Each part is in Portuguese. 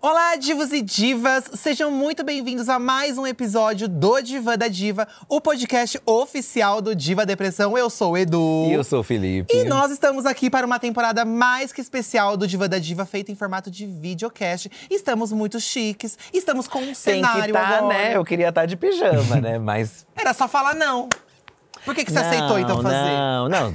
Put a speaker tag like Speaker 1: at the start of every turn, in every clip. Speaker 1: Olá, divos e divas! Sejam muito bem-vindos a mais um episódio do Diva da Diva, o podcast oficial do Diva Depressão. Eu sou o Edu.
Speaker 2: E eu sou o Felipe.
Speaker 1: E nós estamos aqui para uma temporada mais que especial do Diva da Diva, feita em formato de videocast. Estamos muito chiques, estamos com um
Speaker 2: Tem que
Speaker 1: cenário
Speaker 2: tá,
Speaker 1: agora.
Speaker 2: né? Eu queria estar de pijama, né? Mas.
Speaker 1: Era só falar não. Por que, que você
Speaker 2: Não,
Speaker 1: aceitou, então, fazer?
Speaker 2: Não, não.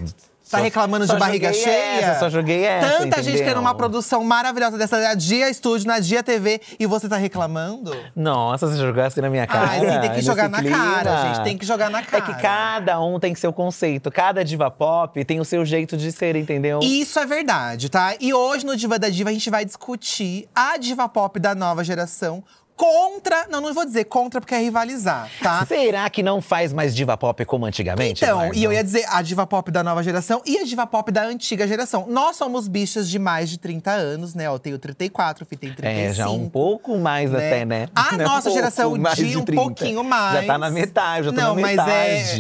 Speaker 1: Tá reclamando de barriga
Speaker 2: joguei
Speaker 1: cheia?
Speaker 2: Essa, só joguei essa.
Speaker 1: Tanta gente
Speaker 2: É, entendeu?
Speaker 1: querendo uma produção maravilhosa dessa da Dia Estúdio, na Dia TV, e você tá reclamando?
Speaker 2: Nossa, você jogou assim na minha cara.
Speaker 1: Ah, assim, tem que
Speaker 2: nesse
Speaker 1: jogar na
Speaker 2: clima.
Speaker 1: cara, gente. Tem que jogar na
Speaker 2: É
Speaker 1: cara.
Speaker 2: que cada um tem seu conceito. Cada diva pop tem o seu jeito de ser, entendeu?
Speaker 1: Isso é verdade, tá? E hoje no Diva da Diva a gente vai discutir a diva pop da nova geração contra. Não, não vou dizer contra, porque é rivalizar, tá?
Speaker 2: Será que não faz mais diva pop como antigamente?
Speaker 1: Então,
Speaker 2: Eduardo?
Speaker 1: e eu ia dizer a diva pop da nova geração e a diva pop da antiga geração. Nós somos bichas de mais de 30 anos, né? Eu tenho 34, o Fih tem 35.
Speaker 2: É, já um pouco mais
Speaker 1: né?
Speaker 2: até, né?
Speaker 1: A
Speaker 2: Né? Um
Speaker 1: nossa
Speaker 2: pouco
Speaker 1: geração
Speaker 2: mais
Speaker 1: de um
Speaker 2: 30.
Speaker 1: pouquinho mais.
Speaker 2: Já tá na metade, já tô
Speaker 1: Não,
Speaker 2: na
Speaker 1: mas
Speaker 2: metade.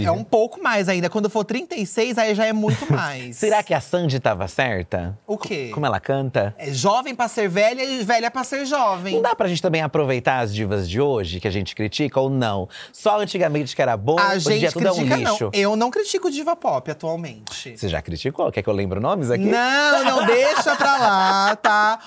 Speaker 1: é, é um pouco mais ainda. Quando for 36, aí já é muito mais.
Speaker 2: Será que a Sandy tava certa?
Speaker 1: O quê?
Speaker 2: Como ela canta?
Speaker 1: É jovem pra ser velha e velha pra ser jovem.
Speaker 2: Não dá pra gente também aproveitar as divas de hoje, que a gente critica ou não? Só antigamente que era bom,
Speaker 1: A
Speaker 2: hoje em
Speaker 1: gente
Speaker 2: dia tudo é um
Speaker 1: critica,
Speaker 2: lixo.
Speaker 1: não. Eu não critico diva pop atualmente.
Speaker 2: Você já criticou? Quer que eu lembre nomes aqui?
Speaker 1: Não, não deixa pra lá, tá?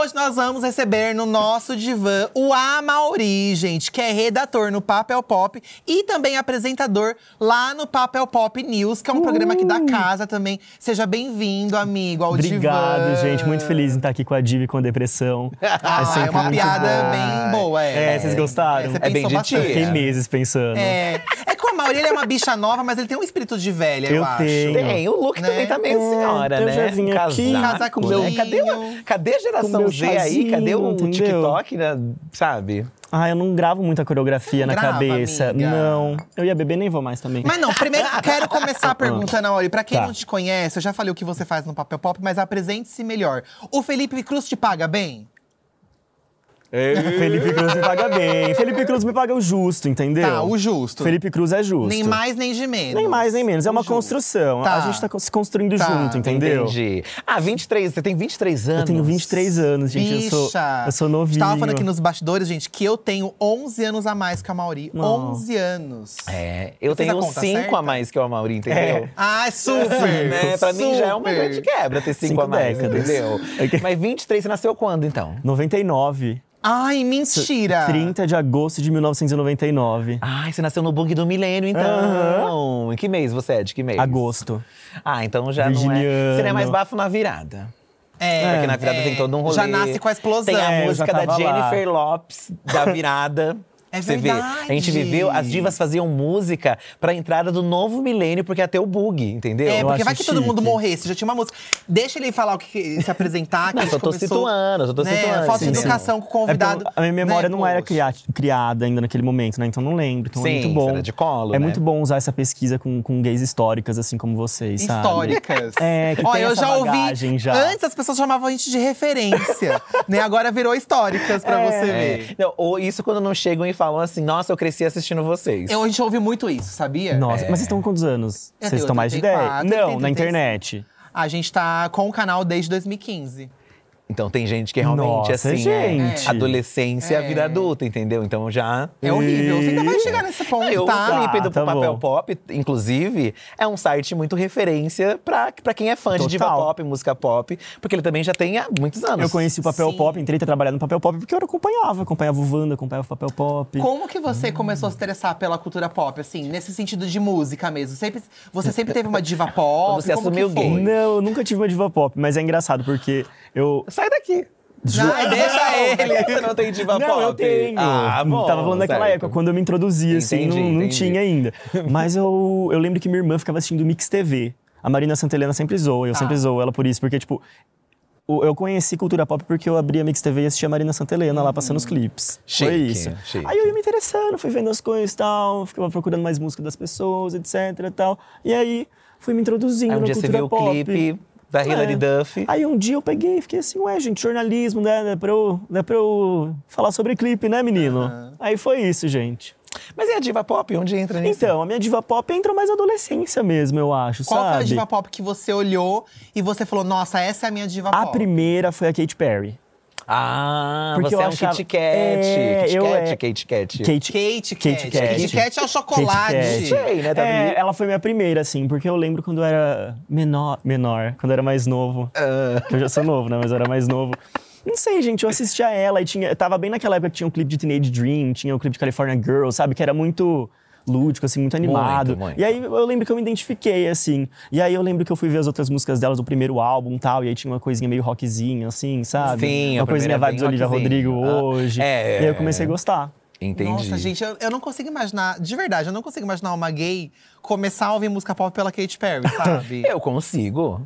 Speaker 1: Hoje nós vamos receber no nosso divã o Amauri, gente, que é redator no Papel Pop e também apresentador lá no Papel Pop News, que é um programa aqui da casa também. Seja bem-vindo, amigo, ao divã.
Speaker 3: Obrigado, gente. Muito feliz em estar aqui com a Div e com a depressão.
Speaker 1: Ah, é,
Speaker 3: sempre
Speaker 1: uma
Speaker 3: muito
Speaker 1: piada
Speaker 3: bom.
Speaker 1: bem boa, é.
Speaker 3: É, vocês gostaram?
Speaker 1: você
Speaker 3: É
Speaker 1: pensou
Speaker 2: bem de
Speaker 3: Eu
Speaker 1: bastante.
Speaker 2: tia.
Speaker 3: fiquei meses pensando.
Speaker 1: É. É que o Amauri ele é uma bicha nova, mas ele tem um espírito de velha, eu,
Speaker 3: Eu
Speaker 1: acho.
Speaker 3: tenho.
Speaker 2: Tem, o look
Speaker 1: Né?
Speaker 2: também tá meio senhora,
Speaker 3: eu
Speaker 2: né?
Speaker 3: já vim
Speaker 2: Um
Speaker 3: aqui,
Speaker 2: Casaco,
Speaker 1: com meu-
Speaker 2: né? Cadê, o- cadê a
Speaker 3: com
Speaker 2: geração
Speaker 3: meu
Speaker 2: Z aí? Cadê o
Speaker 3: chazinho,
Speaker 2: TikTok, né? sabe?
Speaker 3: Ah, eu não gravo muita coreografia
Speaker 1: Não
Speaker 3: na
Speaker 1: grava,
Speaker 3: cabeça.
Speaker 1: amiga.
Speaker 3: Não. Eu ia beber, nem vou mais também.
Speaker 1: Mas não, primeiro quero começar perguntando, Auri, pra quem
Speaker 3: Ah, Tá.
Speaker 1: não te conhece, eu já falei o que você faz no Papel Pop, mas apresente-se melhor. O Felipe Cruz te paga bem?
Speaker 3: Felipe Cruz me paga bem. Felipe Cruz me paga o justo, entendeu?
Speaker 1: Tá, o justo.
Speaker 3: Felipe Cruz é justo.
Speaker 1: Nem mais, nem de menos.
Speaker 3: Nem mais, nem menos. É uma
Speaker 1: O justo.
Speaker 3: construção.
Speaker 1: Tá.
Speaker 3: A gente tá co- se construindo
Speaker 1: Tá,
Speaker 3: junto, entendeu?
Speaker 2: Entendi. Ah, 23, você tem 23 anos.
Speaker 3: Eu tenho 23 anos, gente. Eu sou,
Speaker 1: Bicha!
Speaker 3: eu sou novinho.
Speaker 1: Estava falando aqui nos bastidores, gente, que eu tenho 11 anos a mais que a Mauri.
Speaker 3: Não.
Speaker 1: 11 anos.
Speaker 2: É, eu
Speaker 1: Você fez
Speaker 2: tenho
Speaker 1: a conta
Speaker 2: 5
Speaker 1: certa?
Speaker 2: a mais que o Amaury, entendeu?
Speaker 3: É.
Speaker 1: Ah, super!
Speaker 2: Assim, né? Pra mim já é uma
Speaker 1: super.
Speaker 2: grande quebra ter cinco,
Speaker 3: Cinco
Speaker 2: a mais,
Speaker 3: décadas.
Speaker 2: entendeu?
Speaker 3: Ok.
Speaker 2: Mas 23, você nasceu quando, então?
Speaker 3: 99.
Speaker 1: Ai, mentira!
Speaker 3: 30 de agosto de 1999.
Speaker 2: Ai, você nasceu no bug do milênio, então. Em que mês você é? De que mês?
Speaker 3: Agosto.
Speaker 2: Ah, então já não é.
Speaker 3: Virginiano.
Speaker 2: Você não é mais bafo na virada.
Speaker 1: É,
Speaker 2: Porque na virada
Speaker 1: é.
Speaker 2: tem todo um rolê.
Speaker 1: Já nasce com a explosão.
Speaker 2: Tem a
Speaker 3: É, eu
Speaker 2: música
Speaker 3: já
Speaker 2: da
Speaker 3: tava lá.
Speaker 2: Jennifer Lopes, da virada.
Speaker 1: É
Speaker 2: Você
Speaker 1: verdade.
Speaker 2: vê, a gente viveu, as divas faziam música pra entrada do novo milênio, porque até o bug, entendeu?
Speaker 1: É,
Speaker 3: Eu
Speaker 1: porque
Speaker 3: acho
Speaker 1: vai que todo mundo
Speaker 3: chique.
Speaker 1: morresse, já tinha uma música. Deixa ele falar o que- que se apresentar. Que
Speaker 2: Não,
Speaker 1: a gente
Speaker 2: só tô
Speaker 1: começou,
Speaker 2: situando, só tô
Speaker 1: né,
Speaker 2: situando,
Speaker 1: Falta
Speaker 2: sim,
Speaker 1: de
Speaker 2: sim.
Speaker 1: educação com o
Speaker 3: É porque
Speaker 1: convidado.
Speaker 3: a minha memória
Speaker 1: né,
Speaker 3: não era
Speaker 1: poxa.
Speaker 3: cria- criada ainda naquele momento, né? Então não lembro. Então
Speaker 2: Sim,
Speaker 3: é muito
Speaker 2: você
Speaker 3: bom.
Speaker 2: era de colo,
Speaker 3: é
Speaker 2: né?
Speaker 3: muito bom usar essa pesquisa com, com gays históricas, assim como vocês, sabe?
Speaker 1: Históricas.
Speaker 3: É, que
Speaker 1: Ó,
Speaker 3: tem
Speaker 1: eu
Speaker 3: essa
Speaker 1: já ouvi.
Speaker 3: bagagem já.
Speaker 1: Antes as pessoas chamavam a gente de referência, né? Agora virou históricas pra você
Speaker 2: É.
Speaker 1: ver.
Speaker 2: Não, ou isso quando não chegam e falam assim, nossa, eu cresci assistindo vocês.
Speaker 1: Eu, a gente ouve muito isso, sabia? É,
Speaker 3: Nossa, mas vocês estão com quantos anos?
Speaker 1: Eu
Speaker 3: Vocês
Speaker 1: tenho
Speaker 3: estão mais de 10?
Speaker 1: 34, eu tenho
Speaker 3: Não, na
Speaker 1: 35.
Speaker 3: internet.
Speaker 1: A gente tá com o canal desde 2015.
Speaker 2: Então tem gente que realmente,
Speaker 3: Nossa,
Speaker 2: assim,
Speaker 3: gente.
Speaker 2: É adolescência e a vida adulta, entendeu? Então já.
Speaker 1: É horrível. Você ainda vai chegar nesse ponto,
Speaker 2: Eu,
Speaker 1: tá?
Speaker 2: o Felipe do
Speaker 3: Tá, tá
Speaker 2: Papel
Speaker 3: bom.
Speaker 2: Pop, inclusive, é um site muito referência pra, pra quem é fã de diva
Speaker 3: Total.
Speaker 2: pop, música pop, porque ele também já tem há muitos anos.
Speaker 3: Eu conheci o papel
Speaker 1: Sim.
Speaker 3: pop, entrei a trabalhar no papel pop porque eu acompanhava. Acompanhava o Wanda, acompanhava o papel pop.
Speaker 1: Como que você começou a se interessar pela cultura pop, assim, nesse sentido de música mesmo? Sempre, você sempre teve uma diva pop?
Speaker 2: Você
Speaker 1: Como
Speaker 2: assumiu
Speaker 1: que foi?
Speaker 2: gay.
Speaker 3: Não, eu nunca tive uma diva pop, mas é engraçado porque eu.
Speaker 2: Sai daqui.
Speaker 1: Ai, é, deixa ele.
Speaker 2: Você não tem diva
Speaker 3: não,
Speaker 2: pop.
Speaker 3: eu tenho.
Speaker 2: Ah, bom,
Speaker 3: Hum, Tava falando daquela
Speaker 2: certo.
Speaker 3: época, quando eu me introduzia, assim,
Speaker 2: Entendi,
Speaker 3: não, não
Speaker 2: entendi.
Speaker 3: tinha ainda. Mas eu, eu lembro que minha irmã ficava assistindo Mix TV. A Marina Santelena sempre zoa, eu
Speaker 1: Tá.
Speaker 3: sempre zoo ela por isso, porque, tipo. o- Eu conheci cultura pop porque eu abria Mix TV e assistia a Marina Santelena lá passando os clipes.
Speaker 2: Chique,
Speaker 3: Foi isso.
Speaker 2: chique.
Speaker 3: Aí eu ia me interessando, fui vendo as coisas e tal, ficava procurando mais música das pessoas, etc e tal. E aí fui me introduzindo
Speaker 2: Aí um
Speaker 3: na
Speaker 2: dia você
Speaker 3: cultura
Speaker 2: viu o
Speaker 3: pop.
Speaker 2: clipe da Hilary
Speaker 3: É.
Speaker 2: Duff.
Speaker 3: Aí um dia eu peguei e fiquei assim, ué, gente, jornalismo, né? Dá pra eu, dá pra eu falar sobre clipe, né, menino? Aí foi isso, gente.
Speaker 2: Mas e a diva pop? Onde entra nisso?
Speaker 3: Então, a minha diva pop entrou mais na adolescência mesmo, eu acho,
Speaker 1: Qual
Speaker 3: sabe?
Speaker 1: foi a diva pop que você olhou e você falou, nossa, essa é a minha diva
Speaker 3: A
Speaker 1: pop?
Speaker 3: primeira foi a Katy Perry.
Speaker 2: Ah,
Speaker 3: Porque
Speaker 2: você
Speaker 3: eu
Speaker 2: é um
Speaker 3: achava-
Speaker 2: Kit Kat.
Speaker 3: É,
Speaker 2: Kit
Speaker 3: eu
Speaker 2: Kat,
Speaker 3: é-
Speaker 2: Kit Kat.
Speaker 3: Kate,
Speaker 1: Kate Kat.
Speaker 3: Kate Kat.
Speaker 1: Kate Kat é o chocolate.
Speaker 3: Kate Kat.
Speaker 2: Sei, né, Davi?
Speaker 3: É, ela foi minha primeira, assim, porque eu lembro quando eu era menor, menor quando eu era mais novo.
Speaker 2: Ah.
Speaker 3: Que eu já sou novo, né? Mas eu era mais novo. Não sei, gente, eu assistia ela e tinha. eu Tava bem naquela época que tinha um clipe de Teenage Dream, tinha o clipe de California Girl, sabe? Que era muito lúdico, assim, muito animado.
Speaker 2: muito.
Speaker 3: E aí eu lembro que eu me identifiquei, assim. E aí eu lembro que eu fui ver as outras músicas delas do primeiro álbum e tal. E aí tinha uma coisinha meio rockzinha, assim, sabe?
Speaker 2: Sim, a
Speaker 3: uma
Speaker 2: primeira
Speaker 3: coisinha
Speaker 2: é
Speaker 3: vibes
Speaker 2: bem
Speaker 3: Olivia
Speaker 2: rockzinho.
Speaker 3: Rodrigo
Speaker 2: Ah,
Speaker 3: hoje.
Speaker 2: é.
Speaker 3: E aí eu comecei a gostar.
Speaker 2: Entendi.
Speaker 1: Nossa, gente, eu, eu não consigo imaginar, de verdade, eu não consigo imaginar uma gay começar a ouvir música pop pela Katy Perry, sabe?
Speaker 2: Eu consigo.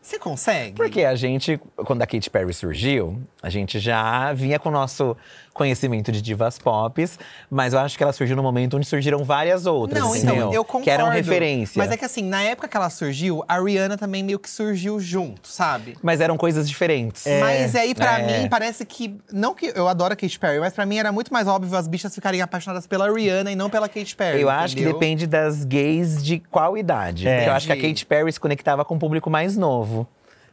Speaker 1: Você consegue?
Speaker 2: Porque a gente, quando a Katy Perry surgiu, a gente já vinha com o nosso conhecimento de divas pops, mas eu acho que ela surgiu no momento onde surgiram várias outras.
Speaker 1: Não,
Speaker 2: entendeu?
Speaker 1: então, eu concordo.
Speaker 2: Que eram referência.
Speaker 1: Mas é que assim, na época que ela surgiu, a Rihanna também meio que surgiu junto, sabe?
Speaker 2: Mas eram coisas diferentes.
Speaker 1: Mas aí, pra
Speaker 2: É.
Speaker 1: mim, parece que. Não que eu adoro a Katy Perry, mas pra mim era muito mais óbvio as bichas ficarem apaixonadas pela Rihanna e não pela Katy Perry.
Speaker 2: Eu acho que
Speaker 1: entendeu?
Speaker 2: depende das gays de qual idade.
Speaker 3: É.
Speaker 2: Porque eu acho que a
Speaker 1: Entendi.
Speaker 2: Katy Perry se conectava com o público mais novo.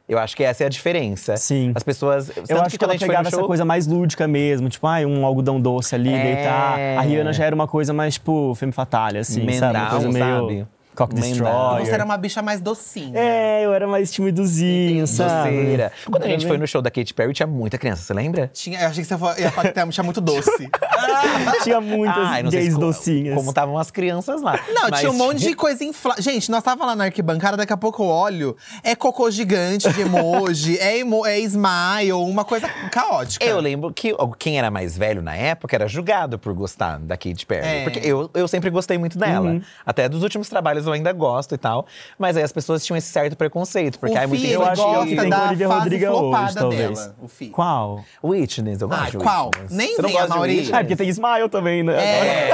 Speaker 2: Eu acho que essa é a diferença.
Speaker 3: Sim.
Speaker 2: As pessoas. tanto
Speaker 3: Eu acho que
Speaker 2: quando a
Speaker 3: ela
Speaker 2: gente foi no
Speaker 3: pegava essa
Speaker 2: show-
Speaker 3: coisa mais lúdica mesmo, tipo, ai, um algodão doce ali,
Speaker 2: É.
Speaker 3: deitar. A Rihanna já era uma coisa mais, tipo, femme fatale, assim, sabe? Uma
Speaker 2: Mental,
Speaker 3: coisa meio
Speaker 2: sabe?
Speaker 3: cock
Speaker 2: Mental.
Speaker 3: destroyer.
Speaker 1: Você era uma bicha mais docinha.
Speaker 3: É, eu era mais timidozinho, sabe?
Speaker 2: Doceira. Quando a gente
Speaker 3: Também.
Speaker 2: foi no show da Katy Perry, tinha muita criança, você lembra?
Speaker 1: Tinha, eu achei que você fa- ia falar que tinha muito doce.
Speaker 2: Ah,
Speaker 3: Tinha muitas
Speaker 2: Ai, não sei
Speaker 3: gays
Speaker 2: se co-
Speaker 3: docinhas.
Speaker 2: Como estavam as crianças lá.
Speaker 1: Não,
Speaker 2: Mas
Speaker 1: tinha um monte de coisa inflada. Gente, nós tava lá na arquibancada, daqui a pouco eu olho. É cocô gigante de emoji, é, emo é smile, uma coisa caótica.
Speaker 2: Eu lembro que o- quem era mais velho na época era julgado por gostar da Katy Perry.
Speaker 1: É.
Speaker 2: Porque eu, eu sempre gostei muito dela.
Speaker 3: Uhum.
Speaker 2: Até dos últimos trabalhos eu ainda gosto e tal. Mas aí as pessoas tinham esse certo preconceito. Porque ai,
Speaker 1: o
Speaker 2: muito
Speaker 1: Fih, ele
Speaker 3: eu acho que
Speaker 1: gosta
Speaker 3: tem com
Speaker 1: da
Speaker 3: Olivia
Speaker 1: fase
Speaker 3: Rodrigo hoje,
Speaker 1: flopada
Speaker 3: talvez.
Speaker 1: dela, o Fih.
Speaker 3: Qual?
Speaker 2: Witness, eu gosto
Speaker 1: Ai,
Speaker 2: de
Speaker 1: Ah, qual?
Speaker 2: Witness.
Speaker 1: Nem
Speaker 2: Você não
Speaker 1: vem a
Speaker 2: gosta de
Speaker 1: Mauri.
Speaker 2: Witness?
Speaker 3: Ah, porque tem Smile também, né?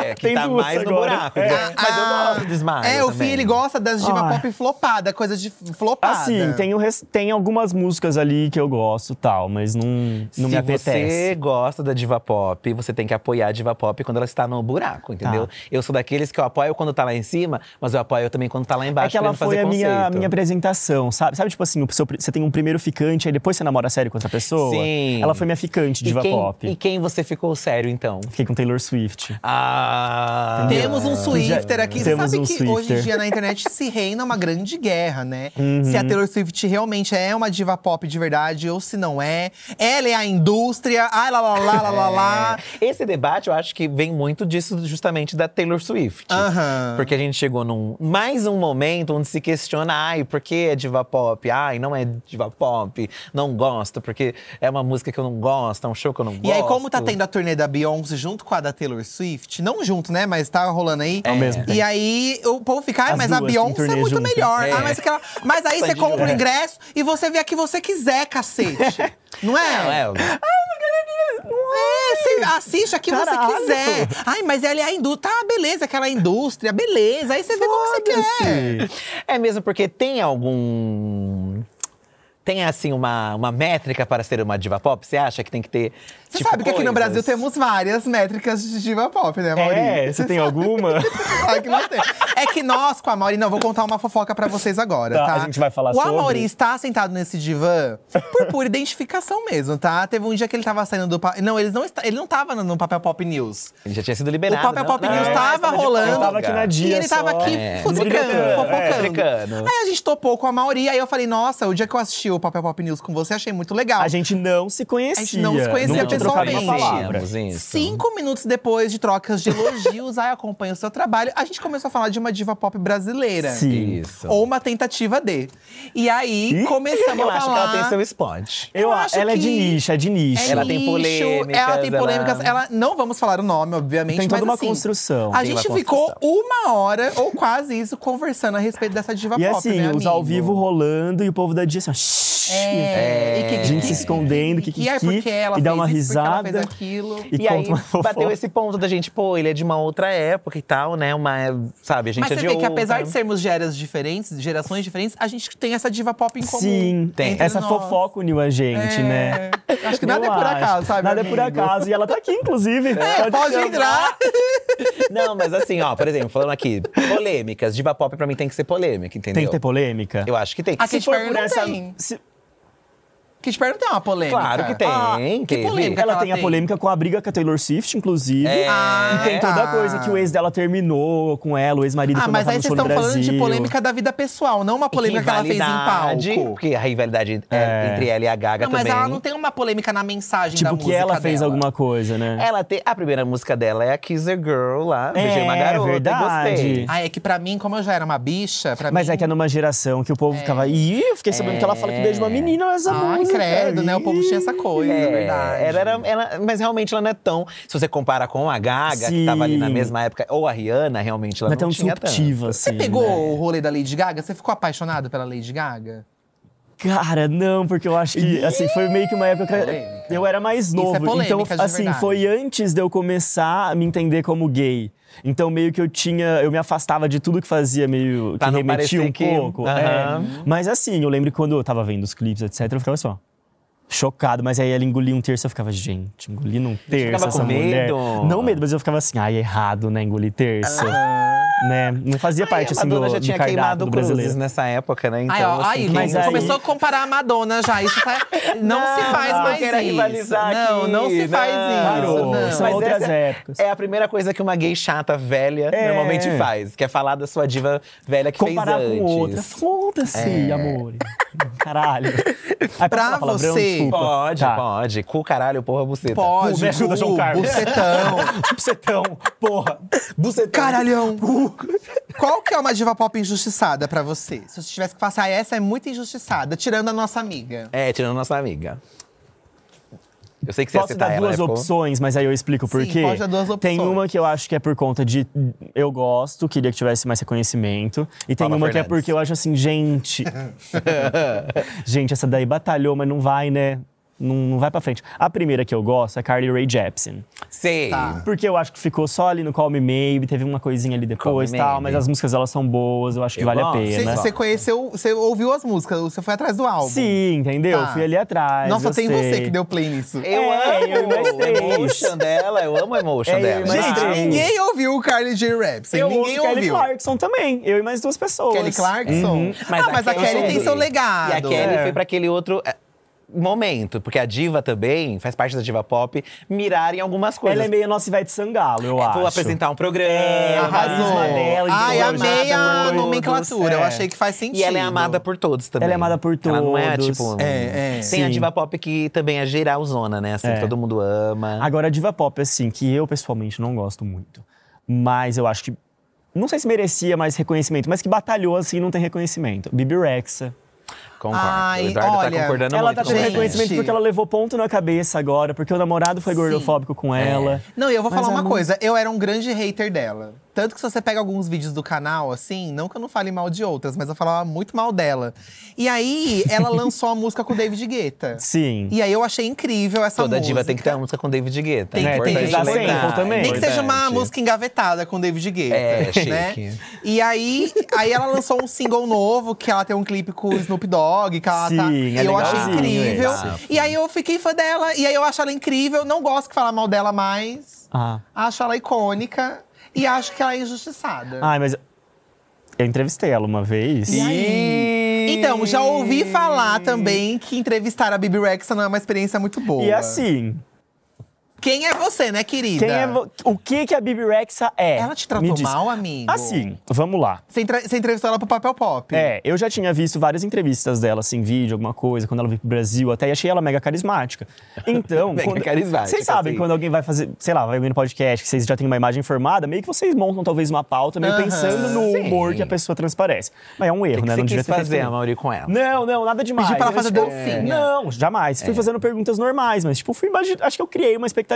Speaker 2: É, que
Speaker 3: tem
Speaker 2: tá
Speaker 3: duas
Speaker 2: mais no
Speaker 3: agora.
Speaker 2: buraco,
Speaker 3: É.
Speaker 2: né? Mas eu
Speaker 1: Ah,
Speaker 2: gosto do Smile
Speaker 1: É, o
Speaker 2: também.
Speaker 1: Fih, ele gosta das diva
Speaker 3: Ah.
Speaker 1: pop flopada, coisa de flopada.
Speaker 3: Assim, tem, o res- tem algumas músicas ali que eu gosto e tal, mas não, não
Speaker 2: Se
Speaker 3: me apetece.
Speaker 2: você gosta da diva pop, você tem que apoiar a diva pop quando ela está no buraco, entendeu?
Speaker 3: Tá.
Speaker 2: Eu sou daqueles que eu apoio quando tá lá em cima, mas eu apoio também quando tá lá embaixo.
Speaker 3: É que ela
Speaker 2: querendo
Speaker 3: foi
Speaker 2: fazer
Speaker 3: a minha, a
Speaker 2: conceito.
Speaker 3: minha apresentação, sabe? Sabe, tipo assim, o seu pri- você tem um primeiro ficante, aí depois você namora sério com outra pessoa?
Speaker 2: Sim.
Speaker 3: Ela foi minha ficante, diva
Speaker 2: e quem,
Speaker 3: pop.
Speaker 2: E quem você ficou sério, então?
Speaker 3: Fiquei com Taylor Swift.
Speaker 2: Ah…
Speaker 1: Temos um Swifter
Speaker 3: é. Já-
Speaker 1: aqui. Você
Speaker 3: temos
Speaker 1: sabe
Speaker 3: um
Speaker 1: que hoje em
Speaker 3: Swifter. Uhum.
Speaker 1: dia na internet se reina uma grande guerra, né? Se a Taylor Swift realmente é uma diva pop de verdade ou se não é. Ela é a indústria, ai lá lá lá lá lá lá.
Speaker 2: Esse debate, eu acho que vem muito disso, justamente da Taylor Swift.
Speaker 3: É.
Speaker 1: Aham.
Speaker 2: Porque a gente chegou num mais um momento onde se questiona, ai, por que é diva pop? Ai, não é diva pop, não gosto, porque é uma música que eu não gosto, é um show que eu não gosto.
Speaker 1: E aí, como tá tendo a turnê da Beyoncé junto com a da Taylor Swift, não junto, né? Mas tá rolando aí.
Speaker 3: Ao mesmo
Speaker 1: E
Speaker 3: tempo.
Speaker 1: aí o povo fica, ai,
Speaker 3: As
Speaker 1: mas a
Speaker 3: duas em
Speaker 1: Beyoncé é
Speaker 3: turnê
Speaker 1: muito
Speaker 3: juntas. Tá
Speaker 1: melhor.
Speaker 2: É.
Speaker 1: Ah, mas, aquela... mas aí você
Speaker 2: Sandy
Speaker 1: compra o
Speaker 2: Júnior.
Speaker 1: ingresso e você vê a que você quiser, cacete. não é?
Speaker 2: Não, é,
Speaker 1: É, você assiste a que você
Speaker 3: Caralho.
Speaker 1: quiser. Ai, mas ela é a indústria. Tá, beleza, aquela indústria, beleza. Aí você vê como você quer.
Speaker 2: É mesmo porque tem algum. Tem assim uma, uma métrica para ser uma diva pop? Você acha que tem que ter.
Speaker 1: Você
Speaker 2: tipo,
Speaker 1: sabe que aqui no
Speaker 2: coisas?
Speaker 1: Brasil temos várias métricas de diva pop, né, Mauri?
Speaker 3: É, você tem alguma?
Speaker 1: Sabe que não tem. É que nós, com a Mauri, não, vou contar uma fofoca pra vocês agora, tá?
Speaker 3: Tá, a gente vai falar
Speaker 1: o
Speaker 3: sobre?
Speaker 1: O Amaury está sentado nesse divã por pura identificação mesmo, tá? Teve um dia que ele tava saindo do… pa- Não, eles não está- ele não tava no Papel Pop News.
Speaker 2: Ele já tinha sido liberado.
Speaker 1: O Papel
Speaker 2: não? é, tipo,
Speaker 1: Pop
Speaker 2: Não,
Speaker 1: News
Speaker 2: ele
Speaker 1: tava
Speaker 2: de
Speaker 1: rolando.
Speaker 2: folga.
Speaker 3: Eu tava aqui na
Speaker 1: E
Speaker 3: dia
Speaker 1: ele tava
Speaker 3: só.
Speaker 1: aqui
Speaker 2: É.
Speaker 1: fudicando,
Speaker 2: Brincando, é,
Speaker 1: fofocando.
Speaker 2: brincando.
Speaker 1: Aí a gente topou com a Mauri, aí eu falei, nossa, o dia que eu assisti o Papel Pop News com você, achei muito legal.
Speaker 3: A gente não se conhecia.
Speaker 1: A gente não se conhecia
Speaker 3: Nunca tinha trocado uma
Speaker 1: pessoalmente.
Speaker 3: palavra.
Speaker 2: Tínhamos isso.
Speaker 1: Cinco minutos depois de trocas de elogios, ai, acompanha o seu trabalho, a gente começou a falar de uma diva pop brasileira.
Speaker 3: Sim.
Speaker 2: Isso.
Speaker 1: Ou uma tentativa de. E aí,
Speaker 3: Ih,
Speaker 1: começamos
Speaker 2: Eu
Speaker 1: a
Speaker 2: acho que
Speaker 1: falar…
Speaker 2: ela tem seu spot.
Speaker 3: Eu,
Speaker 1: Eu
Speaker 3: acho
Speaker 1: acho
Speaker 3: ela é de
Speaker 1: que-
Speaker 3: nicho, é de nicho.
Speaker 1: É
Speaker 2: Ela tem
Speaker 1: nicho,
Speaker 2: polêmicas,
Speaker 1: Ela tem
Speaker 2: ela-
Speaker 1: polêmicas. Ela... não vamos falar o nome, obviamente.
Speaker 3: Tem toda
Speaker 1: mas,
Speaker 3: uma
Speaker 1: assim,
Speaker 3: construção.
Speaker 1: A
Speaker 2: Tem uma
Speaker 1: gente ficou
Speaker 2: construção.
Speaker 1: uma hora ou quase isso conversando a respeito dessa diva
Speaker 3: E
Speaker 1: pop.
Speaker 3: assim,
Speaker 1: né,
Speaker 3: os ao
Speaker 1: amigo?
Speaker 3: vivo rolando e o povo da dia assim, ó, shhh,
Speaker 1: É. E que-
Speaker 3: gente se
Speaker 1: que-
Speaker 3: escondendo, que, que,
Speaker 1: E é
Speaker 3: que,
Speaker 1: porque ela
Speaker 3: e dá
Speaker 1: fez
Speaker 3: uma
Speaker 1: isso, porque ela fez
Speaker 3: risada.
Speaker 1: aquilo.
Speaker 3: E,
Speaker 2: E aí
Speaker 3: conta uma fofoca.
Speaker 2: bateu esse ponto da gente, pô, ele é de uma outra época e tal, né? Uma, sabe, a gente
Speaker 1: Mas
Speaker 2: é
Speaker 1: você
Speaker 2: de
Speaker 1: vê que
Speaker 2: outra.
Speaker 1: apesar de sermos geras diferentes, gerações diferentes, a gente tem essa diva pop em comum.
Speaker 3: Sim,
Speaker 2: Tem.
Speaker 1: entre
Speaker 3: Essa
Speaker 1: nós.
Speaker 3: fofoca uniu a gente,
Speaker 1: É.
Speaker 3: né?
Speaker 1: Acho que nada é por
Speaker 3: acho.
Speaker 1: acaso, sabe,
Speaker 3: Nada é por
Speaker 1: amigo?
Speaker 3: acaso. E ela tá aqui, inclusive.
Speaker 1: É, pode
Speaker 3: chamar.
Speaker 1: entrar.
Speaker 2: Não, mas assim, ó, por exemplo, falando aqui, polêmicas. Diva pop pra mim tem que ser polêmica, entendeu?
Speaker 1: Ah,
Speaker 3: Tem que ter polêmica?
Speaker 2: Eu acho que tem.
Speaker 1: Assim,
Speaker 3: Se for
Speaker 1: Perry
Speaker 3: por
Speaker 1: não
Speaker 3: essa.
Speaker 1: tem.
Speaker 3: se-
Speaker 1: Kit Perry não tem uma polêmica.
Speaker 2: Claro que tem,
Speaker 1: Ah, que
Speaker 2: teve.
Speaker 1: polêmica
Speaker 3: Ela
Speaker 1: que
Speaker 3: tem a polêmica com a briga com a Taylor Swift, inclusive.
Speaker 2: É.
Speaker 1: Ah,
Speaker 3: E tem toda
Speaker 1: tá.
Speaker 3: a coisa que o ex dela terminou com ela, o ex-marido
Speaker 1: Ah,
Speaker 3: quando
Speaker 1: mas
Speaker 3: ela
Speaker 1: aí
Speaker 3: tava no
Speaker 1: vocês
Speaker 3: show no
Speaker 1: estão falando de
Speaker 3: Brasil.
Speaker 1: polêmica da vida pessoal, não uma polêmica que ela fez
Speaker 2: Rivalidade,
Speaker 1: em palco.
Speaker 2: Porque a rivalidade é entre ela e a Gaga
Speaker 1: Não, mas
Speaker 2: também.
Speaker 1: ela não tem uma polêmica na mensagem da
Speaker 3: Tipo,
Speaker 1: música
Speaker 3: que ela fez
Speaker 1: dela.
Speaker 3: alguma coisa, né?
Speaker 2: Ela tem. A primeira música dela é a Kisser Girl lá. Beijei uma
Speaker 3: É,
Speaker 2: garota. e
Speaker 3: verdade.
Speaker 2: Gostei.
Speaker 1: Ah, é que pra mim, como eu já era uma bicha, pra
Speaker 3: Mas
Speaker 1: mim.
Speaker 3: é que é numa geração que o povo ficava. Ih, eu fiquei sabendo que ela fala que beija uma menina nessa
Speaker 1: É. Ai,
Speaker 3: música.
Speaker 1: credo, né? O povo tinha essa
Speaker 3: Ih.
Speaker 1: coisa, é verdade.
Speaker 2: Ela era, ela- mas realmente ela não é tão. Se você compara com a Gaga, que tava ali na
Speaker 3: Sim.
Speaker 2: mesma época, ou a Rihanna, realmente ela
Speaker 3: Não é
Speaker 2: não,
Speaker 3: tão
Speaker 2: tinha tanto.
Speaker 3: disruptiva, assim.
Speaker 1: Você pegou
Speaker 3: né?
Speaker 1: o rolê da Lady Gaga? Você ficou apaixonado pela Lady Gaga?
Speaker 3: Cara, não, porque eu acho que, assim, foi meio que uma época.
Speaker 2: né?
Speaker 1: Polêmica.
Speaker 3: Eu era mais
Speaker 1: é
Speaker 3: novo.
Speaker 1: polêmica,
Speaker 3: então,
Speaker 1: de
Speaker 3: assim,
Speaker 1: verdade.
Speaker 3: foi antes de eu começar a me entender como gay. Então, meio que eu tinha. Eu me afastava de tudo que fazia, meio.
Speaker 2: Pra
Speaker 3: que
Speaker 2: não parecer
Speaker 3: remetia um
Speaker 2: que-
Speaker 3: pouco.
Speaker 2: Aham.
Speaker 3: é. Mas assim, eu lembro que quando eu tava vendo os clipes, etc., eu ficava só. Chocado, mas aí ela engolia um terço, eu ficava, gente, engoli um terço
Speaker 2: ficava
Speaker 3: essa
Speaker 2: com
Speaker 3: mulher.
Speaker 2: medo?
Speaker 3: Não medo, mas eu ficava assim, ai, errado, né, engolir terço. Né? Não fazia parte,
Speaker 2: Ah. a
Speaker 3: assim, do,
Speaker 2: Madonna já
Speaker 3: do
Speaker 2: tinha
Speaker 3: cardápio
Speaker 2: queimado
Speaker 3: do
Speaker 2: cruzes
Speaker 3: brasileiro.
Speaker 2: nessa época, né? Então,
Speaker 1: Ai, ó,
Speaker 2: assim,
Speaker 1: aí,
Speaker 2: quem
Speaker 1: mas
Speaker 3: mas aí-
Speaker 1: começou a comparar a Madonna já. Isso tá... não, se faz
Speaker 2: não,
Speaker 1: mais
Speaker 2: eu quero
Speaker 1: isso.
Speaker 2: rivalizar
Speaker 1: não,
Speaker 2: aqui,
Speaker 1: não se faz isso.
Speaker 3: Parou,
Speaker 1: não.
Speaker 3: são
Speaker 2: Mas
Speaker 3: outras
Speaker 2: essa
Speaker 3: épocas.
Speaker 2: É a primeira coisa que uma gay chata velha
Speaker 3: É.
Speaker 2: normalmente faz, que é falar da sua diva velha que
Speaker 3: comparar
Speaker 2: fez
Speaker 3: com
Speaker 2: antes. É.
Speaker 3: outra. Foda-se, amor. Caralho.
Speaker 1: Pra
Speaker 3: Aí, falar palavrão?
Speaker 1: Ah, você-
Speaker 3: Desculpa.
Speaker 2: Pode,
Speaker 3: Tá.
Speaker 2: pode. Cu, caralho, porra, buceta.
Speaker 1: Pode,
Speaker 2: Cu, me ajuda,
Speaker 1: cu,
Speaker 2: João Carlos.
Speaker 1: bucetão.
Speaker 2: bucetão, porra. Bucetão.
Speaker 1: Caralhão! Qual que é uma diva pop injustiçada pra você? Se você tivesse que passar ah, essa, é muito injustiçada, tirando a nossa amiga.
Speaker 2: É, tirando nossa amiga. Eu sei que você ia
Speaker 3: Posso
Speaker 2: citar
Speaker 3: dar
Speaker 2: ela,
Speaker 3: duas
Speaker 2: né, ficou?
Speaker 3: opções, mas aí eu explico por
Speaker 1: Sim,
Speaker 3: quê.
Speaker 1: pode dar duas opções.
Speaker 3: Tem uma que eu acho que é por conta de eu gosto, queria que tivesse mais reconhecimento. E tem
Speaker 2: Paula
Speaker 3: uma que é
Speaker 2: Fernandes.
Speaker 3: porque eu acho assim, gente. gente, essa daí batalhou, mas não vai, né? Não, não vai pra frente. A primeira que eu gosto é Carly Rae Jepsen.
Speaker 2: Sei.
Speaker 1: Tá.
Speaker 3: Porque eu acho que ficou só ali no Call Me Maybe, teve uma coisinha ali depois e
Speaker 2: Me
Speaker 3: tal,
Speaker 2: Maybe.
Speaker 3: mas as músicas elas são boas, eu acho que
Speaker 2: Eu
Speaker 3: vale
Speaker 2: gosto.
Speaker 3: a pena.
Speaker 2: Sim,
Speaker 1: Você conheceu, você ouviu as músicas, você foi atrás do álbum.
Speaker 3: Sim, entendeu?
Speaker 1: Tá.
Speaker 3: Fui ali atrás.
Speaker 1: Nossa, tem
Speaker 3: gostei.
Speaker 1: você que deu play nisso.
Speaker 2: Eu
Speaker 3: É,
Speaker 2: amo
Speaker 3: eu gostei.
Speaker 2: o emotion dela, eu amo a emotion
Speaker 3: É, eu
Speaker 2: dela.
Speaker 3: imaginei.
Speaker 1: Gente,
Speaker 3: Ah.
Speaker 1: ninguém ouviu o Carly J. Rapson.
Speaker 3: Eu
Speaker 1: ninguém
Speaker 3: ouço Kelly
Speaker 1: ouviu.
Speaker 3: Clarkson também. Eu e mais duas pessoas. Uhum.
Speaker 1: Kelly Clarkson.
Speaker 2: Uhum.
Speaker 1: ah, mas a Kelly tem seu legado.
Speaker 2: é E a Kelly
Speaker 3: É.
Speaker 2: foi pra aquele outro é, momento, porque a diva também faz parte da diva pop mirar em algumas coisas.
Speaker 3: Ela é meio nossa Ivete Sangalo,
Speaker 1: É,
Speaker 3: eu acho.
Speaker 2: Vou apresentar um programa.
Speaker 1: Arrasou.
Speaker 3: carisma dela, de
Speaker 1: Ai,
Speaker 3: ser
Speaker 1: amei a
Speaker 3: amada por
Speaker 1: nomenclatura.
Speaker 3: todos,
Speaker 1: Eu
Speaker 3: é.
Speaker 1: achei que faz sentido.
Speaker 2: E ela é amada por todos também.
Speaker 3: Ela é amada por
Speaker 2: Ela não é,
Speaker 3: todos.
Speaker 2: tipo.
Speaker 1: É, é.
Speaker 2: Tem a
Speaker 3: Sim.
Speaker 2: diva pop que também é geralzona, né? Assim,
Speaker 3: É.
Speaker 2: que todo mundo ama.
Speaker 3: Agora, a diva pop, assim, que eu pessoalmente não gosto muito. Mas eu acho que. Não sei se merecia mais reconhecimento, mas que batalhou assim e não tem reconhecimento. Bibi Rexa.
Speaker 2: Concordo.
Speaker 1: Ai,
Speaker 2: o Eduardo
Speaker 1: olha,
Speaker 2: tá concordando
Speaker 3: ela
Speaker 2: muito.
Speaker 3: tá
Speaker 2: com
Speaker 3: tendo
Speaker 2: você.
Speaker 1: gente.
Speaker 3: reconhecimento porque ela levou ponto na cabeça agora, porque o namorado foi
Speaker 1: Sim. É.
Speaker 3: gordofóbico com ela.
Speaker 1: Não, e eu vou
Speaker 3: Mas é
Speaker 1: falar uma
Speaker 3: ela-
Speaker 1: coisa. Eu era um grande hater dela. Tanto que se você pega alguns vídeos do canal, assim, não que eu não fale mal de outras, mas eu falava muito mal dela. E aí, ela lançou a música com o David Guetta.
Speaker 3: Sim.
Speaker 1: E aí, eu achei incrível essa
Speaker 2: Toda
Speaker 1: música.
Speaker 2: diva tem que ter uma música com David Guetta.
Speaker 1: Tem que
Speaker 2: é
Speaker 1: ter,
Speaker 2: importante
Speaker 1: tem que ter
Speaker 2: lembrar.
Speaker 3: sample também.
Speaker 1: Nem que seja uma
Speaker 2: Importante.
Speaker 1: música engavetada com o David Guetta,
Speaker 2: É, chique.
Speaker 1: né? E aí, aí ela lançou um single novo, que ela tem um clipe com o Snoop Dogg, que ela
Speaker 3: Sim,
Speaker 1: tá.
Speaker 3: é
Speaker 1: eu achei
Speaker 3: legalzinho
Speaker 1: incrível.
Speaker 2: esse.
Speaker 1: E aí eu fiquei fã dela, e aí eu acho ela incrível, não gosto que falar mal dela mais.
Speaker 3: Ah.
Speaker 1: Acho ela icônica e acho que ela é injustiçada.
Speaker 3: Ai, mas. Eu entrevistei ela uma vez.
Speaker 1: E aí? Então, já ouvi falar também que entrevistar a Bibi Rexa não é uma experiência muito boa.
Speaker 3: E assim,
Speaker 1: Quem é você, né, querida?
Speaker 3: quem é vo- o que que a Bibi Rexa é?
Speaker 1: Ela te
Speaker 3: Me
Speaker 1: tratou
Speaker 3: diz.
Speaker 1: mal, amigo?
Speaker 3: Assim, vamos lá.
Speaker 1: Você, entre- você entrevistou ela pro Papel Pop.
Speaker 3: É, eu já tinha visto várias entrevistas dela, assim, vídeo, alguma coisa, quando ela veio pro Brasil, até e achei ela mega carismática. Então.
Speaker 2: Mega
Speaker 3: quando-
Speaker 2: carismática,
Speaker 3: Vocês sabem,
Speaker 2: sim.
Speaker 3: quando alguém vai fazer, sei lá, vai alguém no podcast, que vocês já têm uma imagem formada, meio que vocês montam talvez uma pauta, meio
Speaker 1: Aham.
Speaker 3: pensando no
Speaker 2: Sim.
Speaker 3: humor que a pessoa transparece. Mas é um erro,
Speaker 2: O que
Speaker 3: né?
Speaker 2: você
Speaker 3: não devia
Speaker 2: quis
Speaker 3: ter feito
Speaker 2: fazer,
Speaker 3: isso.
Speaker 2: a Mauri, com ela?
Speaker 3: Não, não, nada demais.
Speaker 1: Pedi pra ela
Speaker 3: Era,
Speaker 1: fazer
Speaker 3: tipo,
Speaker 1: dancinha.
Speaker 3: Não, jamais. Fui fazendo perguntas normais, mas tipo, fui imagi- acho que eu criei uma expectativa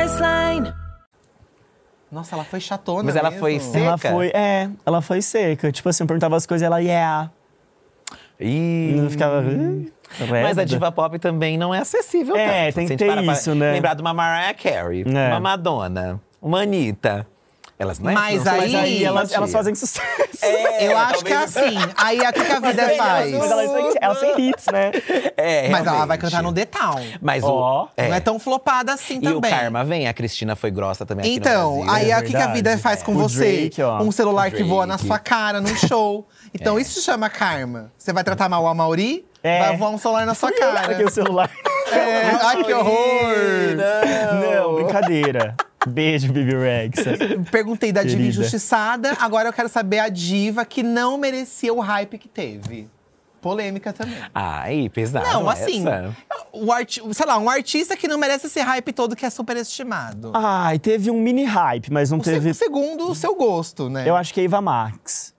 Speaker 4: Priceline.
Speaker 1: Nossa, ela foi chatona
Speaker 2: Mas ela
Speaker 1: mesmo.
Speaker 2: foi
Speaker 3: Ela
Speaker 2: Seca?
Speaker 3: foi, é, ela foi seca. Tipo assim, eu perguntava as coisas e ela, yeah.
Speaker 2: Ih.
Speaker 3: Não ficava. "Hum,
Speaker 1: é
Speaker 2: Mas a
Speaker 3: Reda.
Speaker 2: diva pop também não é acessível
Speaker 3: É,
Speaker 2: tanto.
Speaker 3: tem
Speaker 2: Se a
Speaker 3: que
Speaker 2: gente
Speaker 3: ter
Speaker 2: parar pra
Speaker 3: isso, né? É.
Speaker 2: Lembrar de uma Mariah Carey, uma Madonna, uma Anitta. Elas não é
Speaker 1: Mas
Speaker 2: não são
Speaker 1: aí-
Speaker 3: Mas aí elas,
Speaker 2: acessíveis.
Speaker 3: elas fazem sucesso.
Speaker 1: Eu acho que é assim. Aí o que, que a vida
Speaker 2: aí,
Speaker 1: faz?
Speaker 3: Mas é elas têm, elas têm hits, né?
Speaker 2: É,
Speaker 1: Mas ela vai
Speaker 2: realmente.
Speaker 1: cantar no The Town.
Speaker 2: Mas
Speaker 3: Ó.
Speaker 2: o. é.
Speaker 1: Não é tão flopada assim
Speaker 2: E
Speaker 1: também.
Speaker 2: o Karma vem, a Cristina foi grossa também aqui no
Speaker 1: Então,
Speaker 2: Brasil.
Speaker 1: aí
Speaker 3: É
Speaker 1: o que, que a vida
Speaker 3: verdade.
Speaker 1: faz com
Speaker 3: O
Speaker 1: você?
Speaker 3: Drake, ó.
Speaker 1: um celular que
Speaker 2: Drake. É.
Speaker 1: voa na sua cara num show. Então isso se chama karma. Você vai tratar mal o Amauri,
Speaker 3: É.
Speaker 1: vai voar um celular na sua cara.
Speaker 3: Aqui o celular.
Speaker 1: É, Ai, que horror!
Speaker 3: Não, brincadeira. Beijo, Bibi Rex.
Speaker 1: Perguntei da diva
Speaker 3: Querida.
Speaker 1: injustiçada, agora eu quero saber a diva que não merecia o hype que teve. Polêmica também.
Speaker 2: Ai, pesado.
Speaker 1: Não, assim,
Speaker 2: essa. é.
Speaker 1: o arti sei lá, um artista que não merece esse hype todo que é superestimado.
Speaker 3: Ai, teve um mini hype, mas não
Speaker 1: Se-
Speaker 3: teve.
Speaker 1: Segundo o seu gosto, né?
Speaker 3: Eu acho que é Iva Max.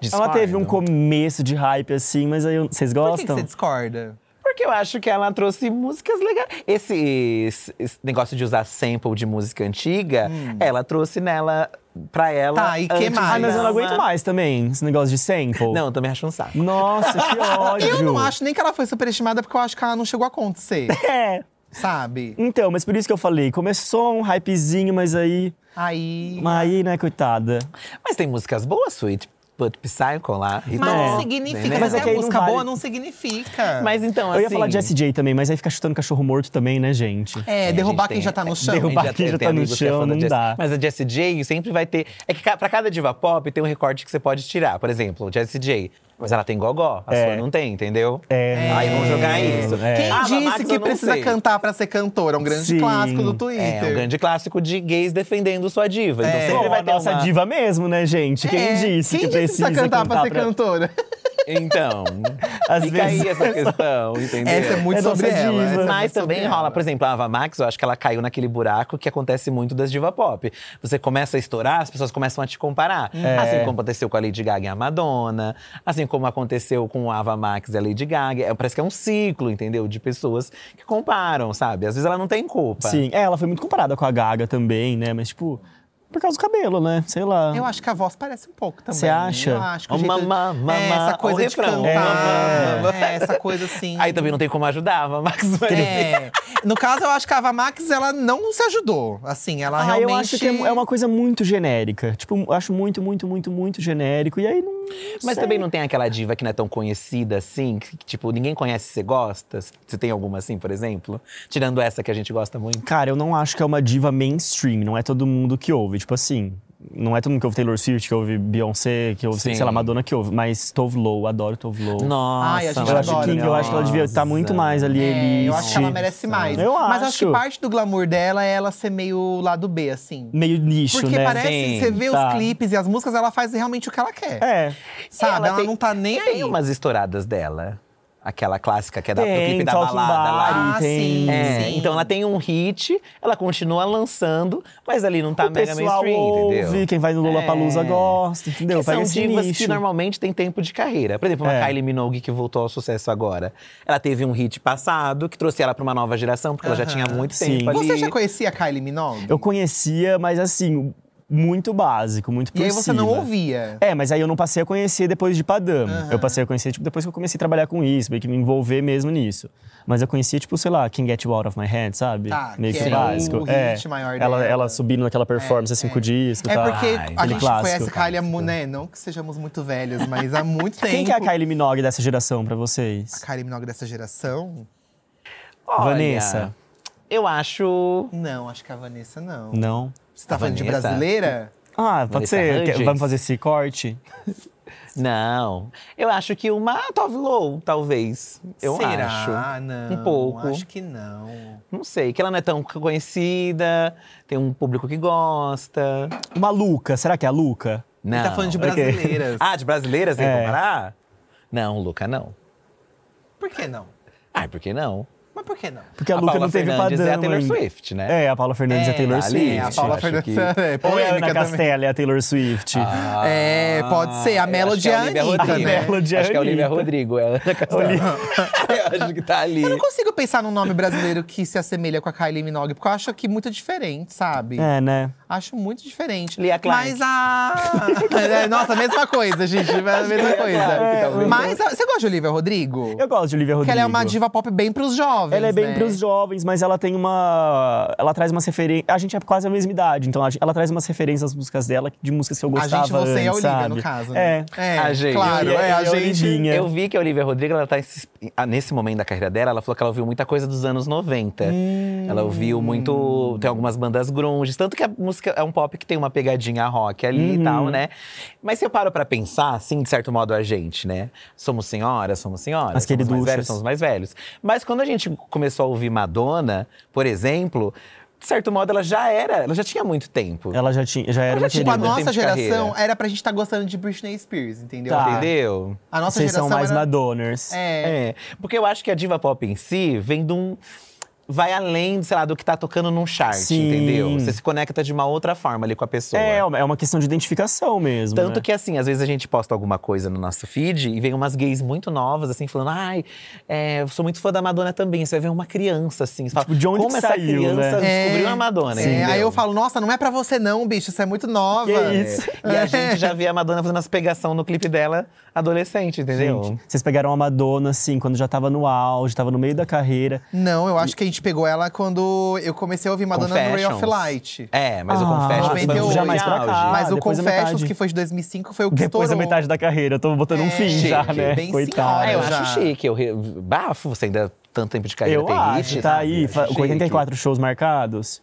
Speaker 3: Ela
Speaker 2: Discordo.
Speaker 3: teve um começo de hype assim, mas aí eu- vocês
Speaker 1: Por que, que
Speaker 3: gostam?
Speaker 1: você discorda?
Speaker 2: Porque eu acho que ela trouxe músicas legais. Esse, esse- esse negócio de usar sample de música antiga, ela trouxe nela pra ela.
Speaker 1: Tá, e que
Speaker 2: antes
Speaker 1: mais?
Speaker 3: Ai, Ah, mas eu
Speaker 2: dela.
Speaker 3: não aguento mais também, esse negócio de sample.
Speaker 2: Não, eu também acho um saco.
Speaker 3: Nossa, que ódio.
Speaker 1: Eu não acho nem que ela foi superestimada, porque eu acho que ela não chegou a acontecer,
Speaker 3: É.
Speaker 1: sabe?
Speaker 3: Então, mas por isso que eu falei, começou um hypezinho, mas aí.
Speaker 1: Aí.
Speaker 3: Mas aí, né, coitada.
Speaker 2: Mas tem músicas boas, Sweet But Psycho lá. né? e
Speaker 1: Mas
Speaker 2: tal,
Speaker 1: não
Speaker 3: É.
Speaker 1: significa.
Speaker 2: entendeu?
Speaker 1: Mas
Speaker 3: Mas
Speaker 1: é
Speaker 3: é que aí não
Speaker 1: música
Speaker 3: vale.
Speaker 1: boa não significa.
Speaker 2: Mas então, assim…
Speaker 3: eu ia falar de SJ também, mas aí fica chutando cachorro morto também, né, gente?
Speaker 1: É,
Speaker 2: a
Speaker 1: derrubar
Speaker 2: gente
Speaker 1: quem
Speaker 2: tem-
Speaker 1: já tá no chão.
Speaker 3: derrubar-
Speaker 2: gente
Speaker 3: quem já
Speaker 2: tem
Speaker 3: tá no
Speaker 2: amigos que é
Speaker 3: chão,
Speaker 2: fã da
Speaker 3: não
Speaker 2: Jessie-
Speaker 3: dá.
Speaker 2: Mas a Jessie J sempre vai ter… É que ca- pra cada diva pop tem um recorte que você pode tirar. Por exemplo, Jessie J. Mas ela tem gogó, a
Speaker 3: É.
Speaker 2: sua não tem, entendeu?
Speaker 3: É.
Speaker 2: Aí vão jogar isso.
Speaker 3: É.
Speaker 1: Quem
Speaker 2: Ah, Ava Max
Speaker 1: disse
Speaker 2: eu
Speaker 1: que
Speaker 2: não
Speaker 1: precisa
Speaker 2: sei.
Speaker 1: cantar pra ser cantora? É um grande
Speaker 3: Sim.
Speaker 1: clássico do
Speaker 2: É, um
Speaker 1: Twitter.
Speaker 2: grande clássico de gays defendendo sua diva. Então
Speaker 1: É.
Speaker 2: sempre
Speaker 3: Bom,
Speaker 2: vai
Speaker 3: a
Speaker 2: ter
Speaker 3: nossa
Speaker 2: uma...
Speaker 3: diva mesmo, né, gente?
Speaker 1: É,
Speaker 3: Quem disse
Speaker 1: quem
Speaker 3: que um precisa
Speaker 1: precisa cantar pra ser cantora?
Speaker 2: Então,
Speaker 3: Às
Speaker 2: fica
Speaker 3: vezes-
Speaker 2: aí essa questão, entendeu?
Speaker 1: Essa é muito
Speaker 3: É nossa
Speaker 1: sobre ela.
Speaker 3: diva.
Speaker 1: essa é muito
Speaker 2: Mas
Speaker 1: sobre
Speaker 2: também
Speaker 1: ela.
Speaker 2: rola, por exemplo, a Ava Max, eu acho que ela caiu naquele buraco que acontece muito das diva pop. Você começa a estourar, as pessoas começam a te comparar.
Speaker 1: Hum. É.
Speaker 2: Assim como aconteceu com a Lady Gaga e a Madonna, assim como aconteceu com a Ava Max e a Lady Gaga. É, Parece que é um ciclo, entendeu? De pessoas que comparam, sabe? Às vezes ela não tem culpa.
Speaker 3: Sim, é, ela foi muito comparada com a Gaga também, né? Mas, tipo, por causa do cabelo, né? Sei lá.
Speaker 1: Eu acho que a voz parece um pouco também.
Speaker 3: Você acha?
Speaker 1: Eu acho que o
Speaker 2: Oh,
Speaker 1: jeito-
Speaker 2: mamá, mamá,
Speaker 1: é, essa
Speaker 2: o
Speaker 1: coisa de
Speaker 2: refrão. É,
Speaker 1: cantar.
Speaker 2: mamá.
Speaker 1: É, essa coisa assim.
Speaker 2: Aí tá também não tem como ajudar a Ava Max. mas-
Speaker 1: É. No caso, eu acho que a Ava Max, ela não se ajudou. Assim, ela
Speaker 3: Ah,
Speaker 1: realmente…
Speaker 3: eu acho que é mu- é uma coisa muito genérica. Tipo, eu acho muito, muito, muito, muito genérico. E aí não.
Speaker 2: Mas
Speaker 3: sei.
Speaker 2: também não tem aquela diva que não é tão conhecida assim, que, que, tipo, ninguém conhece, você gosta? Você tem alguma assim, por exemplo? Tirando essa que a gente gosta muito.
Speaker 3: Cara, eu não acho que é uma diva mainstream. Não é todo mundo que ouve. Tipo assim. Não é todo mundo que ouve Taylor Swift, que ouve Beyoncé, que ouve,
Speaker 2: Sim.
Speaker 3: sei lá, Madonna que ouve. Mas Tove Low, adoro Tove Low.
Speaker 1: tipo,
Speaker 2: Nossa,
Speaker 1: Ai, a gente
Speaker 3: Eu acho
Speaker 1: adora,
Speaker 3: que eu acho que ela devia estar
Speaker 2: nossa.
Speaker 3: muito mais ali.
Speaker 1: É, eu
Speaker 3: elite.
Speaker 1: acho que ela merece mais.
Speaker 3: Eu
Speaker 1: Mas acho que
Speaker 3: acho.
Speaker 1: parte do glamour dela é ela ser meio lado B, assim.
Speaker 3: Meio nicho,
Speaker 1: Porque
Speaker 3: né?
Speaker 1: parece,
Speaker 2: Sim,
Speaker 1: você vê os
Speaker 3: tá.
Speaker 1: clipes e as músicas, ela faz realmente o que ela quer.
Speaker 3: É.
Speaker 1: Sabe? Ela,
Speaker 2: tem-
Speaker 1: não tá nem aí.
Speaker 2: Tem umas estouradas dela. Aquela clássica que é da, do
Speaker 3: Tem,
Speaker 2: clipe da
Speaker 3: Talking
Speaker 2: balada lá.
Speaker 3: Body,
Speaker 1: Ah,
Speaker 3: tem.
Speaker 1: sim.
Speaker 2: É,
Speaker 1: sim.
Speaker 2: então ela tem um hit, ela continua lançando, mas ali não tá
Speaker 3: o
Speaker 2: mega
Speaker 3: pessoal
Speaker 2: mainstream,
Speaker 3: ouve,
Speaker 2: entendeu?
Speaker 3: quem vai no Lollapalooza
Speaker 2: É.
Speaker 3: gosta, entendeu?
Speaker 2: Que são
Speaker 3: Pega esse
Speaker 2: divas
Speaker 3: nicho.
Speaker 2: que normalmente têm tempo de carreira. Por exemplo, uma
Speaker 3: É.
Speaker 2: Kylie Minogue que voltou ao sucesso agora. Ela teve um hit passado que trouxe ela pra uma nova geração, porque ela já tinha muito
Speaker 3: Sim.
Speaker 2: tempo ali.
Speaker 1: Você já conhecia a Kylie Minogue?
Speaker 3: Eu conhecia, mas assim, muito básico, muito por
Speaker 1: E aí você
Speaker 3: cima.
Speaker 1: não ouvia.
Speaker 3: É, mas aí eu não passei a conhecer depois de Padam. Eu passei a conhecer tipo, depois que eu comecei a trabalhar com isso, meio que me envolver mesmo nisso. Mas eu conhecia, tipo, sei lá, Can Get You Out of My Head, sabe?
Speaker 1: Tá,
Speaker 3: meio
Speaker 1: que
Speaker 3: que,
Speaker 1: era o
Speaker 3: básico. É,
Speaker 1: hit maior
Speaker 3: ela,
Speaker 1: dela.
Speaker 3: ela subindo naquela performance, assim, com o disco e
Speaker 1: É
Speaker 3: tal.
Speaker 1: porque
Speaker 2: Ai,
Speaker 1: a
Speaker 2: aquele
Speaker 1: gente
Speaker 3: clássico.
Speaker 1: conhece a Kylie, há mu- né? Não que sejamos muito velhos, mas há muito tempo.
Speaker 3: Quem que é a Kylie Minogue dessa geração pra vocês?
Speaker 1: Kylie Minogue dessa geração?
Speaker 2: Olha,
Speaker 3: Vanessa.
Speaker 2: Eu acho.
Speaker 1: Não, acho que a Vanessa não.
Speaker 3: Não?
Speaker 1: Você tá
Speaker 2: A
Speaker 1: falando de
Speaker 2: Vanessa?
Speaker 1: brasileira?
Speaker 3: Ah, pode
Speaker 2: Vanessa
Speaker 3: ser.
Speaker 2: Hudgens?
Speaker 3: Quer- Vamos fazer esse corte?
Speaker 2: Não. Eu acho que uma Tove Low, talvez. Eu
Speaker 1: Será?
Speaker 2: acho.
Speaker 1: não.
Speaker 2: Um pouco.
Speaker 1: Acho que não.
Speaker 2: Não sei. Que ela não é tão conhecida, tem um público que gosta.
Speaker 3: Uma Luca, será que é a Luca?
Speaker 2: Não.
Speaker 1: Ele tá falando de brasileiras.
Speaker 2: Ah, de brasileiras, tem que
Speaker 3: É.
Speaker 2: comparar? Não, Luca, não.
Speaker 1: Por que não?
Speaker 2: Ai, por que não?
Speaker 1: Mas por que não?
Speaker 3: Porque a, Luca
Speaker 2: Paula
Speaker 3: não teve
Speaker 2: Fernandes
Speaker 3: padrão
Speaker 2: é a Taylor
Speaker 3: ainda.
Speaker 2: Swift, né?
Speaker 3: É, a Paula Fernandes é,
Speaker 1: É,
Speaker 3: a Taylor
Speaker 1: tá ali,
Speaker 3: Swift.
Speaker 1: é, a
Speaker 2: Paula
Speaker 1: Paula
Speaker 2: acho Fernandes
Speaker 1: Fernandes
Speaker 2: que- é
Speaker 1: é
Speaker 3: Ou é a Ana
Speaker 1: polêmica também.
Speaker 3: Castella é a Taylor Swift.
Speaker 1: É, pode ser.
Speaker 2: Ah, eu
Speaker 1: A
Speaker 2: acho
Speaker 1: Melody
Speaker 2: que
Speaker 1: é a
Speaker 2: Olivia
Speaker 1: Anitta,
Speaker 2: Rodrigo.
Speaker 1: né?
Speaker 3: Melody é a
Speaker 2: Acho que é a Olivia
Speaker 3: Anitta.
Speaker 2: Rodrigo. Ela da Castela. Eu acho que tá ali.
Speaker 1: Eu não consigo pensar num nome brasileiro que se assemelha com a Kylie Minogue, porque eu acho que é muito diferente, sabe?
Speaker 3: É, né?
Speaker 1: Acho muito diferente.
Speaker 2: Lia Clark.
Speaker 1: Mas a. É, Nossa, mesma coisa, gente. é a Mesma
Speaker 2: Clark,
Speaker 1: coisa.
Speaker 2: talvez.
Speaker 1: Mas a- você gosta de Olivia Rodrigo?
Speaker 3: é, Eu gosto de Olivia
Speaker 1: Porque
Speaker 3: Rodrigo.
Speaker 1: ela é uma diva pop bem pros jovens.
Speaker 3: Ela é bem
Speaker 1: né?
Speaker 3: pros jovens, mas ela tem uma. Ela traz umas referências. A gente é quase a mesma idade, então a gente- ela traz umas referências às músicas dela, de músicas que eu
Speaker 1: A
Speaker 3: gostava.
Speaker 1: gente, você e a
Speaker 3: antes,
Speaker 1: Olivia,
Speaker 3: sabe?
Speaker 1: no caso. né?
Speaker 3: É.
Speaker 1: é
Speaker 2: A gente.
Speaker 1: Claro,
Speaker 3: E a-
Speaker 1: é, a
Speaker 3: e a
Speaker 1: gente.
Speaker 3: Olivinha. Sim, é.
Speaker 2: Eu vi que a Olivia Rodrigo, ela tá esse- ah, nesse momento da carreira dela, ela falou que ela ouviu muita coisa dos anos 90.
Speaker 3: Hum.
Speaker 2: Ela ouviu muito. Tem algumas bandas grunge, tanto que a música é um pop que tem uma pegadinha rock ali
Speaker 3: Uhum.
Speaker 2: e tal, né? Mas se eu paro pra pensar, assim, de certo modo, a gente, né? Somos senhoras, somos senhoras.
Speaker 3: As
Speaker 2: somos mais
Speaker 3: queriduchas.
Speaker 2: velhos, somos mais velhos. Mas quando a gente começou a ouvir Madonna, por exemplo. De certo modo, ela já era, ela já tinha muito tempo.
Speaker 3: Ela já, tinha, já era
Speaker 2: já
Speaker 3: uma
Speaker 2: tinha
Speaker 1: Tipo, a
Speaker 2: Querida, tempo
Speaker 1: nossa
Speaker 2: de
Speaker 1: geração
Speaker 2: carreira.
Speaker 1: era pra gente estar gostando de Britney Spears, entendeu?
Speaker 3: Tá.
Speaker 2: Entendeu?
Speaker 1: A nossa
Speaker 3: Vocês
Speaker 1: geração
Speaker 3: são mais
Speaker 1: era...
Speaker 3: Madonners.
Speaker 1: É.
Speaker 2: É, porque eu acho que a diva pop em si vem de um. Vai além, sei lá, do que tá tocando num chart,
Speaker 3: Sim.
Speaker 2: entendeu? Você se conecta de uma outra forma ali com a pessoa.
Speaker 3: É, é uma questão de identificação mesmo.
Speaker 2: Tanto
Speaker 3: né?
Speaker 2: que, assim, às vezes a gente posta alguma coisa no nosso feed e vem umas gays muito novas, assim, falando: ai, é, eu sou muito fã da Madonna também. Você vai ver uma criança, assim. Você fala,
Speaker 3: Tipo, de onde
Speaker 2: Como
Speaker 3: que
Speaker 2: essa
Speaker 3: saiu,
Speaker 2: criança
Speaker 1: É.
Speaker 2: descobriu a Madonna?
Speaker 1: É,
Speaker 2: entendeu?
Speaker 1: aí eu falo, nossa, não é pra você não, bicho, você é muito nova.
Speaker 3: Que isso?
Speaker 2: E a gente já vê a Madonna fazendo as pegação no clipe dela adolescente, entendeu?
Speaker 3: Gente, vocês pegaram a Madonna, assim, quando já tava no auge, tava no meio da carreira.
Speaker 1: Não, eu acho que a gente pegou ela quando eu comecei a ouvir Madonna no Ray of
Speaker 2: Confessions.
Speaker 1: Light.
Speaker 2: É, mas o
Speaker 3: Ah,
Speaker 2: Confessions foi
Speaker 1: 98.
Speaker 2: um
Speaker 1: Já
Speaker 3: mais pra
Speaker 2: auge.
Speaker 3: cá. Ah,
Speaker 1: Mas o
Speaker 3: depois da
Speaker 1: Confessions,
Speaker 3: metade.
Speaker 1: que foi de 2005, foi o que
Speaker 3: Depois da
Speaker 1: estourou.
Speaker 3: metade da carreira, eu tô botando um
Speaker 1: É,
Speaker 3: fim já,
Speaker 2: chique,
Speaker 3: né?
Speaker 1: bem
Speaker 3: Coitada.
Speaker 2: Ah, eu
Speaker 1: senhora já.
Speaker 2: acho chique. Eu re- Bafo, você ainda tanto tempo de carreira
Speaker 3: Eu
Speaker 2: tem
Speaker 3: acho,
Speaker 2: hit,
Speaker 3: tá
Speaker 2: sabe?
Speaker 3: aí,
Speaker 2: Acho
Speaker 3: fa-
Speaker 2: chique.
Speaker 3: com 84 shows marcados.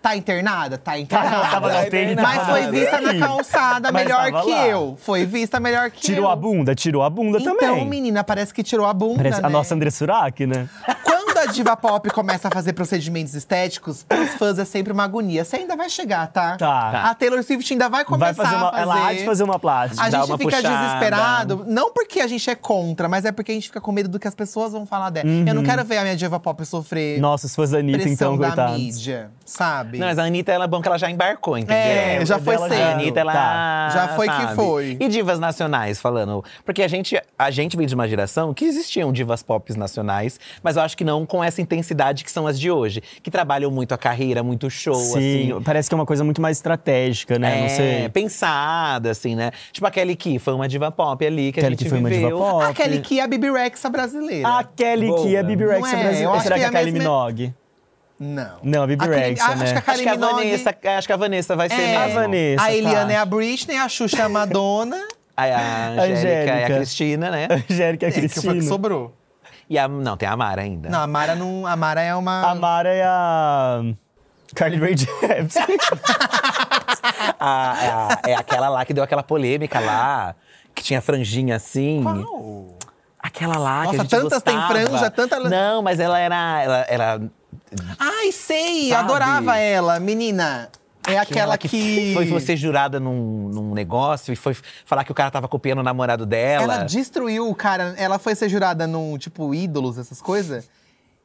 Speaker 1: Tá internada? Tá internada.
Speaker 3: Ela tava na UTI, tava
Speaker 1: Mas
Speaker 3: na
Speaker 1: foi
Speaker 3: UTI.
Speaker 1: vista na calçada
Speaker 3: Mas
Speaker 1: melhor
Speaker 3: tava
Speaker 1: que
Speaker 3: lá.
Speaker 1: eu. Foi vista melhor que eu.
Speaker 3: Tirou a bunda? Tirou a bunda
Speaker 1: Então,
Speaker 3: também.
Speaker 1: menina, parece que tirou a bunda,
Speaker 3: Parece
Speaker 1: né? É.
Speaker 3: a nossa André Surak, né?
Speaker 1: Quando a diva pop começa a fazer procedimentos estéticos, pros fãs é sempre uma agonia. Você ainda vai chegar, tá?
Speaker 3: Tá.
Speaker 1: A Taylor Swift ainda vai começar
Speaker 3: Vai fazer uma,
Speaker 1: a fazer.
Speaker 3: Ela há de fazer uma plástica.
Speaker 1: A
Speaker 2: Dá
Speaker 1: gente
Speaker 2: uma
Speaker 1: fica
Speaker 2: puxada.
Speaker 1: desesperado, não porque a gente é contra, mas é porque a gente fica com medo do que as pessoas vão falar dela. Eu
Speaker 3: Uhum.
Speaker 1: não quero ver a minha diva pop sofrer
Speaker 3: Nossa, os fãs da Anitta,
Speaker 1: pressão
Speaker 3: então,
Speaker 1: da
Speaker 3: coitados.
Speaker 1: mídia, sabe?
Speaker 2: Não, mas a Anitta, ela é bom que ela já embarcou, entendeu?
Speaker 1: É, já
Speaker 3: o
Speaker 1: foi
Speaker 3: dela
Speaker 1: cedo.
Speaker 2: A Anitta, ela.
Speaker 3: Tá.
Speaker 1: Já foi que
Speaker 2: sabe?
Speaker 1: foi.
Speaker 2: E divas nacionais, falando. Porque a gente, a gente vem de uma geração que existiam divas pop nacionais, mas eu acho que não com essa intensidade que são as de hoje, que trabalham muito a carreira, muito show, assim. é,
Speaker 3: Sim, parece que é uma coisa muito mais estratégica, né?
Speaker 1: É,
Speaker 3: Não sei.
Speaker 2: pensada, assim, né? Tipo a Kelly Key, foi uma diva pop ali que
Speaker 3: Kelly
Speaker 2: a gente
Speaker 3: Key foi uma diva
Speaker 2: viveu.
Speaker 3: pop.
Speaker 1: A Kelly Key é a Bibi Rexa brasileira.
Speaker 3: A Kelly
Speaker 2: Boa.
Speaker 3: que é a Bibi Rex
Speaker 1: Não é, eu
Speaker 3: brasileira.
Speaker 1: acho
Speaker 3: Será
Speaker 1: que é
Speaker 3: que é a Kylie
Speaker 1: a mesma-
Speaker 3: Minogue?
Speaker 1: Não.
Speaker 3: Não, a Bibi
Speaker 1: A Kelly-
Speaker 3: Rexa,
Speaker 1: ah,
Speaker 3: né?
Speaker 1: Acho que a
Speaker 2: Acho
Speaker 1: Kylie
Speaker 2: que, a
Speaker 1: Minogue…
Speaker 2: Vanessa, acho que a Vanessa vai ser
Speaker 1: é.
Speaker 2: mesmo.
Speaker 3: A Vanessa,
Speaker 1: A Eliana
Speaker 3: tá.
Speaker 1: é a Britney, a Xuxa é a Madonna.
Speaker 2: A, a Angélica, e a
Speaker 3: Angélica.
Speaker 2: Cristina, né?
Speaker 3: Angélica
Speaker 1: É, que foi o
Speaker 3: Cristina.
Speaker 1: que sobrou.
Speaker 2: E a, não, tem a Mara ainda.
Speaker 1: Não, a Mara, não, a Mara é uma…
Speaker 3: A Mara é a. Carly Rae Jepsen.
Speaker 2: A- é a- é aquela lá que deu aquela polêmica lá, que tinha franjinha assim.
Speaker 1: Qual?
Speaker 2: Aquela lá que
Speaker 1: Nossa,
Speaker 2: a gente
Speaker 1: tantas têm
Speaker 2: gostava.
Speaker 1: franja, tanta-
Speaker 2: Não, mas ela era… Ela, era
Speaker 1: Ai, sei!
Speaker 2: Sabe?
Speaker 1: Adorava ela, menina. É aquela,
Speaker 2: aquela
Speaker 1: que…
Speaker 2: Foi você jurada num, num negócio e foi falar que o cara tava copiando o namorado dela.
Speaker 1: Ela destruiu o cara. Ela foi ser jurada num, tipo, ídolos, essas coisas.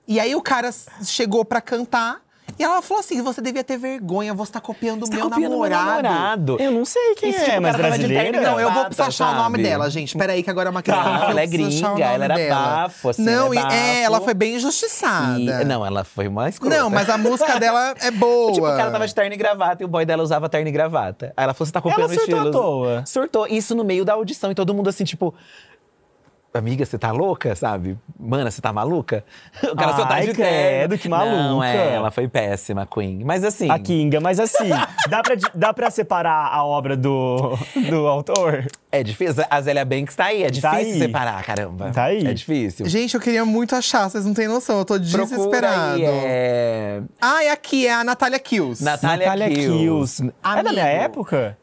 Speaker 1: E aí o cara s- chegou pra cantar. E ela falou assim: você devia ter vergonha, você tá copiando o
Speaker 2: Tá
Speaker 1: meu
Speaker 2: copiando meu
Speaker 1: namorado.
Speaker 2: namorado.
Speaker 3: Eu não sei quem
Speaker 2: Esse
Speaker 3: é,
Speaker 2: tipo, o
Speaker 3: mas
Speaker 2: cara tava de terno e
Speaker 3: brasileira.
Speaker 1: Não, eu vou precisar
Speaker 2: Gravata,
Speaker 1: achar o nome
Speaker 2: sabe?
Speaker 1: dela, gente. Peraí, que agora é uma questão.
Speaker 2: Tá,
Speaker 1: que eu
Speaker 2: ela é
Speaker 1: preciso achar o
Speaker 2: gringa,
Speaker 1: nome
Speaker 2: ela era
Speaker 1: dela.
Speaker 2: bafo, assim,
Speaker 1: Não,
Speaker 2: ela é
Speaker 1: e- é, ela
Speaker 2: bafo.
Speaker 1: foi bem injustiçada.
Speaker 2: E- não, ela foi uma escrota.
Speaker 1: Não, mas a música dela é boa.
Speaker 2: Tipo, o cara tava de terno e gravata e o boy dela usava terno e gravata. Aí ela falou: você tá copiando
Speaker 3: Ela surtou
Speaker 2: o estilo.
Speaker 3: à toa.
Speaker 2: Surtou. Isso no meio da audição. E todo mundo assim, tipo. Amiga, você tá louca, sabe? Mana, você tá maluca? O cara só tá
Speaker 3: Ai,
Speaker 2: de terno.
Speaker 3: credo, que
Speaker 2: Não,
Speaker 3: maluca.
Speaker 2: é, ela foi péssima, Queen. Mas assim.
Speaker 3: A Kinga, mas assim, dá pra, di- dá pra separar a obra do, do autor?
Speaker 2: É difícil. A Zélia Banks tá aí. É difícil
Speaker 3: Tá aí.
Speaker 2: separar, caramba.
Speaker 3: Tá aí.
Speaker 2: É difícil.
Speaker 1: Gente, eu queria muito achar, vocês não têm noção. Eu tô
Speaker 2: Procura
Speaker 1: desesperado.
Speaker 2: Aí, é...
Speaker 1: Ah, e aqui é a Natália Kills.
Speaker 2: Natália,
Speaker 3: Natália
Speaker 2: Kills.
Speaker 3: É da minha
Speaker 1: Amigo.
Speaker 3: época?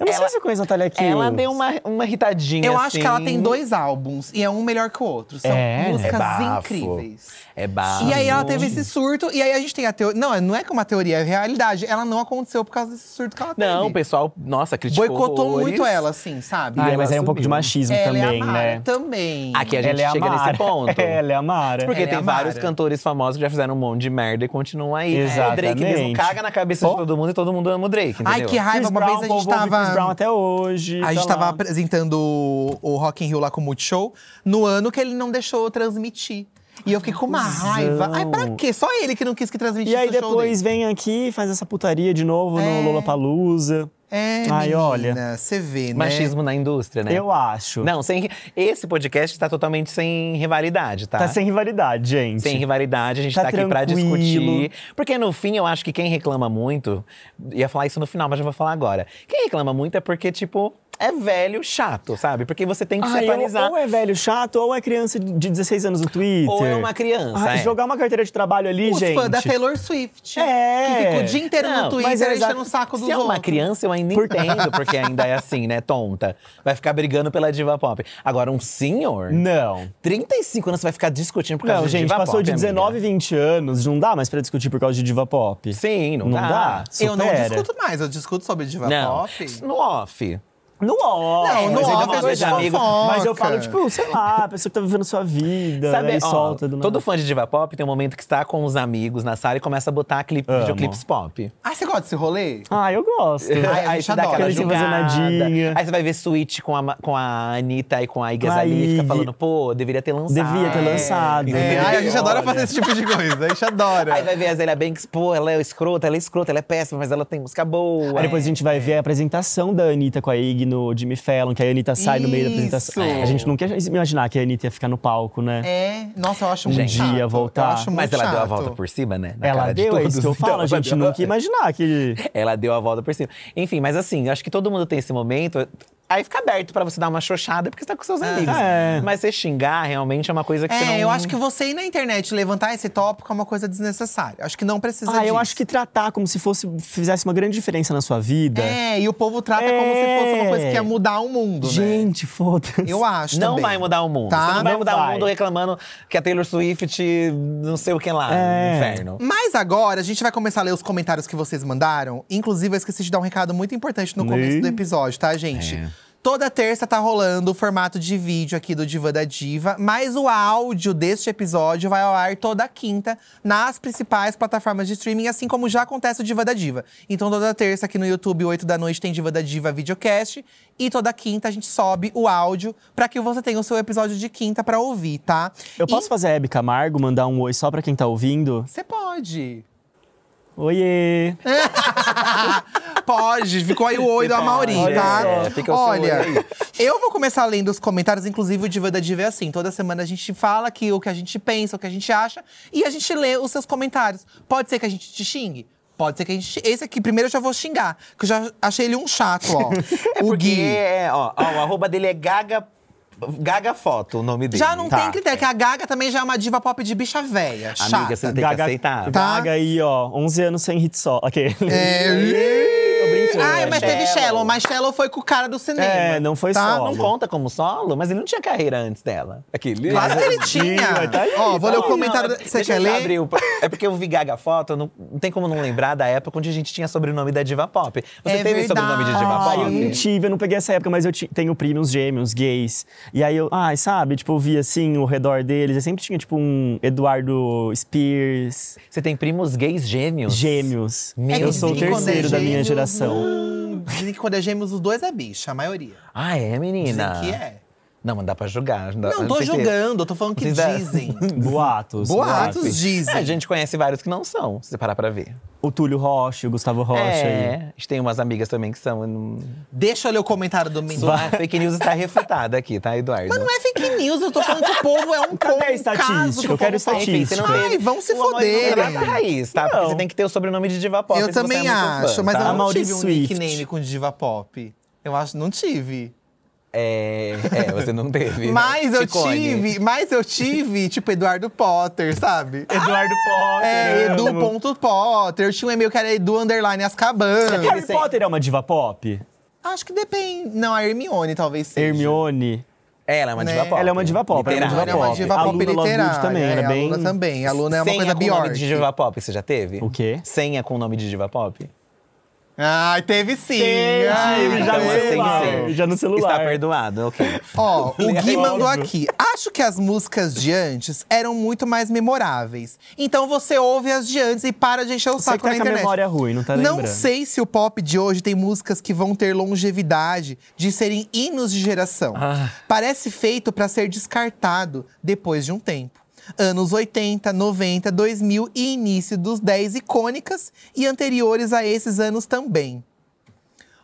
Speaker 3: Eu não sei
Speaker 2: Ela-
Speaker 3: se eu conheço a Natália Kiel.
Speaker 2: Ela deu uma, uma irritadinha.
Speaker 1: Eu acho
Speaker 2: assim.
Speaker 1: que ela tem dois álbuns e é um melhor que o outro. São
Speaker 3: É, Ah, né?
Speaker 1: músicas
Speaker 2: É bafo.
Speaker 1: incríveis.
Speaker 2: É bafo.
Speaker 1: E aí ela teve esse surto, e aí a gente tem a teoria. Não, não é que uma teoria, é realidade. Ela não aconteceu por causa desse surto que ela teve.
Speaker 2: Não, o pessoal, nossa, criticou.
Speaker 1: Boicotou
Speaker 2: horrores.
Speaker 1: muito ela, assim, sabe?
Speaker 3: Ai,
Speaker 2: ela
Speaker 3: mas aí é um pouco de
Speaker 2: subiu.
Speaker 3: machismo
Speaker 1: ela
Speaker 3: também,
Speaker 1: é a Mara
Speaker 3: né?
Speaker 1: também.
Speaker 2: Aqui a gente
Speaker 3: ela é
Speaker 2: chega
Speaker 3: a Mara.
Speaker 2: nesse ponto.
Speaker 3: ela é a Mara.
Speaker 2: Porque
Speaker 1: Ela é
Speaker 2: tem
Speaker 1: a
Speaker 2: vários
Speaker 1: Mara.
Speaker 2: cantores famosos que já fizeram um monte de merda e continuam aí. É, O Drake mesmo
Speaker 3: Exatamente.
Speaker 2: caga na cabeça de todo mundo e todo mundo ama o Drake, entendeu?
Speaker 1: Ai, que raiva.
Speaker 3: Chris
Speaker 1: Uma
Speaker 3: Brown,
Speaker 1: vez a
Speaker 3: vou
Speaker 1: gente
Speaker 3: ouvir Chris Brown
Speaker 1: tava.
Speaker 3: até hoje.
Speaker 1: A gente
Speaker 3: tá
Speaker 1: tava
Speaker 3: lá.
Speaker 1: apresentando o- o Rock in Rio lá com o Multishow no ano que ele não deixou eu transmitir. E eu fiquei com uma
Speaker 3: Cusão.
Speaker 1: raiva. Ai, pra quê? Só ele que não quis que transmitisse
Speaker 3: E aí
Speaker 1: o show
Speaker 3: depois
Speaker 1: dele.
Speaker 3: vem aqui e faz essa putaria de novo
Speaker 1: É.
Speaker 3: no Lollapalooza.
Speaker 1: É,
Speaker 3: Ai,
Speaker 1: menina,
Speaker 3: olha.
Speaker 1: Você vê, né?
Speaker 2: Machismo na indústria, né?
Speaker 3: Eu acho.
Speaker 2: Não, sem. Esse podcast tá totalmente sem rivalidade, tá?
Speaker 3: Tá sem rivalidade, gente.
Speaker 2: Sem rivalidade, a gente
Speaker 3: Tá
Speaker 2: tá, aqui pra
Speaker 3: tranquilo.
Speaker 2: discutir. Porque no fim, eu acho que quem reclama muito, ia falar isso no final, mas eu vou falar agora. Quem reclama muito é porque, tipo, é velho chato, sabe? Porque você tem que se
Speaker 3: Ai, ou-
Speaker 2: atualizar.
Speaker 3: ou é velho chato, ou é criança de 16 anos no Twitter.
Speaker 2: Ou é uma criança,
Speaker 3: Ai,
Speaker 2: é.
Speaker 3: Jogar uma carteira de trabalho ali,
Speaker 1: Os
Speaker 3: gente.
Speaker 1: fãs da Taylor Swift.
Speaker 3: É.
Speaker 1: Que ficou o dia inteiro
Speaker 2: Não,
Speaker 1: no
Speaker 2: mas
Speaker 1: Twitter
Speaker 3: é
Speaker 1: enchendo
Speaker 3: exato-
Speaker 1: o saco dos
Speaker 2: Se é uma
Speaker 1: outros.
Speaker 2: criança, eu ainda entendo, porque ainda é assim, né? Tonta. Vai ficar brigando pela diva pop. Agora, um senhor,
Speaker 3: Não.
Speaker 2: 35 anos, vai ficar discutindo por causa
Speaker 3: Não,
Speaker 2: de
Speaker 3: gente,
Speaker 2: diva
Speaker 3: passou
Speaker 2: pop,
Speaker 3: de 19,
Speaker 2: amiga.
Speaker 3: 20 anos, não dá mais pra discutir por causa de diva pop.
Speaker 2: Sim, não,
Speaker 3: Não
Speaker 2: dá.
Speaker 3: dá?
Speaker 1: Eu não
Speaker 3: Supera.
Speaker 1: discuto mais, eu discuto sobre diva
Speaker 2: Não.
Speaker 1: pop.
Speaker 2: No off.
Speaker 3: No
Speaker 1: Não,
Speaker 3: off.
Speaker 1: no
Speaker 3: mas ainda
Speaker 1: off
Speaker 3: é uma
Speaker 1: a
Speaker 3: coisa
Speaker 1: gente
Speaker 2: amigo.
Speaker 1: fofoca.
Speaker 3: Mas eu falo, tipo, sei lá, a pessoa que tá vivendo sua vida,
Speaker 2: Sabe,
Speaker 3: aí
Speaker 2: ó,
Speaker 3: solta do nada.
Speaker 2: todo fã de diva pop tem um momento que está com os amigos na sala e começa a botar clipe,
Speaker 3: Amo.
Speaker 2: videoclipes pop.
Speaker 1: Ah, você gosta desse rolê?
Speaker 3: Ah, eu gosto.
Speaker 1: Ai, a
Speaker 2: aí
Speaker 1: gente
Speaker 2: você dá
Speaker 1: adora.
Speaker 2: aquela
Speaker 1: Eles vão
Speaker 3: fazer
Speaker 2: julgada.
Speaker 3: nadinha.
Speaker 2: Aí você vai ver suíte com a, Ma- com a Anitta e com a Iggy
Speaker 3: Com a
Speaker 2: Azalea e fica
Speaker 3: Iggy.
Speaker 2: falando, pô, deveria ter lançado.
Speaker 3: Devia ter lançado.
Speaker 1: É,
Speaker 3: entendeu?
Speaker 1: ai, a gente adora
Speaker 2: Olha.
Speaker 1: fazer esse tipo de coisa, a gente adora.
Speaker 2: Aí vai ver a Zélia Banks, pô, ela é escrota, ela é escrota, ela é péssima, mas ela tem música boa.
Speaker 3: Aí depois a gente vai ver a apresentação da Anitta com a Ig no Jimmy Fallon, que a Anitta sai no meio da apresentação.
Speaker 1: Isso.
Speaker 3: A gente não quer imaginar que a Anitta ia ficar no palco, né?
Speaker 1: É, nossa, eu acho
Speaker 3: Um
Speaker 1: muito
Speaker 3: dia
Speaker 1: chato.
Speaker 3: voltar.
Speaker 1: Eu acho muito
Speaker 2: Mas ela deu a
Speaker 1: chato.
Speaker 2: volta por cima, né? Na
Speaker 3: Ela
Speaker 2: cara de
Speaker 3: deu, é
Speaker 2: todos,
Speaker 3: isso que eu
Speaker 2: então,
Speaker 3: falo, a gente
Speaker 2: ela deu-
Speaker 3: nunca ia imaginar que.
Speaker 2: Ela deu a volta por cima. Enfim, mas assim, eu acho que todo mundo tem esse momento. Aí fica aberto pra você dar uma xoxada, porque você tá com seus amigos.
Speaker 3: É.
Speaker 2: Mas você xingar realmente é uma coisa que você
Speaker 1: É,
Speaker 2: não.
Speaker 1: eu acho que você ir na internet levantar esse tópico é uma coisa desnecessária. Acho que não precisa
Speaker 3: Ah, eu
Speaker 1: disso.
Speaker 3: acho que tratar como se fosse fizesse uma grande diferença na sua vida.
Speaker 1: É, e o povo trata como se fosse uma coisa que ia mudar o mundo, né?
Speaker 3: Gente, foda-se.
Speaker 1: Eu acho
Speaker 2: É. Não
Speaker 1: também.
Speaker 2: vai mudar o mundo.
Speaker 1: Tá?
Speaker 2: Você não vai
Speaker 3: Não
Speaker 2: mudar o
Speaker 3: vai.
Speaker 2: mundo reclamando que a Taylor Swift não sei o que lá,
Speaker 3: É.
Speaker 2: no inferno.
Speaker 1: Mas agora a gente vai começar a ler os comentários que vocês mandaram. Inclusive, eu esqueci de dar um recado muito importante no começo
Speaker 3: Ih.
Speaker 1: do episódio, tá, gente? Toda terça tá rolando o formato de vídeo aqui do Diva da Diva, mas o áudio deste episódio vai ao ar toda quinta nas principais plataformas de streaming, assim como já acontece o Diva da Diva. Então toda terça aqui no YouTube, 8 da noite, tem Diva da Diva videocast e toda quinta a gente sobe o áudio pra que você tenha o seu episódio de quinta pra ouvir, tá?
Speaker 3: Eu posso fazer a Hebe Camargo, mandar um oi só pra quem tá ouvindo?
Speaker 1: Você pode.
Speaker 3: Oiê!
Speaker 1: Pode, ficou aí o oi da Mauri,
Speaker 2: pode,
Speaker 1: tá?
Speaker 2: é, fica o seu
Speaker 1: Olha,
Speaker 2: oi aí.
Speaker 1: eu vou começar lendo os comentários, inclusive o Diva da Diva é assim. Toda semana a gente fala aqui o que a gente pensa, o que a gente acha, e a gente lê os seus comentários. Pode ser que a gente te xingue? Pode ser que a gente. Esse aqui, primeiro eu já vou xingar, que eu já achei ele um chato, ó. o
Speaker 2: Porque
Speaker 1: Gui.
Speaker 2: é, ó, ó, o arroba dele é Gaga. Gaga Foto, o nome dele.
Speaker 1: Já não
Speaker 2: Tá.
Speaker 1: tem critério, que a Gaga também já é uma diva pop de bicha velha. Chata.
Speaker 2: Amiga, você tem que
Speaker 1: Tá.
Speaker 2: aceitar.
Speaker 3: Gaga aí, ó, 11 anos sem hit só. Aquele.
Speaker 1: É.
Speaker 3: Tô brincando.
Speaker 1: Ai, mas teve
Speaker 2: Shallow.
Speaker 1: Shallow, mas Shallow foi com o cara do cinema.
Speaker 3: É, não foi
Speaker 1: tá?
Speaker 3: solo.
Speaker 2: Não conta como solo, mas ele não tinha carreira antes dela. Aquele.
Speaker 1: Claro que ele
Speaker 3: Ih,
Speaker 1: tinha.
Speaker 3: tá aí,
Speaker 1: Ó, vou
Speaker 3: tá
Speaker 1: ler o
Speaker 3: aí.
Speaker 1: comentário.
Speaker 2: Não,
Speaker 1: Você
Speaker 2: deixa
Speaker 1: quer
Speaker 2: eu
Speaker 1: ler?
Speaker 2: abrir o- É porque eu vi Gaga Foto, não, não tem como não lembrar da época onde a gente tinha sobrenome da diva pop. Você
Speaker 1: É
Speaker 2: teve sobrenome de diva
Speaker 1: verdade.
Speaker 3: Ai,
Speaker 2: pop?
Speaker 3: eu não tive, eu não peguei essa época, mas eu ti- tenho primos gêmeos, gays. E aí eu, ai, sabe, tipo, eu via assim o redor deles. Eu sempre tinha, tipo, um Eduardo Spears,
Speaker 2: Você tem primos gays gêmeos?
Speaker 3: gêmeos.
Speaker 2: Meu
Speaker 1: que
Speaker 3: eu sou o
Speaker 1: dizem que quando é
Speaker 3: terceiro da minha
Speaker 1: gêmeos,
Speaker 3: geração.
Speaker 1: hum, Dizem que quando é gêmeos, os dois é bicha, a maioria.
Speaker 2: Ah, é,
Speaker 1: Dizem
Speaker 2: menina?
Speaker 1: que é.
Speaker 2: Não, mas dá pra julgar. dá-
Speaker 1: Não, tô
Speaker 2: sei se-
Speaker 1: julgando, tô falando que
Speaker 2: Vocês da-
Speaker 1: dizem.
Speaker 3: Boatos.
Speaker 1: Boatos
Speaker 2: É, a
Speaker 1: dizem.
Speaker 2: gente conhece vários que não são, se você parar pra ver.
Speaker 3: O Túlio Rocha, o Gustavo Rocha.
Speaker 2: é,
Speaker 3: aí.
Speaker 2: a gente tem umas amigas também que são. não-
Speaker 1: Deixa eu ler o comentário do menino.
Speaker 2: A fake news está refutada aqui, tá, Eduardo?
Speaker 1: Mas não é fake news, eu tô falando que o povo é um povo,
Speaker 3: Cadê a
Speaker 1: um caso
Speaker 3: estatística?
Speaker 1: que
Speaker 3: Eu
Speaker 1: o
Speaker 3: quero
Speaker 1: povo faz.
Speaker 2: Tá, Enfim, você não
Speaker 1: Ai,
Speaker 2: teve
Speaker 1: vão se
Speaker 2: o amor de
Speaker 1: foderem.
Speaker 2: Manuela Raiz, tá? Porque
Speaker 3: Não.
Speaker 2: você tem que ter o sobrenome de diva pop.
Speaker 1: Eu
Speaker 2: se você
Speaker 1: também
Speaker 2: é muito fã,
Speaker 1: acho, mas
Speaker 2: tá?
Speaker 1: eu não
Speaker 3: Mauri
Speaker 1: tive um
Speaker 3: Swift.
Speaker 1: nickname com diva pop. Eu acho, não tive.
Speaker 2: É, é, você não teve. né?
Speaker 1: Mas eu
Speaker 2: Ticone.
Speaker 1: tive, mas eu tive, tipo, Eduardo Potter, sabe?
Speaker 3: Eduardo Potter.
Speaker 1: É,
Speaker 3: amo.
Speaker 2: é
Speaker 1: edu.potter. Eu tinha um e-mail que era edu underline Azkaban.
Speaker 3: Harry Potter é uma é diva pop?
Speaker 1: Acho que depende. Não, a Hermione talvez seja.
Speaker 3: Hermione.
Speaker 2: Ela é uma
Speaker 1: Né?
Speaker 2: diva pop.
Speaker 3: Ela é uma diva pop, ela é uma
Speaker 1: Ela
Speaker 2: literária.
Speaker 1: é uma
Speaker 3: pop.
Speaker 1: diva
Speaker 3: A
Speaker 1: pop
Speaker 3: Luna Lovegood
Speaker 1: literária.
Speaker 3: também,
Speaker 1: é,
Speaker 3: era
Speaker 1: a Luna
Speaker 3: bem-
Speaker 1: também. A Luna é uma
Speaker 2: Senha
Speaker 1: coisa
Speaker 2: com nome de
Speaker 1: Bjork.
Speaker 2: diva pop você já teve?
Speaker 3: O quê?
Speaker 2: Senha com nome de diva pop?
Speaker 1: Ai, teve sim.
Speaker 3: Teve,
Speaker 1: Ai,
Speaker 3: já no
Speaker 1: teve.
Speaker 3: celular.
Speaker 2: sim.
Speaker 3: Já no celular.
Speaker 2: Então, assim, Está perdoado, ok.
Speaker 1: Ó, o Gui
Speaker 2: Óbvio.
Speaker 1: mandou aqui. Acho que as músicas de antes eram muito mais memoráveis. Então você ouve as de antes e para de encher o
Speaker 3: Você
Speaker 1: saco
Speaker 3: que tá
Speaker 1: na
Speaker 3: com a
Speaker 1: internet.
Speaker 3: memória ruim, não tá
Speaker 1: Não
Speaker 3: lembrando.
Speaker 1: sei se o pop de hoje tem músicas que vão ter longevidade de serem hinos de geração.
Speaker 3: Ah.
Speaker 1: Parece feito pra ser descartado depois de um tempo. Anos 80, 90, 2000 e início dos 10 icônicas e anteriores a esses anos também.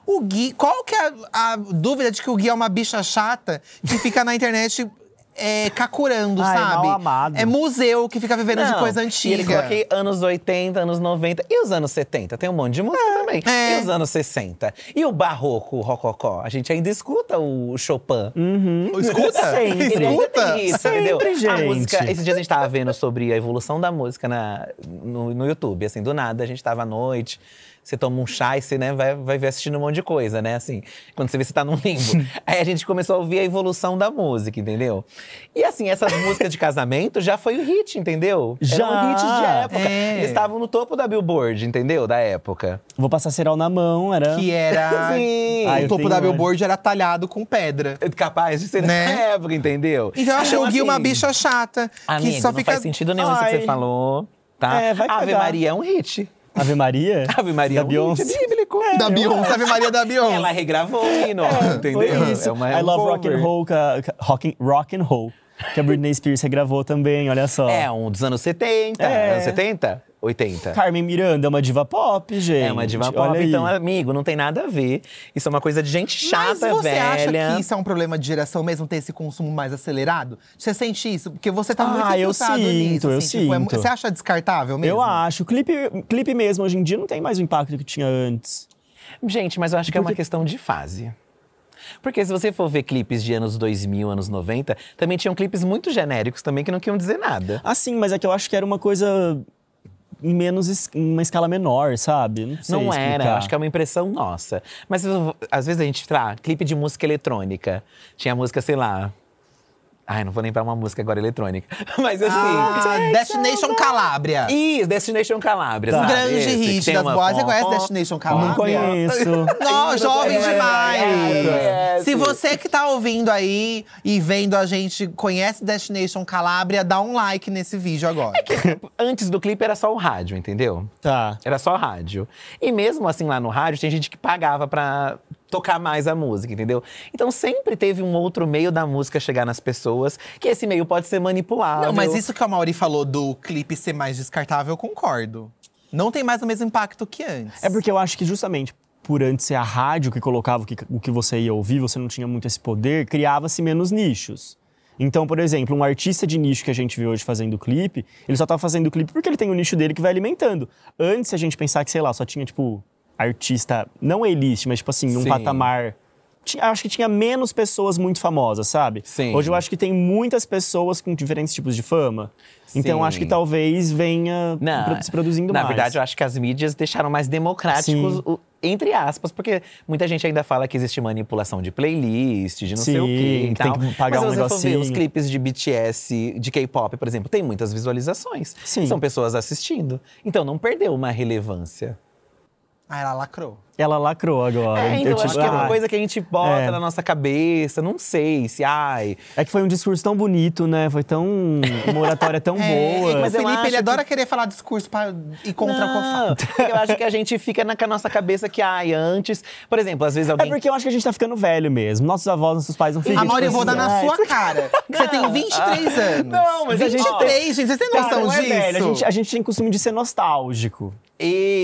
Speaker 1: O Gui, qual que é a, a dúvida de que o Gui é uma bicha chata que fica na internet é, cacurando,
Speaker 3: Ah, é
Speaker 1: sabe?
Speaker 3: mal amado.
Speaker 1: É museu que fica vivendo de
Speaker 2: Não,
Speaker 1: coisa
Speaker 2: E ele
Speaker 1: antiga.
Speaker 2: colocou aqui anos 80, anos 90 e os anos 70. Tem um monte de música também.
Speaker 1: é.
Speaker 2: E os anos 60. E o barroco, o rococó. A gente ainda escuta o Chopin.
Speaker 3: Hum.
Speaker 1: Escuta?
Speaker 3: Sempre.
Speaker 2: Ele ainda
Speaker 1: Escuta?
Speaker 2: tem isso,
Speaker 3: Sempre,
Speaker 2: entendeu? A
Speaker 3: gente.
Speaker 2: música, esses dias a gente tava vendo sobre a evolução da música na, no, no YouTube, assim, do nada. A gente tava à noite, você toma um chá e você, né, vai, vai ver assistindo um monte de coisa, né, assim. Quando você vê, você tá num limbo. Aí a gente começou a ouvir a evolução da música, entendeu? E assim, essas músicas de casamento já foi o hit, entendeu? Era
Speaker 3: Já.
Speaker 2: um hit de época.
Speaker 1: É.
Speaker 2: Eles estavam no topo da Billboard, entendeu? Da época.
Speaker 3: Vou passar cereal na mão, era.
Speaker 2: é-
Speaker 1: Que era.
Speaker 2: Sim.
Speaker 3: Ah,
Speaker 1: o
Speaker 3: eu
Speaker 1: topo
Speaker 3: tenho
Speaker 1: da
Speaker 3: ódio.
Speaker 1: Billboard era talhado com pedra.
Speaker 2: Capaz de ser nessa
Speaker 1: Né?
Speaker 2: época, entendeu?
Speaker 1: Então eu achei o Gui uma
Speaker 2: assim,
Speaker 1: bicha chata.
Speaker 2: Amigo,
Speaker 1: que só
Speaker 2: não
Speaker 1: fica.
Speaker 2: faz sentido nenhum isso que
Speaker 3: Ai.
Speaker 2: você falou, tá?
Speaker 3: É, vai
Speaker 2: Ave
Speaker 3: cagar.
Speaker 2: Maria é um hit.
Speaker 3: Ave Maria?
Speaker 2: Ave Maria é
Speaker 3: da
Speaker 2: um
Speaker 3: Beyoncé.
Speaker 2: hit, é bíblico.
Speaker 1: Da Beyoncé, Ave Maria da
Speaker 2: Ela é
Speaker 1: Beyoncé. É,
Speaker 2: regravou o hino,
Speaker 3: Foi
Speaker 2: entendeu?
Speaker 3: isso.
Speaker 2: É uma- é
Speaker 3: I
Speaker 2: um
Speaker 3: Love Rock
Speaker 2: cover.
Speaker 3: and Roll, ca- ca- rock, and, rock and Roll, que a Britney Spears regravou também, olha só.
Speaker 2: É, um dos anos 70.
Speaker 3: É.
Speaker 2: Anos 70? 80.
Speaker 3: Carmen Miranda é uma diva pop, gente.
Speaker 2: é uma diva
Speaker 3: olha
Speaker 2: pop,
Speaker 3: aí.
Speaker 2: então, amigo, não tem nada a ver. Isso é uma coisa de gente
Speaker 1: Mas
Speaker 2: chata,
Speaker 1: você acha
Speaker 2: velha.
Speaker 1: que isso é um problema de geração mesmo, ter esse consumo mais acelerado? Você sente isso? Porque você tá muito
Speaker 3: Ah, eu
Speaker 1: infiltrado
Speaker 3: sinto,
Speaker 1: nisso.
Speaker 3: eu
Speaker 1: assim, tipo, é mu-
Speaker 3: sinto.
Speaker 1: você acha descartável
Speaker 2: é
Speaker 1: mesmo?
Speaker 3: Eu acho. Clipe, clipe mesmo, hoje em dia, não tem mais o impacto que tinha antes.
Speaker 2: Gente, mas eu acho que é uma questão de fase. Porque se você for ver clipes de anos 2000, anos 90, também tinham clipes muito genéricos também que não queriam dizer nada.
Speaker 3: Assim, mas é que eu acho que era uma coisa em menos, es- em uma escala menor, sabe? Não, sei
Speaker 2: Não
Speaker 3: explicar.
Speaker 2: era, eu acho que é uma impressão nossa. Mas eu- às vezes a gente tá, clipe de música eletrônica. Tinha a música, sei lá. Ai, não vou lembrar uma música agora eletrônica. Mas assim.
Speaker 1: Ah, Destination Calabria.
Speaker 2: Isso, Destination Calabria.
Speaker 1: Um
Speaker 2: sabe?
Speaker 1: grande
Speaker 2: Ah, Esse que
Speaker 1: hit
Speaker 2: tem
Speaker 1: das
Speaker 2: uma
Speaker 1: boas. Você
Speaker 2: fom-
Speaker 1: conhece Destination Calabria?
Speaker 3: Não conheço.
Speaker 1: Não, jovem
Speaker 2: conhece,
Speaker 1: demais!
Speaker 2: conhece.
Speaker 1: Se você que tá ouvindo aí e vendo a gente conhece Destination Calabria, dá um like nesse vídeo
Speaker 2: É
Speaker 1: agora.
Speaker 2: Antes do clipe era só o rádio, entendeu?
Speaker 3: tá.
Speaker 2: Era só rádio. E mesmo assim, lá no rádio, tem gente que pagava pra tocar mais a música, entendeu? Então sempre teve um outro meio da música chegar nas pessoas, que esse meio pode ser manipulado.
Speaker 1: Não, mas isso que a Mauri falou do clipe ser mais descartável, eu concordo. Não tem mais o mesmo impacto que antes.
Speaker 3: É porque eu acho que justamente por antes ser a rádio que colocava o que, o que você ia ouvir, você não tinha muito esse poder, criava-se menos nichos. Então, por exemplo, um artista de nicho que a gente vê hoje fazendo clipe, ele só tá fazendo clipe porque ele tem o nicho dele que vai alimentando. Antes, se a gente pensar que, sei lá, só tinha, tipo, artista, não elite, mas, tipo assim, num
Speaker 2: Sim.
Speaker 3: patamar. Tinha- acho que tinha menos pessoas muito famosas, sabe?
Speaker 2: Sim.
Speaker 3: Hoje eu acho que tem muitas pessoas com diferentes tipos de fama. Então,
Speaker 2: Sim.
Speaker 3: acho que talvez venha
Speaker 2: Não,
Speaker 3: se produzindo
Speaker 2: na
Speaker 3: mais.
Speaker 2: verdade, eu acho que as mídias deixaram mais democráticos,
Speaker 3: Sim.
Speaker 2: o- entre aspas, porque muita gente ainda fala que existe manipulação de playlist, de não sei o
Speaker 3: Sim,
Speaker 2: quê.
Speaker 3: que
Speaker 2: e
Speaker 3: tem
Speaker 2: tal.
Speaker 3: que pagar
Speaker 2: Mas
Speaker 3: um
Speaker 2: se você for ver os
Speaker 3: negocinho.
Speaker 2: clipes de BTS, de K-pop, por exemplo, tem muitas visualizações.
Speaker 3: Sim.
Speaker 2: São pessoas assistindo. Então não perdeu uma relevância.
Speaker 1: Ah, ela lacrou.
Speaker 3: Ela lacrou agora.
Speaker 2: É, então
Speaker 3: Eu
Speaker 2: eu
Speaker 3: te-
Speaker 2: acho que é uma
Speaker 3: Ah,
Speaker 2: coisa que a gente bota
Speaker 3: É.
Speaker 2: na nossa cabeça. Não sei se, ai,
Speaker 3: é que foi um discurso tão bonito, né? Foi tão. Uma oratória tão
Speaker 1: É,
Speaker 3: boa.
Speaker 1: mas
Speaker 2: mas
Speaker 1: o
Speaker 2: eu
Speaker 1: Felipe,
Speaker 2: acho
Speaker 1: ele
Speaker 2: que-
Speaker 1: adora querer falar discurso pra ir contra
Speaker 2: Não,
Speaker 1: a
Speaker 2: porque Eu acho que a gente fica na com a nossa cabeça que, ai, antes. Por exemplo, às vezes
Speaker 3: É
Speaker 2: alguém.
Speaker 3: porque eu acho que a gente tá ficando velho mesmo. Nossos avós, nossos pais não ficam.
Speaker 1: A Mauri, eu
Speaker 3: tipo
Speaker 1: vou dar
Speaker 3: assim,
Speaker 1: na
Speaker 3: "Ai,
Speaker 1: sua cara. que Você tem 23 anos.
Speaker 2: Ah. Não, mas a gente-
Speaker 1: 23, gente. Vocês têm
Speaker 3: cara,
Speaker 1: noção
Speaker 3: não é
Speaker 1: disso?
Speaker 3: velho. A gente, a gente tem costume de ser nostálgico.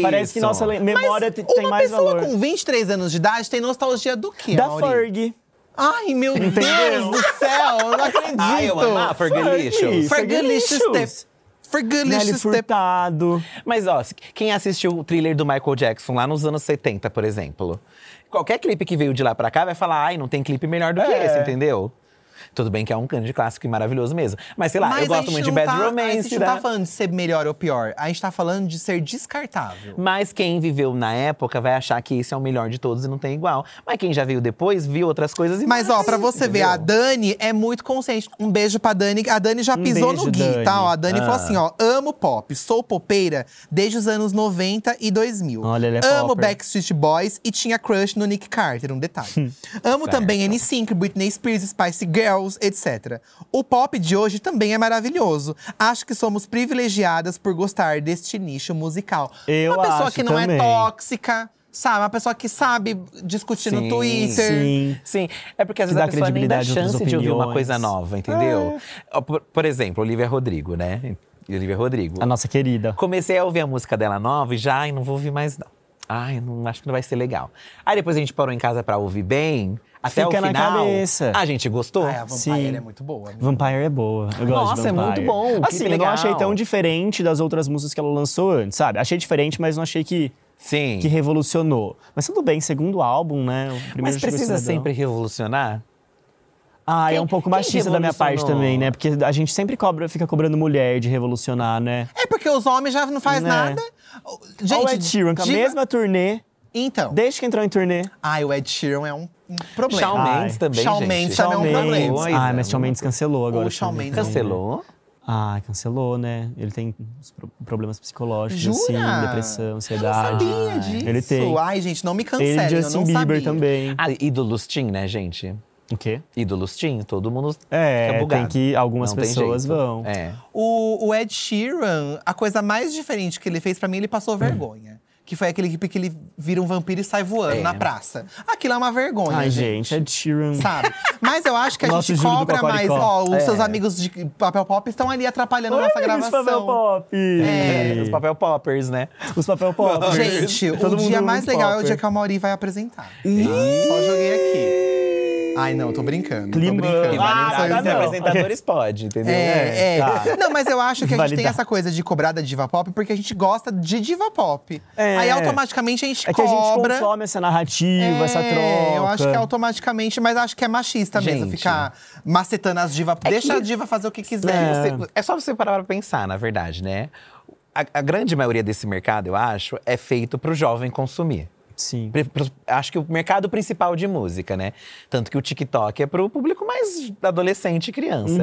Speaker 3: Parece que
Speaker 2: Isso.
Speaker 3: nossa le-
Speaker 1: Mas
Speaker 3: memória te- tem
Speaker 1: uma
Speaker 3: mais
Speaker 1: pessoa
Speaker 3: valor.
Speaker 1: com 23 anos de idade tem nostalgia do quê,
Speaker 3: Da
Speaker 1: Mauri?
Speaker 3: Ferg.
Speaker 1: Ai, meu Deus do céu, eu não acredito.
Speaker 2: Ai, eu amava Fergalicious.
Speaker 1: Fergalicious
Speaker 3: Fergalicious.
Speaker 1: Step.
Speaker 3: é Nelly
Speaker 1: Fergalicious Step.
Speaker 3: Furtado.
Speaker 2: Mas ó, se- quem assistiu o thriller do Michael Jackson lá nos anos 70, por exemplo, qualquer clipe que veio de lá pra cá vai falar, ai, não tem clipe melhor do que
Speaker 3: É.
Speaker 2: esse, entendeu? Tudo bem que é um grande clássico e maravilhoso mesmo. Mas sei lá,
Speaker 1: Mas
Speaker 2: eu
Speaker 1: a
Speaker 2: gosto
Speaker 1: gente
Speaker 2: muito de
Speaker 1: não
Speaker 2: Bad
Speaker 1: tá- A
Speaker 2: Romance.
Speaker 1: gente não
Speaker 2: né?
Speaker 1: tá falando de ser melhor ou pior. A gente tá falando de ser descartável.
Speaker 2: Mas quem viveu na época vai achar que esse é o melhor de todos e não tem igual. Mas quem já veio depois, viu outras coisas e
Speaker 1: Mas, ó, pra você ver, a
Speaker 2: entendeu?
Speaker 1: Dani é muito consciente. Um beijo pra Dani. A Dani já
Speaker 3: Um
Speaker 1: pisou
Speaker 3: beijo,
Speaker 1: no Gui,
Speaker 3: Dani.
Speaker 1: tá? Ó, a Dani
Speaker 2: Ah.
Speaker 1: falou assim, ó. Amo pop, sou popeira desde os anos 90 e 2000.
Speaker 3: Olha, ela é
Speaker 1: Amo
Speaker 3: popper.
Speaker 1: Backstreet Boys e tinha crush no Nick Carter, um detalhe. Amo também N sync, Britney Spears, Spice Girls, etc. O pop de hoje também é maravilhoso. Acho que somos privilegiadas por gostar deste nicho musical.
Speaker 3: Eu
Speaker 1: Uma pessoa
Speaker 3: acho
Speaker 1: que não é
Speaker 3: também.
Speaker 1: tóxica… Sabe, uma pessoa que sabe discutir no
Speaker 2: Sim,
Speaker 1: Twitter.
Speaker 3: Sim.
Speaker 2: Tipo, Sim, é porque às
Speaker 3: Que
Speaker 2: vezes a
Speaker 3: dá
Speaker 2: pessoa nem dá
Speaker 3: credibilidade a
Speaker 2: chance
Speaker 3: outras
Speaker 2: de ouvir uma
Speaker 3: opiniões.
Speaker 2: coisa nova, entendeu?
Speaker 1: É.
Speaker 2: Ó, Por, por exemplo, Olivia Rodrigo, né? Olivia Rodrigo.
Speaker 3: A nossa querida.
Speaker 2: Comecei a ouvir a música dela nova e já, ai, não vou ouvir mais não. Ai, não, acho que não vai ser legal. Aí depois a gente parou em casa pra ouvir bem, até
Speaker 3: Fica
Speaker 2: o
Speaker 3: na
Speaker 2: final.
Speaker 3: cabeça.
Speaker 2: A gente gostou.
Speaker 1: Ai, a Vampire
Speaker 3: Sim.
Speaker 1: é muito boa. amiga.
Speaker 3: Vampire é boa. Eu gosto
Speaker 2: Nossa,
Speaker 3: de
Speaker 2: é
Speaker 3: Vampire.
Speaker 2: muito bom, que
Speaker 3: Assim, eu não
Speaker 2: legal.
Speaker 3: achei tão diferente das outras músicas que ela lançou antes, sabe? Achei diferente, mas não achei que,
Speaker 2: Sim.
Speaker 3: que revolucionou. Mas tudo bem, segundo álbum, né? O primeiro
Speaker 2: Mas
Speaker 3: chegou
Speaker 2: precisa
Speaker 3: esse nadão.
Speaker 2: sempre revolucionar?
Speaker 3: Ah, é
Speaker 2: Quem-
Speaker 3: um pouco
Speaker 2: quem
Speaker 3: machista da minha parte
Speaker 2: revolucionou?
Speaker 3: também, né? Porque a gente sempre cobra, fica cobrando mulher de revolucionar, né?
Speaker 1: É porque os homens já não fazem
Speaker 3: Né?
Speaker 1: nada. Oh,
Speaker 3: Olha
Speaker 1: Gente,
Speaker 3: o Ed Sheeran, com a
Speaker 1: diva-
Speaker 3: mesma turnê,
Speaker 1: Então.
Speaker 3: desde que entrou em turnê.
Speaker 1: Ai, o Ed Sheeran é um, um problema.
Speaker 2: Shawn
Speaker 3: Ai.
Speaker 2: Mendes também,
Speaker 1: Shawn
Speaker 2: gente.
Speaker 1: Mendes também é um problema.
Speaker 2: Pois
Speaker 3: Ah,
Speaker 2: é,
Speaker 3: mas Shawn Mendes cancelou agora.
Speaker 1: O Shawn Mendes
Speaker 2: Cancelou?
Speaker 3: Ah, cancelou, né? Ele tem uns pro- problemas psicológicos,
Speaker 1: Ah, Jura?
Speaker 3: assim, depressão, ansiedade. Ah,
Speaker 1: Sabia disso.
Speaker 3: Ele tem.
Speaker 1: Ai, gente, não me
Speaker 3: Ele e
Speaker 1: cancelem, eu
Speaker 3: Justin
Speaker 1: não
Speaker 3: Bieber
Speaker 1: sabia.
Speaker 3: também.
Speaker 2: Ah, ídolos teen, né, gente?
Speaker 3: O quê?
Speaker 2: Ídolos teen, todo mundo fica
Speaker 3: É,
Speaker 2: bugado.
Speaker 3: tem que algumas
Speaker 2: Não tem
Speaker 3: pessoas
Speaker 2: jeito.
Speaker 3: vão.
Speaker 2: É.
Speaker 1: O, o Ed Sheeran, a coisa mais diferente que ele fez pra mim, ele
Speaker 3: É.
Speaker 1: passou vergonha. Que foi aquele clipe que ele vira um vampiro e sai voando
Speaker 2: É.
Speaker 1: na praça. Aquilo é uma vergonha,
Speaker 3: Ai, gente, Ed Sheeran.
Speaker 1: Sabe? Mas eu acho que a
Speaker 3: Nosso
Speaker 1: gente
Speaker 3: Júlio do
Speaker 1: cobra mais. Ó,
Speaker 3: Cocoricó.
Speaker 1: os seus amigos de papel pop estão ali atrapalhando a nossa
Speaker 3: É. Ai, Os papel
Speaker 1: gravação.
Speaker 3: pop!
Speaker 2: É, Os papel poppers, né?
Speaker 3: Os papel pop.
Speaker 1: Gente, o
Speaker 3: tá Todo mundo
Speaker 1: dia mais
Speaker 3: muito
Speaker 1: legal é o
Speaker 3: popper.
Speaker 1: dia que a Mauri vai apresentar. Ah, Só joguei aqui. Ai, não, tô brincando.
Speaker 3: Climão.
Speaker 1: Tô brincando. um
Speaker 2: E
Speaker 3: Ah,
Speaker 2: validar
Speaker 3: tá
Speaker 2: os
Speaker 3: não.
Speaker 2: apresentadores pode, entendeu?
Speaker 1: É, é.
Speaker 3: tá.
Speaker 1: Não, mas eu acho que a gente tem
Speaker 3: Validar.
Speaker 1: essa coisa de cobrar da diva pop porque a gente gosta de diva pop.
Speaker 3: É.
Speaker 1: Aí automaticamente a gente
Speaker 3: É que a gente
Speaker 1: cobra.
Speaker 3: consome essa narrativa, essa
Speaker 1: É,
Speaker 3: troca.
Speaker 1: Eu acho que automaticamente, mas acho que é machista mesmo
Speaker 2: Gente.
Speaker 1: ficar macetando as
Speaker 3: É
Speaker 1: divas. Deixa a diva fazer o que quiser.
Speaker 2: É. Você- é só você parar pra pensar, na verdade, né? A, a grande maioria desse mercado, eu acho, é feito pro jovem consumir.
Speaker 3: Sim.
Speaker 2: Pri- pros- Acho que o mercado principal de música, né? Tanto que o TikTok é pro público mais adolescente e criança.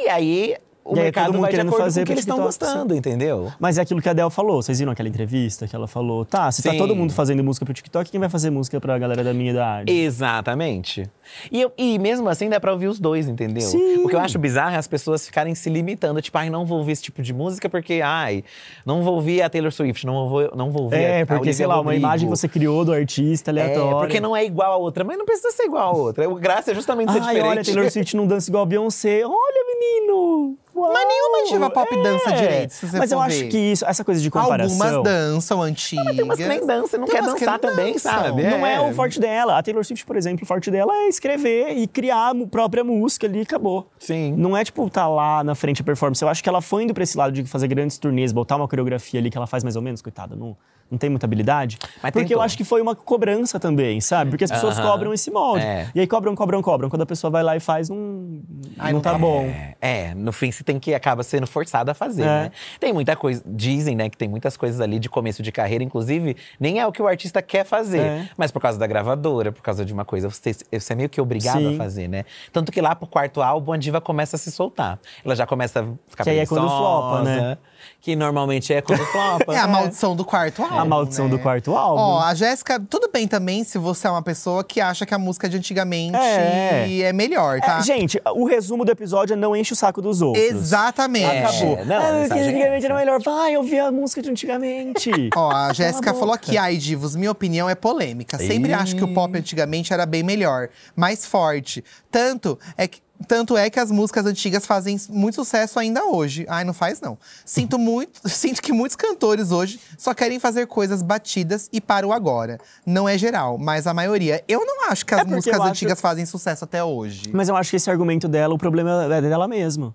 Speaker 2: E aí, o
Speaker 3: Uhum. E aí, é todo
Speaker 2: mercado
Speaker 3: mundo
Speaker 2: vai de
Speaker 3: querendo
Speaker 2: acordo
Speaker 3: fazer
Speaker 2: com o que
Speaker 3: pro
Speaker 2: eles estão
Speaker 3: TikTok, sim.
Speaker 2: gostando, entendeu?
Speaker 3: Mas é aquilo que a Adele falou. Vocês viram aquela entrevista que ela falou? Tá, se tá
Speaker 2: Sim.
Speaker 3: todo mundo fazendo música pro TikTok, quem vai fazer música pra galera da minha idade?
Speaker 2: Exatamente. E, eu- e mesmo assim dá pra ouvir os dois, entendeu?
Speaker 3: Sim.
Speaker 2: O que eu acho bizarro é as pessoas ficarem se limitando, tipo, ai, não vou ouvir esse tipo de música porque, ai, não vou ouvir a Taylor Swift, não vou, não vou ouvir a-
Speaker 3: É,
Speaker 2: a
Speaker 3: porque,
Speaker 2: Olivia
Speaker 3: sei lá, uma
Speaker 2: Rodrigo.
Speaker 3: imagem que você criou do artista aleatória.
Speaker 2: É, porque não é igual a outra, mas não precisa ser igual a outra. O graça é justamente ser
Speaker 3: Ai,
Speaker 2: diferente.
Speaker 3: olha, Taylor Swift não dança igual a Beyoncé. Olha, menino! Uau! É.
Speaker 1: Mas nenhuma diva pop dança direito, se você
Speaker 3: Mas eu
Speaker 1: for
Speaker 3: acho
Speaker 1: ver.
Speaker 3: que isso, essa coisa de comparação…
Speaker 1: Algumas dançam antigas.
Speaker 2: tem umas que nem dançam, não
Speaker 1: Tem
Speaker 2: quer
Speaker 1: umas que
Speaker 2: dançar
Speaker 1: não
Speaker 2: também,
Speaker 1: dançam.
Speaker 2: sabe?
Speaker 3: Não é
Speaker 2: É.
Speaker 3: o forte dela. A Taylor Swift, por exemplo, o forte dela é escrever e criar a mu- própria música ali e acabou.
Speaker 2: Sim.
Speaker 3: Não é tipo tá lá na frente a performance. Eu acho que ela foi indo pra esse lado de fazer grandes turnês, botar uma coreografia ali que ela faz mais ou menos, coitada, não, não tem muita habilidade.
Speaker 2: Mas
Speaker 3: Porque
Speaker 2: tentou.
Speaker 3: eu acho que foi uma cobrança também, sabe? Porque as pessoas
Speaker 2: Aham.
Speaker 3: cobram esse molde.
Speaker 2: É.
Speaker 3: E aí cobram, cobram, cobram. Quando a pessoa vai lá e faz, não,
Speaker 1: Ai,
Speaker 3: não,
Speaker 1: não
Speaker 3: tá
Speaker 1: dá.
Speaker 3: bom.
Speaker 2: É, é, no fim você tem que acaba sendo forçado a fazer,
Speaker 3: É.
Speaker 2: né? Tem muita coisa, dizem, né, que tem muitas coisas ali de começo de carreira, inclusive, nem é o que o artista quer fazer,
Speaker 3: É.
Speaker 2: mas por causa da gravadora, por causa de uma coisa, você, você é meio que obrigado
Speaker 3: Sim.
Speaker 2: a fazer, né? Tanto que lá pro quarto álbum a diva começa a se soltar. Ela já começa a ficar
Speaker 3: Que aí é quando
Speaker 2: preguiçosa,
Speaker 3: flopa, né?
Speaker 2: Que normalmente é quando flopa.
Speaker 1: É a
Speaker 2: né?
Speaker 1: maldição do quarto álbum.
Speaker 3: É. A maldição
Speaker 1: né?
Speaker 3: do quarto álbum.
Speaker 1: Ó, a Jéssica, tudo bem também se você é uma pessoa que acha que a música de antigamente é,
Speaker 3: É.
Speaker 1: melhor,
Speaker 3: É,
Speaker 1: tá?
Speaker 3: gente, o resumo do episódio é não enche o saco dos outros.
Speaker 1: Exatamente.
Speaker 2: É,
Speaker 3: Acabou.
Speaker 2: não, a
Speaker 3: ah, que
Speaker 2: mensagem é
Speaker 3: antigamente
Speaker 2: essa.
Speaker 3: era melhor. Vai ouvir a música de antigamente.
Speaker 1: Ó, a Jéssica
Speaker 3: boca.
Speaker 1: falou aqui, ai divos, minha opinião é polêmica. Sempre acho que o pop antigamente era bem melhor, mais forte. Tanto é que tanto é que as músicas antigas fazem muito sucesso ainda hoje. Ai, não faz não. Sinto muito, sinto que muitos cantores hoje só querem fazer coisas batidas e para o agora. Não é geral, mas a maioria. Eu não acho que as
Speaker 3: É porque
Speaker 1: músicas
Speaker 3: eu acho-
Speaker 1: antigas fazem sucesso até hoje.
Speaker 3: Mas eu acho que esse argumento dela, o problema é dela mesma.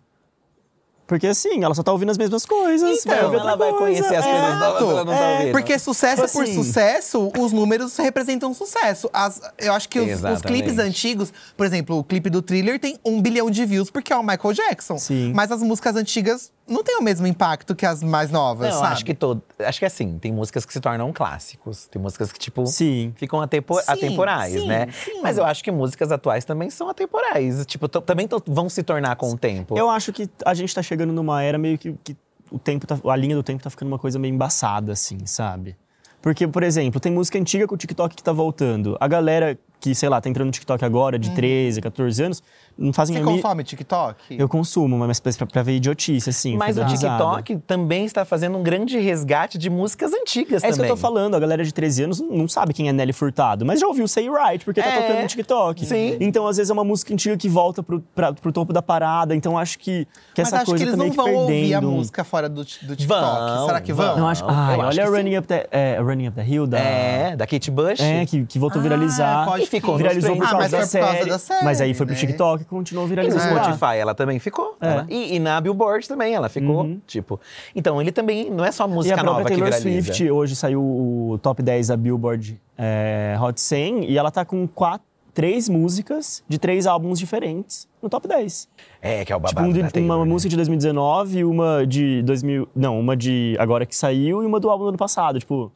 Speaker 3: Porque assim, ela só tá ouvindo as mesmas coisas.
Speaker 2: Então,
Speaker 3: vai ouvir É outra
Speaker 2: ela vai
Speaker 3: coisa.
Speaker 2: conhecer as coisas
Speaker 1: Exato.
Speaker 2: novas, ela não tá
Speaker 1: É,
Speaker 2: ouvindo.
Speaker 1: Porque sucesso
Speaker 3: Tipo
Speaker 1: por
Speaker 3: assim.
Speaker 1: sucesso, os números representam sucesso. As- eu acho que os, os
Speaker 2: Exatamente.
Speaker 1: clipes antigos, por exemplo, o clipe do thriller tem um bilhão de views porque é o Michael Jackson.
Speaker 3: Sim.
Speaker 1: Mas as músicas antigas não têm o mesmo impacto que as mais novas,
Speaker 2: Não,
Speaker 1: sabe?
Speaker 2: acho que todo. Acho que assim, tem músicas que se tornam clássicos. Tem músicas que, tipo,
Speaker 3: Sim.
Speaker 2: ficam atempo-
Speaker 1: Sim,
Speaker 2: atemporais,
Speaker 1: sim,
Speaker 2: né?
Speaker 1: sim.
Speaker 2: Mas eu acho que músicas atuais também são atemporais. Tipo, to- também to- vão se tornar com o tempo.
Speaker 3: Eu acho que a gente tá chegando numa era meio que, que o tempo tá- a linha do tempo tá ficando uma coisa meio embaçada, assim, sabe? Porque, por exemplo, tem música antiga com o TikTok que tá voltando. A galera que, sei lá, tá entrando no TikTok agora, de 13, 14 anos, não fazem
Speaker 1: Você
Speaker 3: a mi-
Speaker 1: consome TikTok?
Speaker 3: Eu consumo, mas pra, pra ver idiotice, assim.
Speaker 2: Mas o
Speaker 3: fazer risada.
Speaker 2: TikTok também está fazendo um grande resgate de músicas antigas
Speaker 3: É
Speaker 2: também.
Speaker 3: isso que eu tô falando, a galera de 13 anos não sabe quem é Nelly Furtado, mas já ouviu Say Right, porque tá
Speaker 2: É,
Speaker 3: tocando no TikTok.
Speaker 2: sim.
Speaker 3: Então, às vezes, é uma música antiga que volta pro, pra- pro topo da parada, então acho que, que
Speaker 1: Mas
Speaker 3: essa
Speaker 1: acho que
Speaker 3: coisa
Speaker 1: eles
Speaker 3: tá meio
Speaker 1: não
Speaker 3: que
Speaker 1: vão ouvir a
Speaker 3: perdendo um-
Speaker 1: música fora do, ti- do TikTok.
Speaker 2: Vão,
Speaker 1: Será que
Speaker 2: vão.
Speaker 1: vão?
Speaker 3: Não, acho,
Speaker 2: Não,
Speaker 3: ai,
Speaker 2: eu acho
Speaker 3: olha
Speaker 2: que
Speaker 3: a running, up the, é, Running Up the Hill da.
Speaker 2: É, da Kate Bush.
Speaker 3: É, que, que voltou a viralizar.
Speaker 1: Ah, pode
Speaker 2: E ficou nos
Speaker 3: Viralizou por
Speaker 2: trends.
Speaker 3: causa,
Speaker 1: Ah, mas
Speaker 3: da,
Speaker 1: foi por
Speaker 3: série,
Speaker 1: causa da série,
Speaker 3: Mas aí foi pro
Speaker 1: né? É.
Speaker 3: TikTok e continuou
Speaker 2: E no
Speaker 3: viralizando. lá.
Speaker 2: Spotify ela também ficou.
Speaker 3: É.
Speaker 2: Ela- e, e na Billboard também ela ficou, tipo. Então ele também, não é só
Speaker 3: Uhum. E
Speaker 2: música
Speaker 3: a própria
Speaker 2: nova que
Speaker 3: Taylor
Speaker 2: viraliza.
Speaker 3: Swift, hoje saiu o top 10 da Billboard é, Hot 100 e ela tá com quatro, três músicas de três álbuns diferentes no top 10.
Speaker 2: É, que é o
Speaker 3: Tipo,
Speaker 2: babado
Speaker 3: um de-
Speaker 2: da Taylor,
Speaker 3: uma
Speaker 2: né?
Speaker 3: música de 2019, uma de 2000, não, uma de agora que saiu e uma do álbum do ano passado, tipo.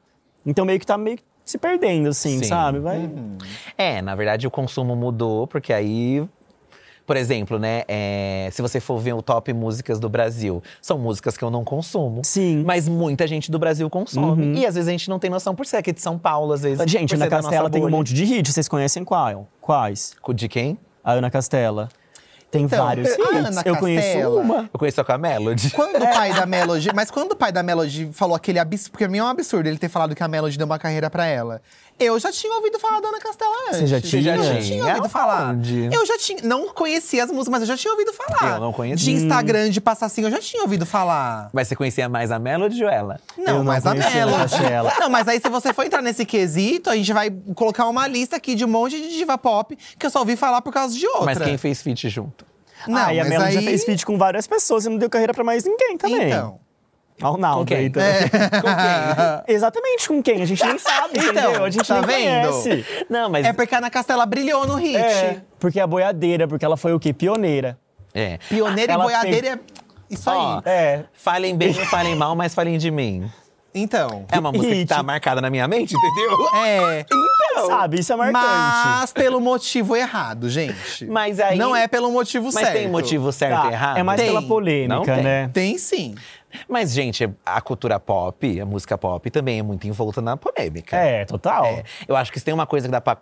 Speaker 3: Então meio que tá meio que se perdendo assim,
Speaker 2: Sim.
Speaker 3: sabe? Vai.
Speaker 2: É, na verdade o consumo mudou, porque aí. Por exemplo, né? é, se você for ver o top músicas do Brasil, são músicas que eu não consumo.
Speaker 3: Sim. Uhum.
Speaker 2: Mas muita gente do Brasil consome. E às vezes a gente não tem noção por ser aqui de São Paulo, às vezes.
Speaker 3: Gente,
Speaker 2: por
Speaker 3: Ana
Speaker 2: ser da nossa
Speaker 3: Castela tem um
Speaker 2: bolha.
Speaker 3: monte de hit, vocês conhecem qual? Quais?
Speaker 2: De quem?
Speaker 3: A Ana Castela. Tem
Speaker 1: Então,
Speaker 3: vários
Speaker 1: a
Speaker 3: hits.
Speaker 1: Ana
Speaker 3: eu conheço
Speaker 1: Castela-
Speaker 3: uma.
Speaker 2: Eu conheço só com a Melody.
Speaker 1: Quando o pai da Melody. Mas quando o pai da Melody falou aquele absurdo. Porque pra mim é um absurdo ele ter falado que a Melody deu uma carreira pra ela. Eu já tinha ouvido falar da Ana Castela antes.
Speaker 3: Você já tinha?
Speaker 1: Eu já tinha
Speaker 2: Tinha?
Speaker 1: ouvido falar.
Speaker 2: Aonde?
Speaker 1: Eu já tinha. Não conhecia as músicas, mas eu já tinha ouvido falar.
Speaker 2: Eu não conhecia.
Speaker 1: De Instagram, de passacinho, eu já tinha ouvido falar.
Speaker 2: Mas você conhecia mais a Melody ou ela?
Speaker 1: Não,
Speaker 3: não
Speaker 1: mas a
Speaker 3: conhecia a
Speaker 1: Melody.
Speaker 3: Castela.
Speaker 1: Não, mas aí se você for entrar nesse quesito, a gente vai colocar uma lista aqui de um monte de diva pop que eu só ouvi falar por causa de outra.
Speaker 2: Mas quem fez feat junto?
Speaker 1: Não,
Speaker 3: ah, e a
Speaker 1: mas
Speaker 3: Melody já
Speaker 1: aí-
Speaker 3: fez feat com várias pessoas e não deu carreira pra mais ninguém também.
Speaker 1: Então. É.
Speaker 3: Olha o Naldo
Speaker 2: quem?
Speaker 3: aí também. Exatamente com quem? A gente nem sabe,
Speaker 1: Então,
Speaker 3: entendeu? A gente
Speaker 1: tá
Speaker 3: nem
Speaker 1: vendo?
Speaker 3: conhece.
Speaker 2: Não, mas.
Speaker 1: É porque a Ana Castela brilhou no hit.
Speaker 3: É, porque é a boiadeira, porque ela foi o quê? Pioneira.
Speaker 2: É.
Speaker 1: Pioneira
Speaker 3: Ela
Speaker 1: e boiadeira é isso
Speaker 2: Ó,
Speaker 1: aí.
Speaker 3: É.
Speaker 2: Falem bem, não falem mal, mas falem de mim.
Speaker 1: Então.
Speaker 2: É uma música que
Speaker 3: Hit.
Speaker 2: tá marcada na minha mente, entendeu?
Speaker 1: É.
Speaker 3: Sabe, isso é marcante.
Speaker 1: Mas pelo motivo errado, gente.
Speaker 2: Mas aí-
Speaker 1: Não é pelo motivo
Speaker 2: Mas
Speaker 1: certo.
Speaker 2: tem motivo certo
Speaker 3: Tá,
Speaker 2: e errado?
Speaker 3: É mais
Speaker 1: Tem.
Speaker 3: pela polêmica,
Speaker 2: Não tem.
Speaker 3: né?
Speaker 1: Tem sim.
Speaker 2: Mas, gente, a cultura pop, a música pop, também é muito envolta na polêmica.
Speaker 3: É, total.
Speaker 2: É. Eu acho que se tem uma coisa que dá pra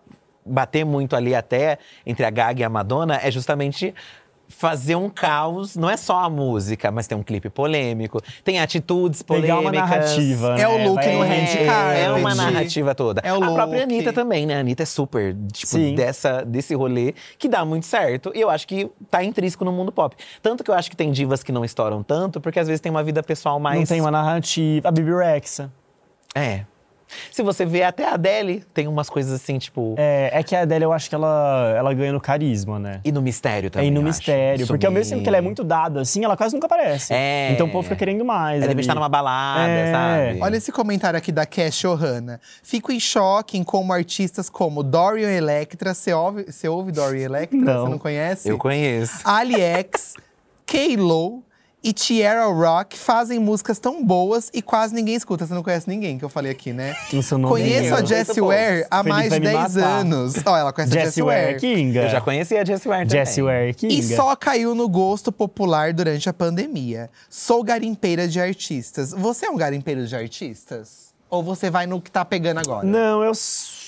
Speaker 2: bater muito ali até entre a Gaga e a Madonna é justamente fazer um caos. Não é só a música, mas tem um clipe polêmico, tem atitudes polêmicas.
Speaker 3: Pegar uma narrativa, né?
Speaker 1: É o look
Speaker 3: Vai-
Speaker 1: no red
Speaker 2: É,
Speaker 1: carpet.
Speaker 2: é uma narrativa toda.
Speaker 1: É o
Speaker 2: a própria
Speaker 1: look.
Speaker 2: Anitta também, né? A Anitta é super, tipo,
Speaker 3: Sim.
Speaker 2: dessa, desse rolê que dá muito certo. E eu acho que tá intrínseco no mundo pop. Tanto que eu acho que tem divas que não estouram tanto, porque às vezes tem uma vida pessoal mais.
Speaker 3: é, Não tem uma narrativa. A Bibi Rexa.
Speaker 2: É. Se você vê até a Adele, tem umas coisas assim, tipo.
Speaker 3: É, é que a Adele, eu acho que ela, ela ganha no carisma, né?
Speaker 2: E no mistério
Speaker 3: É
Speaker 2: também.
Speaker 3: e no
Speaker 2: eu acho.
Speaker 3: mistério. Porque ao mesmo
Speaker 2: Sumir.
Speaker 3: tempo que ela é muito dada, assim, ela quase nunca aparece.
Speaker 2: É.
Speaker 3: Então o povo fica querendo
Speaker 2: É,
Speaker 3: mais.
Speaker 2: de
Speaker 3: ali.
Speaker 2: repente tá numa balada,
Speaker 3: É.
Speaker 2: sabe?
Speaker 1: Olha esse comentário aqui da Cash Ohana. Fico em choque em como artistas como Dorian Electra. Você ouve, você ouve Dorian Electra?
Speaker 3: Não.
Speaker 1: Você não conhece?
Speaker 2: Eu conheço.
Speaker 1: AliEx, K-Lo e Tierra Rock fazem músicas tão boas e quase ninguém escuta. Você não conhece ninguém que eu falei aqui, né?
Speaker 3: Não sei o nome
Speaker 1: Conheço
Speaker 3: dela.
Speaker 1: a
Speaker 2: Eu
Speaker 1: Jessie
Speaker 2: conheço
Speaker 1: Ware há
Speaker 3: poucos.
Speaker 1: mais de
Speaker 3: Felipe vai me
Speaker 1: 10
Speaker 3: matar.
Speaker 1: anos. Ó, ela conhece a
Speaker 3: Jessie
Speaker 1: Jessie
Speaker 3: Ware
Speaker 1: Ware.
Speaker 3: Kinga.
Speaker 2: Eu já conheci a Jessie Ware também.
Speaker 3: Jessie Ware Kinga.
Speaker 1: E só caiu no gosto popular durante a pandemia. Sou garimpeira de artistas. Você é um garimpeiro de artistas? Ou você vai no que tá pegando agora?
Speaker 3: Não, eu. s-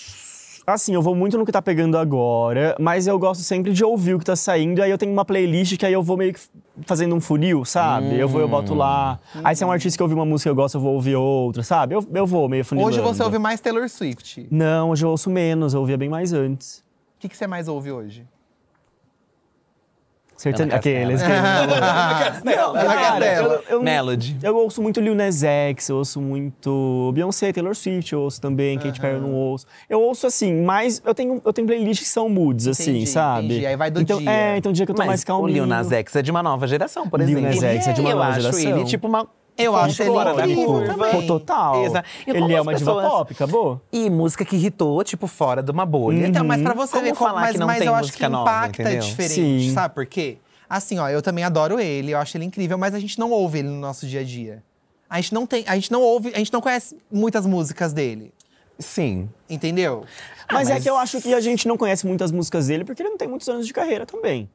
Speaker 3: Assim, eu vou muito no que tá pegando agora, mas eu gosto sempre de ouvir o que tá saindo. Aí eu tenho uma playlist que aí eu vou meio que f- fazendo um funil, sabe? Eu vou, eu boto lá.
Speaker 2: Hum.
Speaker 3: Aí se é um artista que ouve uma música que eu gosto, eu vou ouvir outra, sabe? Eu, eu vou meio funilando.
Speaker 1: Hoje você ouve mais Taylor Swift. O
Speaker 3: Não, hoje eu ouço menos, eu ouvia bem mais antes.
Speaker 1: que, que você mais ouve hoje?
Speaker 3: Sertane...
Speaker 2: Ana é Castela. é
Speaker 3: Aqueles. que ele não,
Speaker 1: Ana
Speaker 3: cara, eu,
Speaker 1: Castela.
Speaker 3: eu-
Speaker 2: Melody.
Speaker 3: Eu ouço muito Lil Nas X, eu ouço muito Beyoncé, Taylor Swift, eu ouço também, Kate Perry eu não ouço. Eu ouço assim, mas eu tenho, eu tenho playlists que são moods, assim,
Speaker 1: Entendi,
Speaker 3: sabe?
Speaker 1: entendi. Aí vai do
Speaker 3: então,
Speaker 1: dia.
Speaker 3: É, então dia que eu tô
Speaker 2: Mas
Speaker 3: mais
Speaker 2: o
Speaker 3: calminho.
Speaker 2: Lil Nas X é de uma nova geração, por
Speaker 3: Lil
Speaker 2: exemplo.
Speaker 3: Nas X é de uma
Speaker 2: eu
Speaker 3: nova
Speaker 2: acho
Speaker 3: geração.
Speaker 2: ele tipo uma…
Speaker 1: Eu acho ele
Speaker 2: fora da
Speaker 1: incrível
Speaker 2: curva.
Speaker 1: também.
Speaker 3: Total.
Speaker 2: Exato. E como
Speaker 3: Ele é
Speaker 2: as
Speaker 3: uma diva
Speaker 2: pessoas-
Speaker 3: pop, acabou?
Speaker 2: E música que irritou, tipo, fora de uma bolha.
Speaker 1: Então, mas pra você
Speaker 2: Como
Speaker 1: ver como,
Speaker 2: falar
Speaker 1: mas,
Speaker 2: que não
Speaker 1: mas
Speaker 2: tem
Speaker 1: eu acho que
Speaker 2: música nova,
Speaker 1: impacta
Speaker 2: entendeu?
Speaker 1: diferente,
Speaker 3: Uhum. Sim.
Speaker 1: sabe por quê? Assim, ó, eu também adoro ele, eu acho ele incrível, mas a gente não ouve ele no nosso dia a dia. A gente não tem, a gente não ouve, a gente não conhece muitas músicas dele,
Speaker 2: Sim.
Speaker 1: entendeu?
Speaker 3: Mas,
Speaker 1: Ah,
Speaker 3: é
Speaker 2: Ah, mas-
Speaker 3: que eu acho que a gente não conhece muitas músicas dele, porque ele não tem muitos anos de carreira também.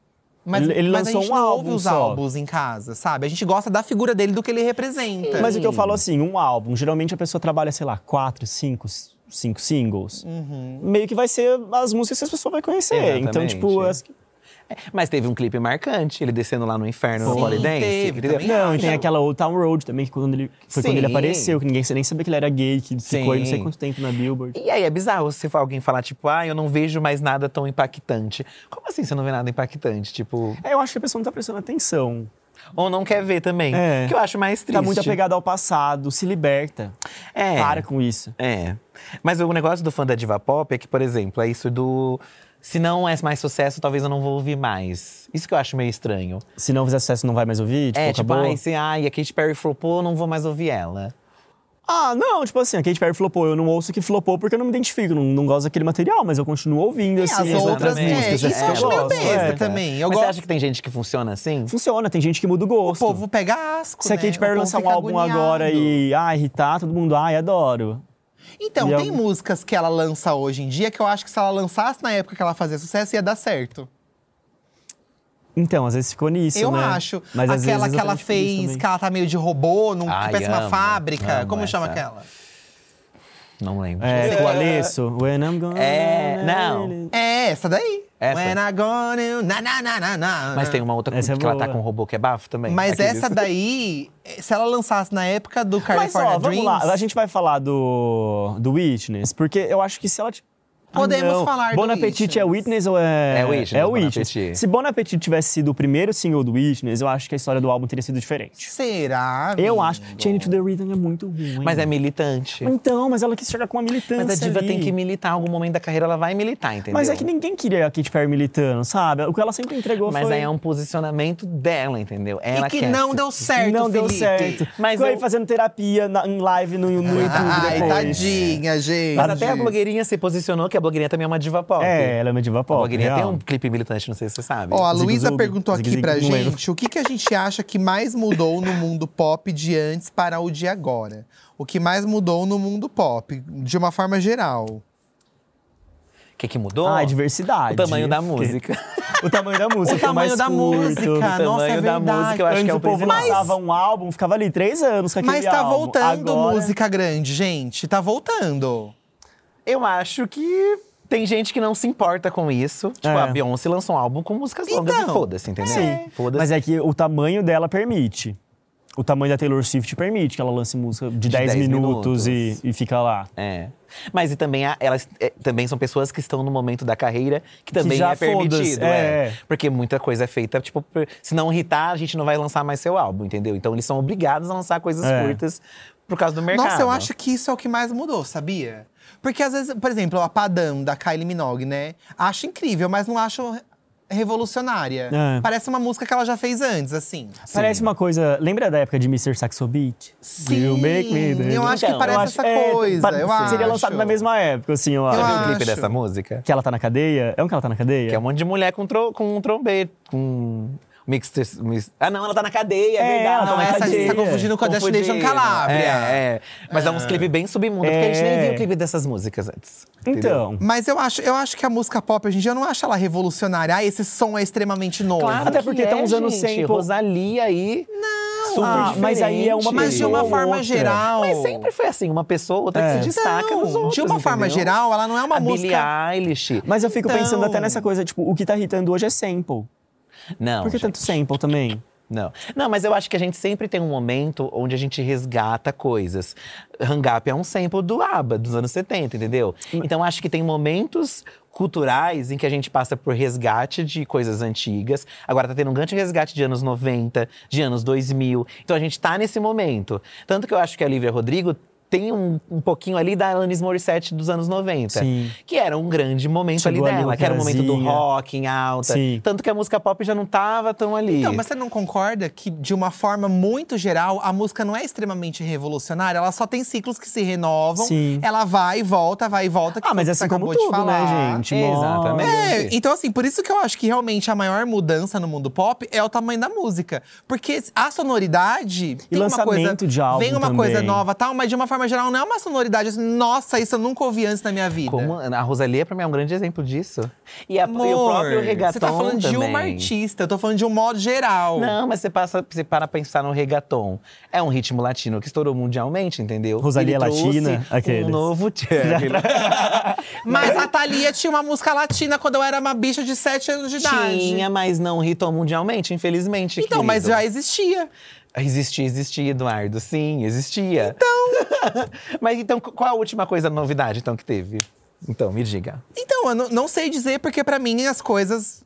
Speaker 1: Mas,
Speaker 3: Ele- ele
Speaker 1: mas
Speaker 3: lançou
Speaker 1: a gente
Speaker 3: um
Speaker 1: não
Speaker 3: álbum
Speaker 1: ouve os
Speaker 3: só.
Speaker 1: álbuns em casa, sabe? A gente gosta da figura dele, do que ele representa.
Speaker 3: Mas o que eu falo assim, um álbum, geralmente a pessoa trabalha, sei lá, quatro, cinco, s- cinco singles.
Speaker 1: Uhum.
Speaker 3: Meio que vai ser as músicas que as pessoas vão conhecer. Então,
Speaker 2: Exatamente.
Speaker 3: tipo, as-
Speaker 2: Mas teve um clipe marcante, ele descendo lá no inferno, no
Speaker 1: Sim,
Speaker 2: Polidense.
Speaker 1: teve,
Speaker 2: entendeu?
Speaker 1: também
Speaker 3: Não, e
Speaker 1: acho.
Speaker 3: tem aquela Old Town Road também, que quando ele, que foi quando ele
Speaker 2: Sim.
Speaker 3: apareceu, que ninguém nem sabia que ele era gay, que ficou aí não sei
Speaker 2: Sim.
Speaker 3: quanto tempo na Billboard.
Speaker 2: E aí é bizarro se alguém falar, tipo, ah, eu não vejo mais nada tão impactante. Como assim você não vê nada impactante? Tipo,
Speaker 3: É, eu acho que a pessoa não tá prestando atenção.
Speaker 2: ou não quer ver também.
Speaker 3: É.
Speaker 2: Que eu acho mais triste.
Speaker 3: Tá muito apegada ao passado, se liberta.
Speaker 2: É.
Speaker 3: Para com isso.
Speaker 2: É. Mas o negócio do fã da diva pop é que, por exemplo, é isso do. Se não é mais sucesso, talvez eu não vou ouvir mais. Isso que eu acho meio estranho.
Speaker 3: Se não fizer sucesso, não vai mais ouvir? Tipo,
Speaker 2: é, tipo,
Speaker 3: acabou.
Speaker 2: ai, se, ai, a Katy Perry flopou, não vou mais ouvir ela.
Speaker 3: Ah, não, tipo assim, a Katy Perry flopou. Eu não ouço que flopou porque eu não me identifico, não, não gosto daquele material, mas eu continuo ouvindo,
Speaker 1: as
Speaker 3: assim,
Speaker 1: outras,
Speaker 3: exatamente,
Speaker 1: né?
Speaker 2: É,
Speaker 3: músicas.
Speaker 1: Isso
Speaker 3: essas
Speaker 1: eu
Speaker 3: que
Speaker 1: acho meio
Speaker 3: gosto,
Speaker 1: besta
Speaker 3: é.
Speaker 1: também. Eu
Speaker 2: Mas
Speaker 1: gosto-
Speaker 2: você acha que tem gente que funciona assim?
Speaker 3: Funciona, tem gente que muda o gosto.
Speaker 1: O povo pega asco,
Speaker 3: Se a
Speaker 1: né?
Speaker 3: Katy
Speaker 1: O
Speaker 3: Perry
Speaker 1: povo
Speaker 3: lançar um
Speaker 1: fica
Speaker 3: álbum
Speaker 1: agoniado.
Speaker 3: agora e ah, irritar, todo mundo, ai, adoro.
Speaker 1: Então,
Speaker 3: E
Speaker 1: tem
Speaker 3: é um-
Speaker 1: músicas que ela lança hoje em dia que eu acho que se ela lançasse na época que ela fazia sucesso, ia dar certo.
Speaker 3: Então, às vezes ficou nisso,
Speaker 1: eu
Speaker 3: né?
Speaker 1: acho.
Speaker 3: Mas às
Speaker 1: aquela
Speaker 3: vezes
Speaker 1: que ela
Speaker 3: exatamente por isso
Speaker 1: fez,
Speaker 3: também.
Speaker 1: que ela tá meio de robô, num,
Speaker 2: Ai,
Speaker 1: que parece uma
Speaker 2: amo,
Speaker 1: fábrica.
Speaker 2: amo
Speaker 1: Como chama
Speaker 2: essa.
Speaker 1: aquela?
Speaker 2: Não lembro.
Speaker 3: É, com o Alesso. When I'm gonna...
Speaker 2: É, não.
Speaker 1: É essa daí.
Speaker 2: Essa.
Speaker 1: When I gonna- na, na, na, na, na.
Speaker 2: Mas tem uma outra
Speaker 3: Essa é
Speaker 2: que ela tá
Speaker 3: boa.
Speaker 2: com um robô que é bafo também.
Speaker 1: Mas
Speaker 2: Aqueles-
Speaker 1: essa daí, se ela lançasse na época do
Speaker 3: Mas
Speaker 1: California
Speaker 3: ó, vamos
Speaker 1: Dreams…
Speaker 3: lá. A gente vai falar do, do Witness, porque eu acho que se ela... t- Ah,
Speaker 1: Podemos
Speaker 3: não.
Speaker 1: falar do
Speaker 3: Bon Appetit é
Speaker 1: Witness.
Speaker 3: Witness ou é...
Speaker 2: É Witness,
Speaker 3: É
Speaker 2: Bon
Speaker 3: Witness.
Speaker 2: Appetit.
Speaker 3: Se Bon Appetit tivesse sido o primeiro single do Witness, eu acho que a história do álbum teria sido diferente.
Speaker 1: Será,
Speaker 3: Eu
Speaker 1: amigo?
Speaker 3: acho. Change to the Rhythm é muito ruim.
Speaker 2: Mas é militante.
Speaker 3: Então, mas ela quis chegar com uma militância
Speaker 2: Mas a diva
Speaker 3: ali.
Speaker 2: tem que militar. Algum momento da carreira ela vai militar, entendeu?
Speaker 3: Mas é que ninguém queria a Katy Perry militando, sabe? O que ela sempre entregou
Speaker 2: Mas
Speaker 3: foi...
Speaker 2: aí é um posicionamento dela, entendeu? Ela
Speaker 1: E que
Speaker 2: quer
Speaker 1: não
Speaker 2: se-
Speaker 1: deu certo,
Speaker 3: não deu
Speaker 1: Felipe.
Speaker 3: certo.
Speaker 2: Mas
Speaker 3: Ficou aí
Speaker 2: eu-
Speaker 3: fazendo terapia na- em live no, no YouTube
Speaker 1: Ah, Ai,
Speaker 3: depois.
Speaker 1: tadinha, gente.
Speaker 2: Mas até a blogueirinha se posicionou, que a blogueirinha também é uma diva pop.
Speaker 3: É, ela é uma diva
Speaker 2: A
Speaker 3: pop,
Speaker 2: blogueirinha tem
Speaker 3: real.
Speaker 2: um clipe militante, não sei se você sabe.
Speaker 1: Ó, a
Speaker 3: Zigue
Speaker 1: Luísa
Speaker 3: Zogue,
Speaker 1: perguntou
Speaker 3: zigue
Speaker 1: aqui
Speaker 3: zigue,
Speaker 1: pra
Speaker 3: não lembro.
Speaker 1: gente o que, que a gente acha que mais mudou no mundo pop de antes para o de agora. O que mais mudou no mundo pop, de uma forma geral.
Speaker 2: O que, que mudou?
Speaker 3: Ah, a diversidade.
Speaker 2: O tamanho da
Speaker 3: Porque-
Speaker 2: música.
Speaker 3: O tamanho da música.
Speaker 1: O
Speaker 3: que é mais
Speaker 1: tamanho da
Speaker 3: curto.
Speaker 1: música,
Speaker 2: o tamanho
Speaker 1: nossa, é
Speaker 2: da
Speaker 1: verdade. tá
Speaker 2: música, eu acho
Speaker 3: Antes
Speaker 2: que é o,
Speaker 3: o povo
Speaker 2: principal.
Speaker 3: lançava um álbum, ficava ali três anos com aquele
Speaker 1: Mas tá
Speaker 3: álbum.
Speaker 1: voltando
Speaker 3: Agora-
Speaker 1: música grande, gente. Tá voltando.
Speaker 2: Eu acho que tem gente que não se importa com isso. Tipo,
Speaker 3: É.
Speaker 2: a Beyoncé lançou um álbum com músicas longas
Speaker 1: Então,
Speaker 2: e foda-se, entendeu?
Speaker 3: Sim.
Speaker 2: Foda-se.
Speaker 3: Mas é que o tamanho dela permite. O tamanho da Taylor Swift permite que ela lance música de 10
Speaker 2: 10
Speaker 3: minutos,
Speaker 2: minutos.
Speaker 3: E, e fica lá.
Speaker 2: É. Mas e também a- elas é, também são pessoas que estão no momento da carreira que também
Speaker 3: já
Speaker 2: é permitido.
Speaker 3: foda-se, é, é.
Speaker 2: Porque muita coisa é feita, tipo, por- se não irritar, a gente não vai lançar mais seu álbum, entendeu? Então eles são obrigados a lançar coisas
Speaker 3: É.
Speaker 2: curtas por causa do mercado.
Speaker 1: Nossa, eu acho que isso é o que mais mudou, sabia? Porque às vezes, por exemplo, a Padam da Kylie Minogue, né? Acho incrível, mas não acho re- revolucionária.
Speaker 3: É.
Speaker 1: Parece uma música que ela já fez antes, assim.
Speaker 3: Parece uma coisa. Lembra da época de Mr. Saxo Beat?
Speaker 1: Sim,
Speaker 3: You make me do-
Speaker 1: eu acho que
Speaker 2: Então,
Speaker 1: parece
Speaker 3: Eu
Speaker 1: essa
Speaker 3: é,
Speaker 1: coisa,
Speaker 3: pa-
Speaker 1: eu
Speaker 3: Seria
Speaker 1: acho.
Speaker 3: lançado na mesma época, assim, eu acho.
Speaker 2: Você viu o clipe
Speaker 1: acho.
Speaker 2: dessa música?
Speaker 3: Que ela tá na cadeia? É um que ela tá na cadeia?
Speaker 2: Que é um monte de mulher com, tro com um trombete, com. Mixter, mix- Ah, não, ela tá na cadeia, é
Speaker 3: É,
Speaker 2: verdade.
Speaker 3: ela tá
Speaker 1: Não,
Speaker 3: na
Speaker 1: essa a gente tá
Speaker 3: cadeia.
Speaker 1: confundindo com a Destination
Speaker 2: Confundindo.
Speaker 1: Calabria.
Speaker 2: É, é. Mas é uns clipes bem submundo, porque a gente nem
Speaker 3: É.
Speaker 2: viu o clipe dessas músicas antes. entendeu?
Speaker 3: Então.
Speaker 1: Mas eu acho, eu acho que a música pop hoje em dia eu não acho ela revolucionária. Ah, esse som é extremamente novo.
Speaker 2: Claro
Speaker 3: Até
Speaker 2: que
Speaker 3: porque
Speaker 2: é,
Speaker 3: tá usando
Speaker 2: gente.
Speaker 3: sample.
Speaker 2: Rosalia aí. Não, super
Speaker 3: ah, mas aí é uma
Speaker 2: diferente.
Speaker 1: Mas de uma
Speaker 3: Ou
Speaker 1: forma
Speaker 3: outra.
Speaker 1: geral.
Speaker 2: Mas sempre foi assim, uma pessoa, outra
Speaker 3: É.
Speaker 2: que se destaca
Speaker 1: Não,
Speaker 2: nos outros,
Speaker 1: de uma forma
Speaker 2: entendeu?
Speaker 1: geral, ela não é uma
Speaker 2: a Billie
Speaker 1: música.
Speaker 2: Eilish.
Speaker 3: Mas eu fico
Speaker 1: Então.
Speaker 3: pensando até nessa coisa, tipo, o que tá irritando hoje é sample.
Speaker 2: Não,
Speaker 3: Por que
Speaker 2: gente.
Speaker 3: tanto sample também?
Speaker 2: Não. Não, mas eu acho que a gente sempre tem um momento onde a gente resgata coisas. Hang Up é um sample do ABBA, dos anos 70, entendeu? Então acho que tem momentos culturais em que a gente passa por resgate de coisas antigas. Agora tá tendo um grande resgate de anos 90, de anos 2000. Então a gente tá nesse momento. Tanto que eu acho que a Lívia Rodrigo tem um, um pouquinho ali da Alanis Morissette dos anos 90.
Speaker 3: Sim.
Speaker 2: Que era um grande momento
Speaker 3: Chegou
Speaker 2: ali
Speaker 3: ali
Speaker 2: dela,
Speaker 3: uma
Speaker 2: que era o momento do
Speaker 3: rasinha.
Speaker 2: rock em alta.
Speaker 3: Sim.
Speaker 2: Tanto que a música pop já não tava tão ali.
Speaker 1: Então, mas você não concorda que, de uma forma muito geral, a música não é extremamente revolucionária? Ela só tem ciclos que se renovam.
Speaker 3: Sim.
Speaker 1: Ela vai e volta, vai e volta. Que
Speaker 3: Ah,
Speaker 1: foi o
Speaker 3: mas
Speaker 1: que
Speaker 3: assim
Speaker 1: você
Speaker 3: como
Speaker 1: acabou de
Speaker 3: tudo, né,
Speaker 1: falar.
Speaker 3: gente?
Speaker 2: Exatamente.
Speaker 1: É, então assim, por isso que eu acho que realmente a maior mudança no mundo pop é o tamanho da música. Porque a sonoridade tem uma
Speaker 3: lançamento
Speaker 1: coisa,
Speaker 3: de álbum
Speaker 1: vem uma coisa
Speaker 3: também.
Speaker 1: nova, tal, mas de uma forma geral não é uma sonoridade assim, nossa, isso eu nunca ouvi antes na minha vida.
Speaker 2: Como a Rosalia, pra mim, é um grande exemplo disso. E, a,
Speaker 1: Amor,
Speaker 2: e o próprio reggaeton
Speaker 1: Você tá falando de uma
Speaker 2: também.
Speaker 1: artista, eu tô falando de um modo geral.
Speaker 2: Não, mas você, passa, você para pra pensar no reggaeton. É um ritmo latino que estourou mundialmente, entendeu?
Speaker 3: Rosalía
Speaker 2: Ele trouxe
Speaker 3: latina,
Speaker 2: Um
Speaker 3: aqueles.
Speaker 2: novo
Speaker 1: Mas a Thalia tinha uma música latina quando eu era uma bicha de 7 anos de idade.
Speaker 2: Tinha, mas não hitou mundialmente, infelizmente.
Speaker 1: Então, mas
Speaker 2: querido.
Speaker 1: já existia.
Speaker 2: Existia, existia, Eduardo. Sim, existia. Então. mas então, qual a última coisa, novidade, então, que teve? Então, me diga.
Speaker 1: Então, eu não- não sei dizer, porque pra mim as coisas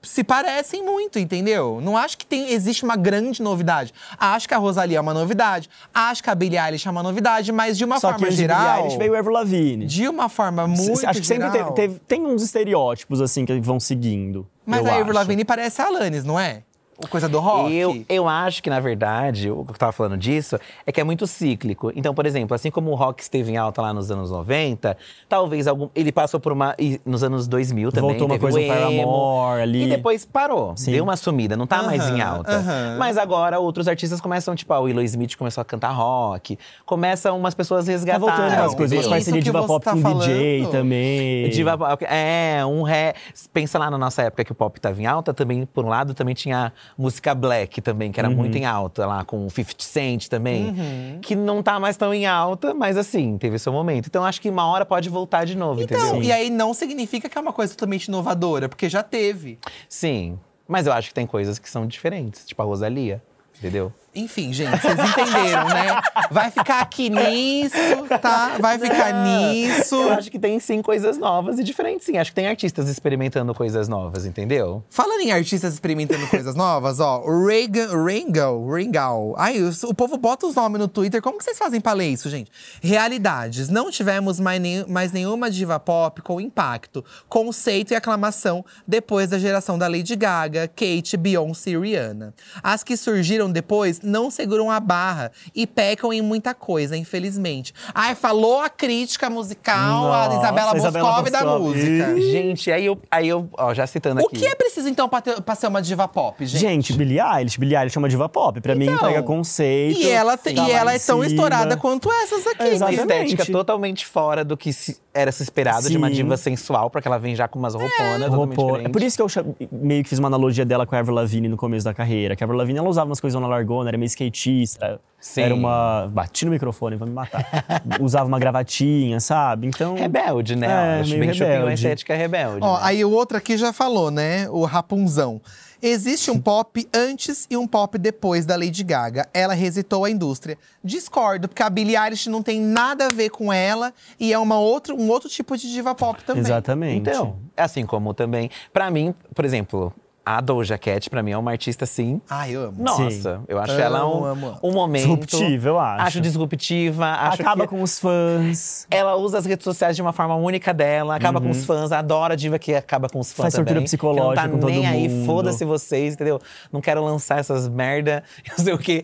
Speaker 1: se parecem muito, entendeu? Não acho que tem, existe uma grande novidade. Acho que a Rosalia é uma novidade, acho que a Billie Eilish é uma novidade, mas de uma
Speaker 3: Só que
Speaker 1: forma
Speaker 3: antes de Billie
Speaker 1: geral.
Speaker 3: Eilish veio o Ever Lavigne.
Speaker 1: De uma forma
Speaker 3: S-
Speaker 1: muito.
Speaker 3: Acho que sempre
Speaker 1: geral,
Speaker 3: teve, teve- tem uns estereótipos, assim, que vão seguindo.
Speaker 1: Mas
Speaker 3: eu
Speaker 1: a Avril
Speaker 3: acho.
Speaker 1: Lavigne parece a Alanis, não é? O coisa do rock.
Speaker 2: Eu, eu acho que, na verdade, o que eu tava falando disso é que é muito cíclico. Então, por exemplo, assim como o rock esteve em alta lá nos anos 90, talvez algum. Ele passou por uma. e nos anos 2000 também.
Speaker 3: Voltou uma
Speaker 2: teve o
Speaker 3: coisa, um
Speaker 2: emo,
Speaker 3: Paramore ali.
Speaker 2: E depois parou. Deu uma sumida, não tá mais em
Speaker 1: Aham,
Speaker 2: alta.
Speaker 1: aham.
Speaker 2: Mas agora outros artistas começam, tipo, a Willow Smith começou a cantar rock. Começam umas pessoas
Speaker 3: Tá
Speaker 2: resgatadas.
Speaker 3: voltando umas coisas, umas
Speaker 1: isso
Speaker 3: parcerias
Speaker 1: que
Speaker 3: de diva
Speaker 1: você
Speaker 3: pop
Speaker 1: tá
Speaker 3: com DJ
Speaker 1: falando.
Speaker 3: também.
Speaker 2: Diva pop, é, um ré. Pensa lá na nossa época que o pop tava em alta, também, por um lado, também tinha música black também, que
Speaker 1: Uhum.
Speaker 2: era muito em alta lá, com o 50 Cent também. Que não tá mais tão em alta, mas assim, teve seu momento. Então acho que uma hora pode voltar de novo,
Speaker 1: Então,
Speaker 2: entendeu?
Speaker 1: e aí não significa que é uma coisa totalmente inovadora, porque já teve.
Speaker 2: Sim. Mas eu acho que tem coisas que são diferentes, tipo a Rosalia, entendeu?
Speaker 1: Enfim, gente, vocês entenderam, né? Vai ficar aqui nisso, tá? Vai ficar nisso.
Speaker 2: Eu acho que tem sim coisas novas e diferentes, sim. Acho que tem artistas experimentando coisas novas, entendeu?
Speaker 1: Falando em artistas experimentando coisas novas, ó, Reagan, Ringo, Ringo. Ai, os- o povo bota os nomes no Twitter. Como que vocês fazem pra ler isso, gente? Realidades. Não tivemos mais, nem- mais nenhuma diva pop com impacto, conceito e aclamação depois da geração da Lady Gaga, Kate, Beyoncé e Rihanna. As que surgiram depois não seguram a barra e pecam em muita coisa, infelizmente. Ai, falou a crítica musical, a
Speaker 3: Nossa,
Speaker 1: Isabela,
Speaker 3: Isabela
Speaker 1: Boscov da
Speaker 3: Boscov.
Speaker 1: música.
Speaker 2: Gente, aí eu, aí eu ó, já citando
Speaker 1: O
Speaker 2: aqui.
Speaker 1: que é preciso, então, pra, ter- pra ser uma diva pop, gente?
Speaker 3: Gente, Billie Eilish, Billie Eilish é uma diva pop. Pra mim,
Speaker 1: Então,
Speaker 3: entrega conceito.
Speaker 1: E ela, te-
Speaker 3: tá
Speaker 1: e
Speaker 3: lá
Speaker 1: ela
Speaker 3: em
Speaker 1: é tão
Speaker 3: cima.
Speaker 1: estourada quanto essas aqui.
Speaker 3: É,
Speaker 2: uma
Speaker 1: né?
Speaker 3: exatamente.
Speaker 2: estética totalmente fora do que se- era se esperado de uma
Speaker 3: Sim.
Speaker 2: diva sensual, porque ela vem já com umas rouponas totalmente
Speaker 3: Roupou. É
Speaker 2: diferentes.
Speaker 3: por isso que eu cha- meio que fiz uma analogia dela com a Avril Lavigne no começo da carreira. Que a Avril Lavigne, ela usava umas coisas na largona, era meio skatista.
Speaker 2: Sim.
Speaker 3: Era uma… Bati no microfone pra me matar. usava uma gravatinha, sabe? Então…
Speaker 2: Rebelde, né?
Speaker 3: É,
Speaker 2: Eu Acho
Speaker 3: meio
Speaker 2: bem chupinho a
Speaker 3: rebelde.
Speaker 2: estética rebelde.
Speaker 1: Ó,
Speaker 2: né?
Speaker 1: aí o outro aqui já falou, né? O Rapunzão. Existe um pop antes e um pop depois da Lady Gaga. Ela resitou à indústria. Discordo, porque a Billie Eilish não tem nada a ver com ela. E é uma outro, um outro tipo de diva pop também.
Speaker 3: Exatamente.
Speaker 2: Então, assim como também… Pra mim, por exemplo, a Doja Cat, pra mim, é uma artista, sim,
Speaker 1: Ai, eu amo.
Speaker 2: Nossa,
Speaker 3: Sim.
Speaker 2: eu acho
Speaker 1: Amo,
Speaker 2: ela
Speaker 1: amo, amo.
Speaker 2: um, um momento.
Speaker 3: Disruptiva, eu acho.
Speaker 2: Acho disruptiva, acho
Speaker 3: Acaba
Speaker 2: que
Speaker 3: com os fãs.
Speaker 2: Ela usa as redes sociais de uma forma única dela, acaba com os fãs, adora a diva que acaba com os fãs.
Speaker 3: Uhum. Faz tortura
Speaker 2: também, que Não tá
Speaker 3: psicológica com todo
Speaker 2: nem aí,
Speaker 3: mundo.
Speaker 2: foda-se vocês, entendeu? Não quero lançar essas merda, não sei o quê.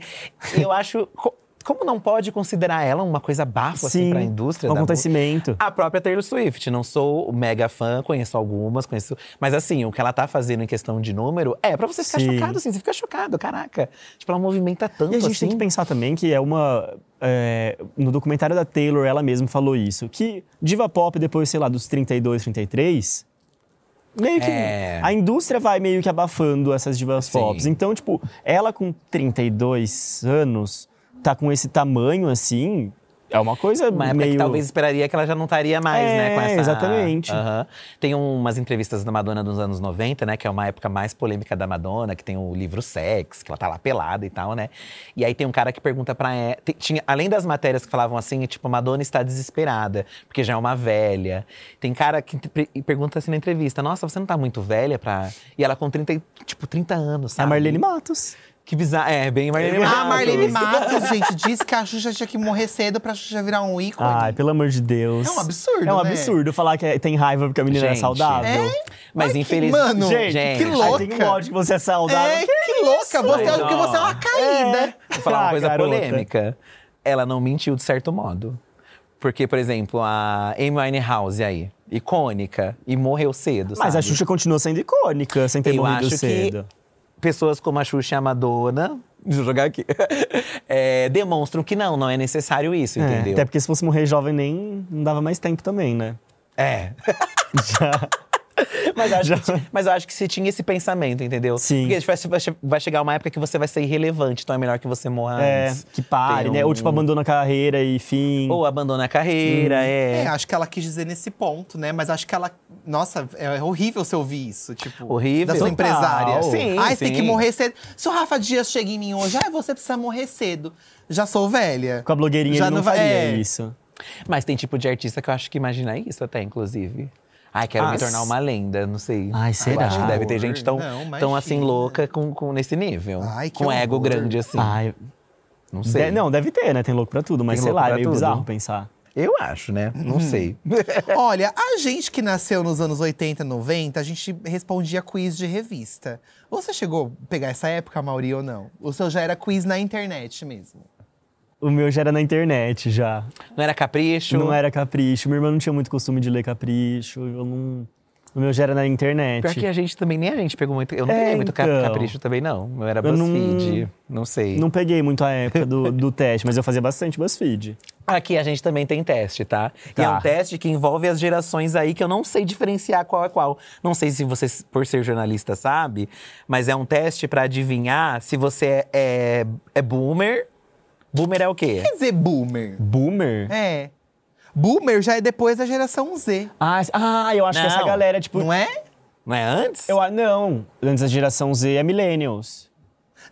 Speaker 2: E eu acho. co- Como não pode considerar ela uma coisa bafo assim,
Speaker 3: Sim,
Speaker 2: pra indústria?
Speaker 3: um
Speaker 2: da mu-
Speaker 3: acontecimento.
Speaker 2: A própria Taylor Swift. Não sou mega fã, conheço algumas, conheço. Mas assim, o que ela tá fazendo em questão de número é pra você ficar
Speaker 3: Sim.
Speaker 2: chocado, assim. Você fica chocado, caraca. Tipo, ela movimenta tanto
Speaker 3: E a gente
Speaker 2: assim.
Speaker 3: tem que pensar também que é uma. é, no documentário da Taylor, ela mesma falou isso: que diva pop, depois, sei lá, dos 32, 33. Meio que.
Speaker 2: É.
Speaker 3: A indústria vai meio que abafando essas divas
Speaker 2: Sim.
Speaker 3: pops. Então, tipo, ela com 32 anos, tá com esse tamanho assim. É uma coisa
Speaker 2: Uma época
Speaker 3: meio...
Speaker 2: que talvez esperaria que ela já não estaria mais, né? Com
Speaker 3: É,
Speaker 2: essa...
Speaker 3: exatamente.
Speaker 2: Aham. Tem umas entrevistas da Madonna dos anos 90, né? Que é uma época mais polêmica da Madonna, que tem o livro Sex, que ela tá lá pelada e tal, né? E aí tem um cara que pergunta pra ela. Tinha, além das matérias que falavam assim, é tipo, Madonna está desesperada, porque já é uma velha. Tem cara que te- pre- pergunta assim na entrevista: Nossa, você não tá muito velha pra. E ela com 30, e- tipo, 30 anos,
Speaker 3: É A
Speaker 2: sabe?
Speaker 3: Marlene Matos.
Speaker 2: Que bizarro. É, bem Marlene
Speaker 1: A Marlene
Speaker 2: Matos.
Speaker 1: Matos, gente, disse que a Xuxa tinha que morrer cedo pra Xuxa virar um ícone.
Speaker 3: Ai, pelo amor de Deus.
Speaker 1: É um absurdo,
Speaker 3: É um
Speaker 1: né?
Speaker 3: absurdo falar que é- tem raiva porque a menina é
Speaker 2: Gente.
Speaker 3: saudável.
Speaker 1: É? Mas
Speaker 2: Mas
Speaker 1: que-
Speaker 2: infelizmente.
Speaker 1: mano,
Speaker 3: Gente,
Speaker 1: que
Speaker 3: aí
Speaker 1: louca.
Speaker 3: Tem um ódio que você é saudável.
Speaker 1: é, que, louca! Você
Speaker 2: Mas,
Speaker 1: acha que
Speaker 2: ó,
Speaker 1: você é uma caída.
Speaker 2: Vou falar uma
Speaker 3: Ah,
Speaker 2: coisa
Speaker 3: garota.
Speaker 2: polêmica. Ela não mentiu de certo modo. Porque, por exemplo, a Amy Winehouse aí, icônica, e morreu cedo,
Speaker 3: Mas a
Speaker 2: sabe?
Speaker 3: Xuxa continua sendo icônica, sem ter
Speaker 2: Eu
Speaker 3: morrido
Speaker 2: acho que-
Speaker 3: cedo.
Speaker 2: Pessoas como a Xuxa e a Madonna, deixa eu jogar aqui, é, demonstram que não, não é necessário isso,
Speaker 3: É,
Speaker 2: entendeu?
Speaker 3: até porque se fosse morrer jovem nem não dava mais tempo também, né?
Speaker 2: É.
Speaker 3: Mas acho que...
Speaker 2: Mas eu acho que se tinha esse pensamento, entendeu?
Speaker 3: Sim.
Speaker 2: Porque vai, vai che- vai chegar uma época que você vai ser irrelevante, então é melhor que você morra
Speaker 3: É,
Speaker 2: antes.
Speaker 3: que pare,
Speaker 2: Tem
Speaker 3: né? Ou
Speaker 2: um-
Speaker 3: tipo, abandona a carreira e fim.
Speaker 2: Ou abandona a carreira,
Speaker 3: Uhum.
Speaker 1: É, acho que ela quis dizer nesse ponto, né? Mas acho que ela. Nossa, é horrível você ouvir isso, tipo.
Speaker 2: Horrível.
Speaker 1: Da sua
Speaker 2: Total.
Speaker 1: empresária.
Speaker 2: Sim,
Speaker 1: Ai, você tem
Speaker 2: sim.
Speaker 1: que morrer cedo. Se o Rafa Dias chega em mim hoje, ai, você precisa morrer cedo. Já sou velha.
Speaker 3: Com a blogueirinha
Speaker 1: Já
Speaker 3: ele não
Speaker 1: vai-
Speaker 3: faria
Speaker 1: é.
Speaker 3: isso.
Speaker 2: Mas tem tipo de artista que eu acho que imagina isso até, inclusive. Ai, quero
Speaker 3: Ah,
Speaker 2: me tornar
Speaker 3: s-
Speaker 2: uma lenda, não sei.
Speaker 3: Ai,
Speaker 2: Eu
Speaker 3: será?
Speaker 2: acho que deve ter gente tão,
Speaker 1: Não,
Speaker 2: tão assim
Speaker 1: imagina.
Speaker 2: louca com, com nesse nível.
Speaker 1: Ai, que
Speaker 2: com ego
Speaker 1: horror.
Speaker 2: grande, assim.
Speaker 3: Ai,
Speaker 2: não sei.
Speaker 3: de- não, deve ter, né? Tem louco pra tudo, mas
Speaker 2: Tem
Speaker 3: sei
Speaker 2: louco
Speaker 3: lá, é
Speaker 2: pra
Speaker 3: meio
Speaker 2: tudo.
Speaker 3: bizarro pensar.
Speaker 2: Eu acho, né? Não sei.
Speaker 1: Olha, a gente que nasceu nos anos 80, 90, a gente respondia quiz de revista. Você chegou a pegar essa época, Mauri, ou não? O seu já era quiz na internet mesmo.
Speaker 3: O meu já era na internet já.
Speaker 2: Não era capricho?
Speaker 3: Não era capricho. Minha irmã não tinha muito costume de ler capricho. Eu não. O meu já era na internet.
Speaker 2: Pior que a gente também, nem a gente pegou muito. Eu não
Speaker 3: É,
Speaker 2: peguei muito ca-
Speaker 3: então.
Speaker 2: capricho também, não. Eu era
Speaker 3: Eu não-
Speaker 2: BuzzFeed. Não... sei.
Speaker 3: Não peguei muito a época do, do teste, mas eu fazia bastante BuzzFeed.
Speaker 2: Aqui a gente também tem teste, tá? E é
Speaker 3: Tá.
Speaker 2: um teste que envolve as gerações aí que eu não sei diferenciar qual é qual. Não sei se você, por ser jornalista, sabe, mas é um teste pra adivinhar se você é, é, é boomer. Boomer é o quê?
Speaker 1: Quer dizer, boomer.
Speaker 3: Boomer?
Speaker 1: É. Boomer já é depois da geração Z.
Speaker 3: Ah, s- ah, eu acho que essa
Speaker 2: Não.
Speaker 3: galera, tipo.
Speaker 1: Não é?
Speaker 2: Não é antes?
Speaker 3: Eu, a- não, antes da geração Z é Millennials.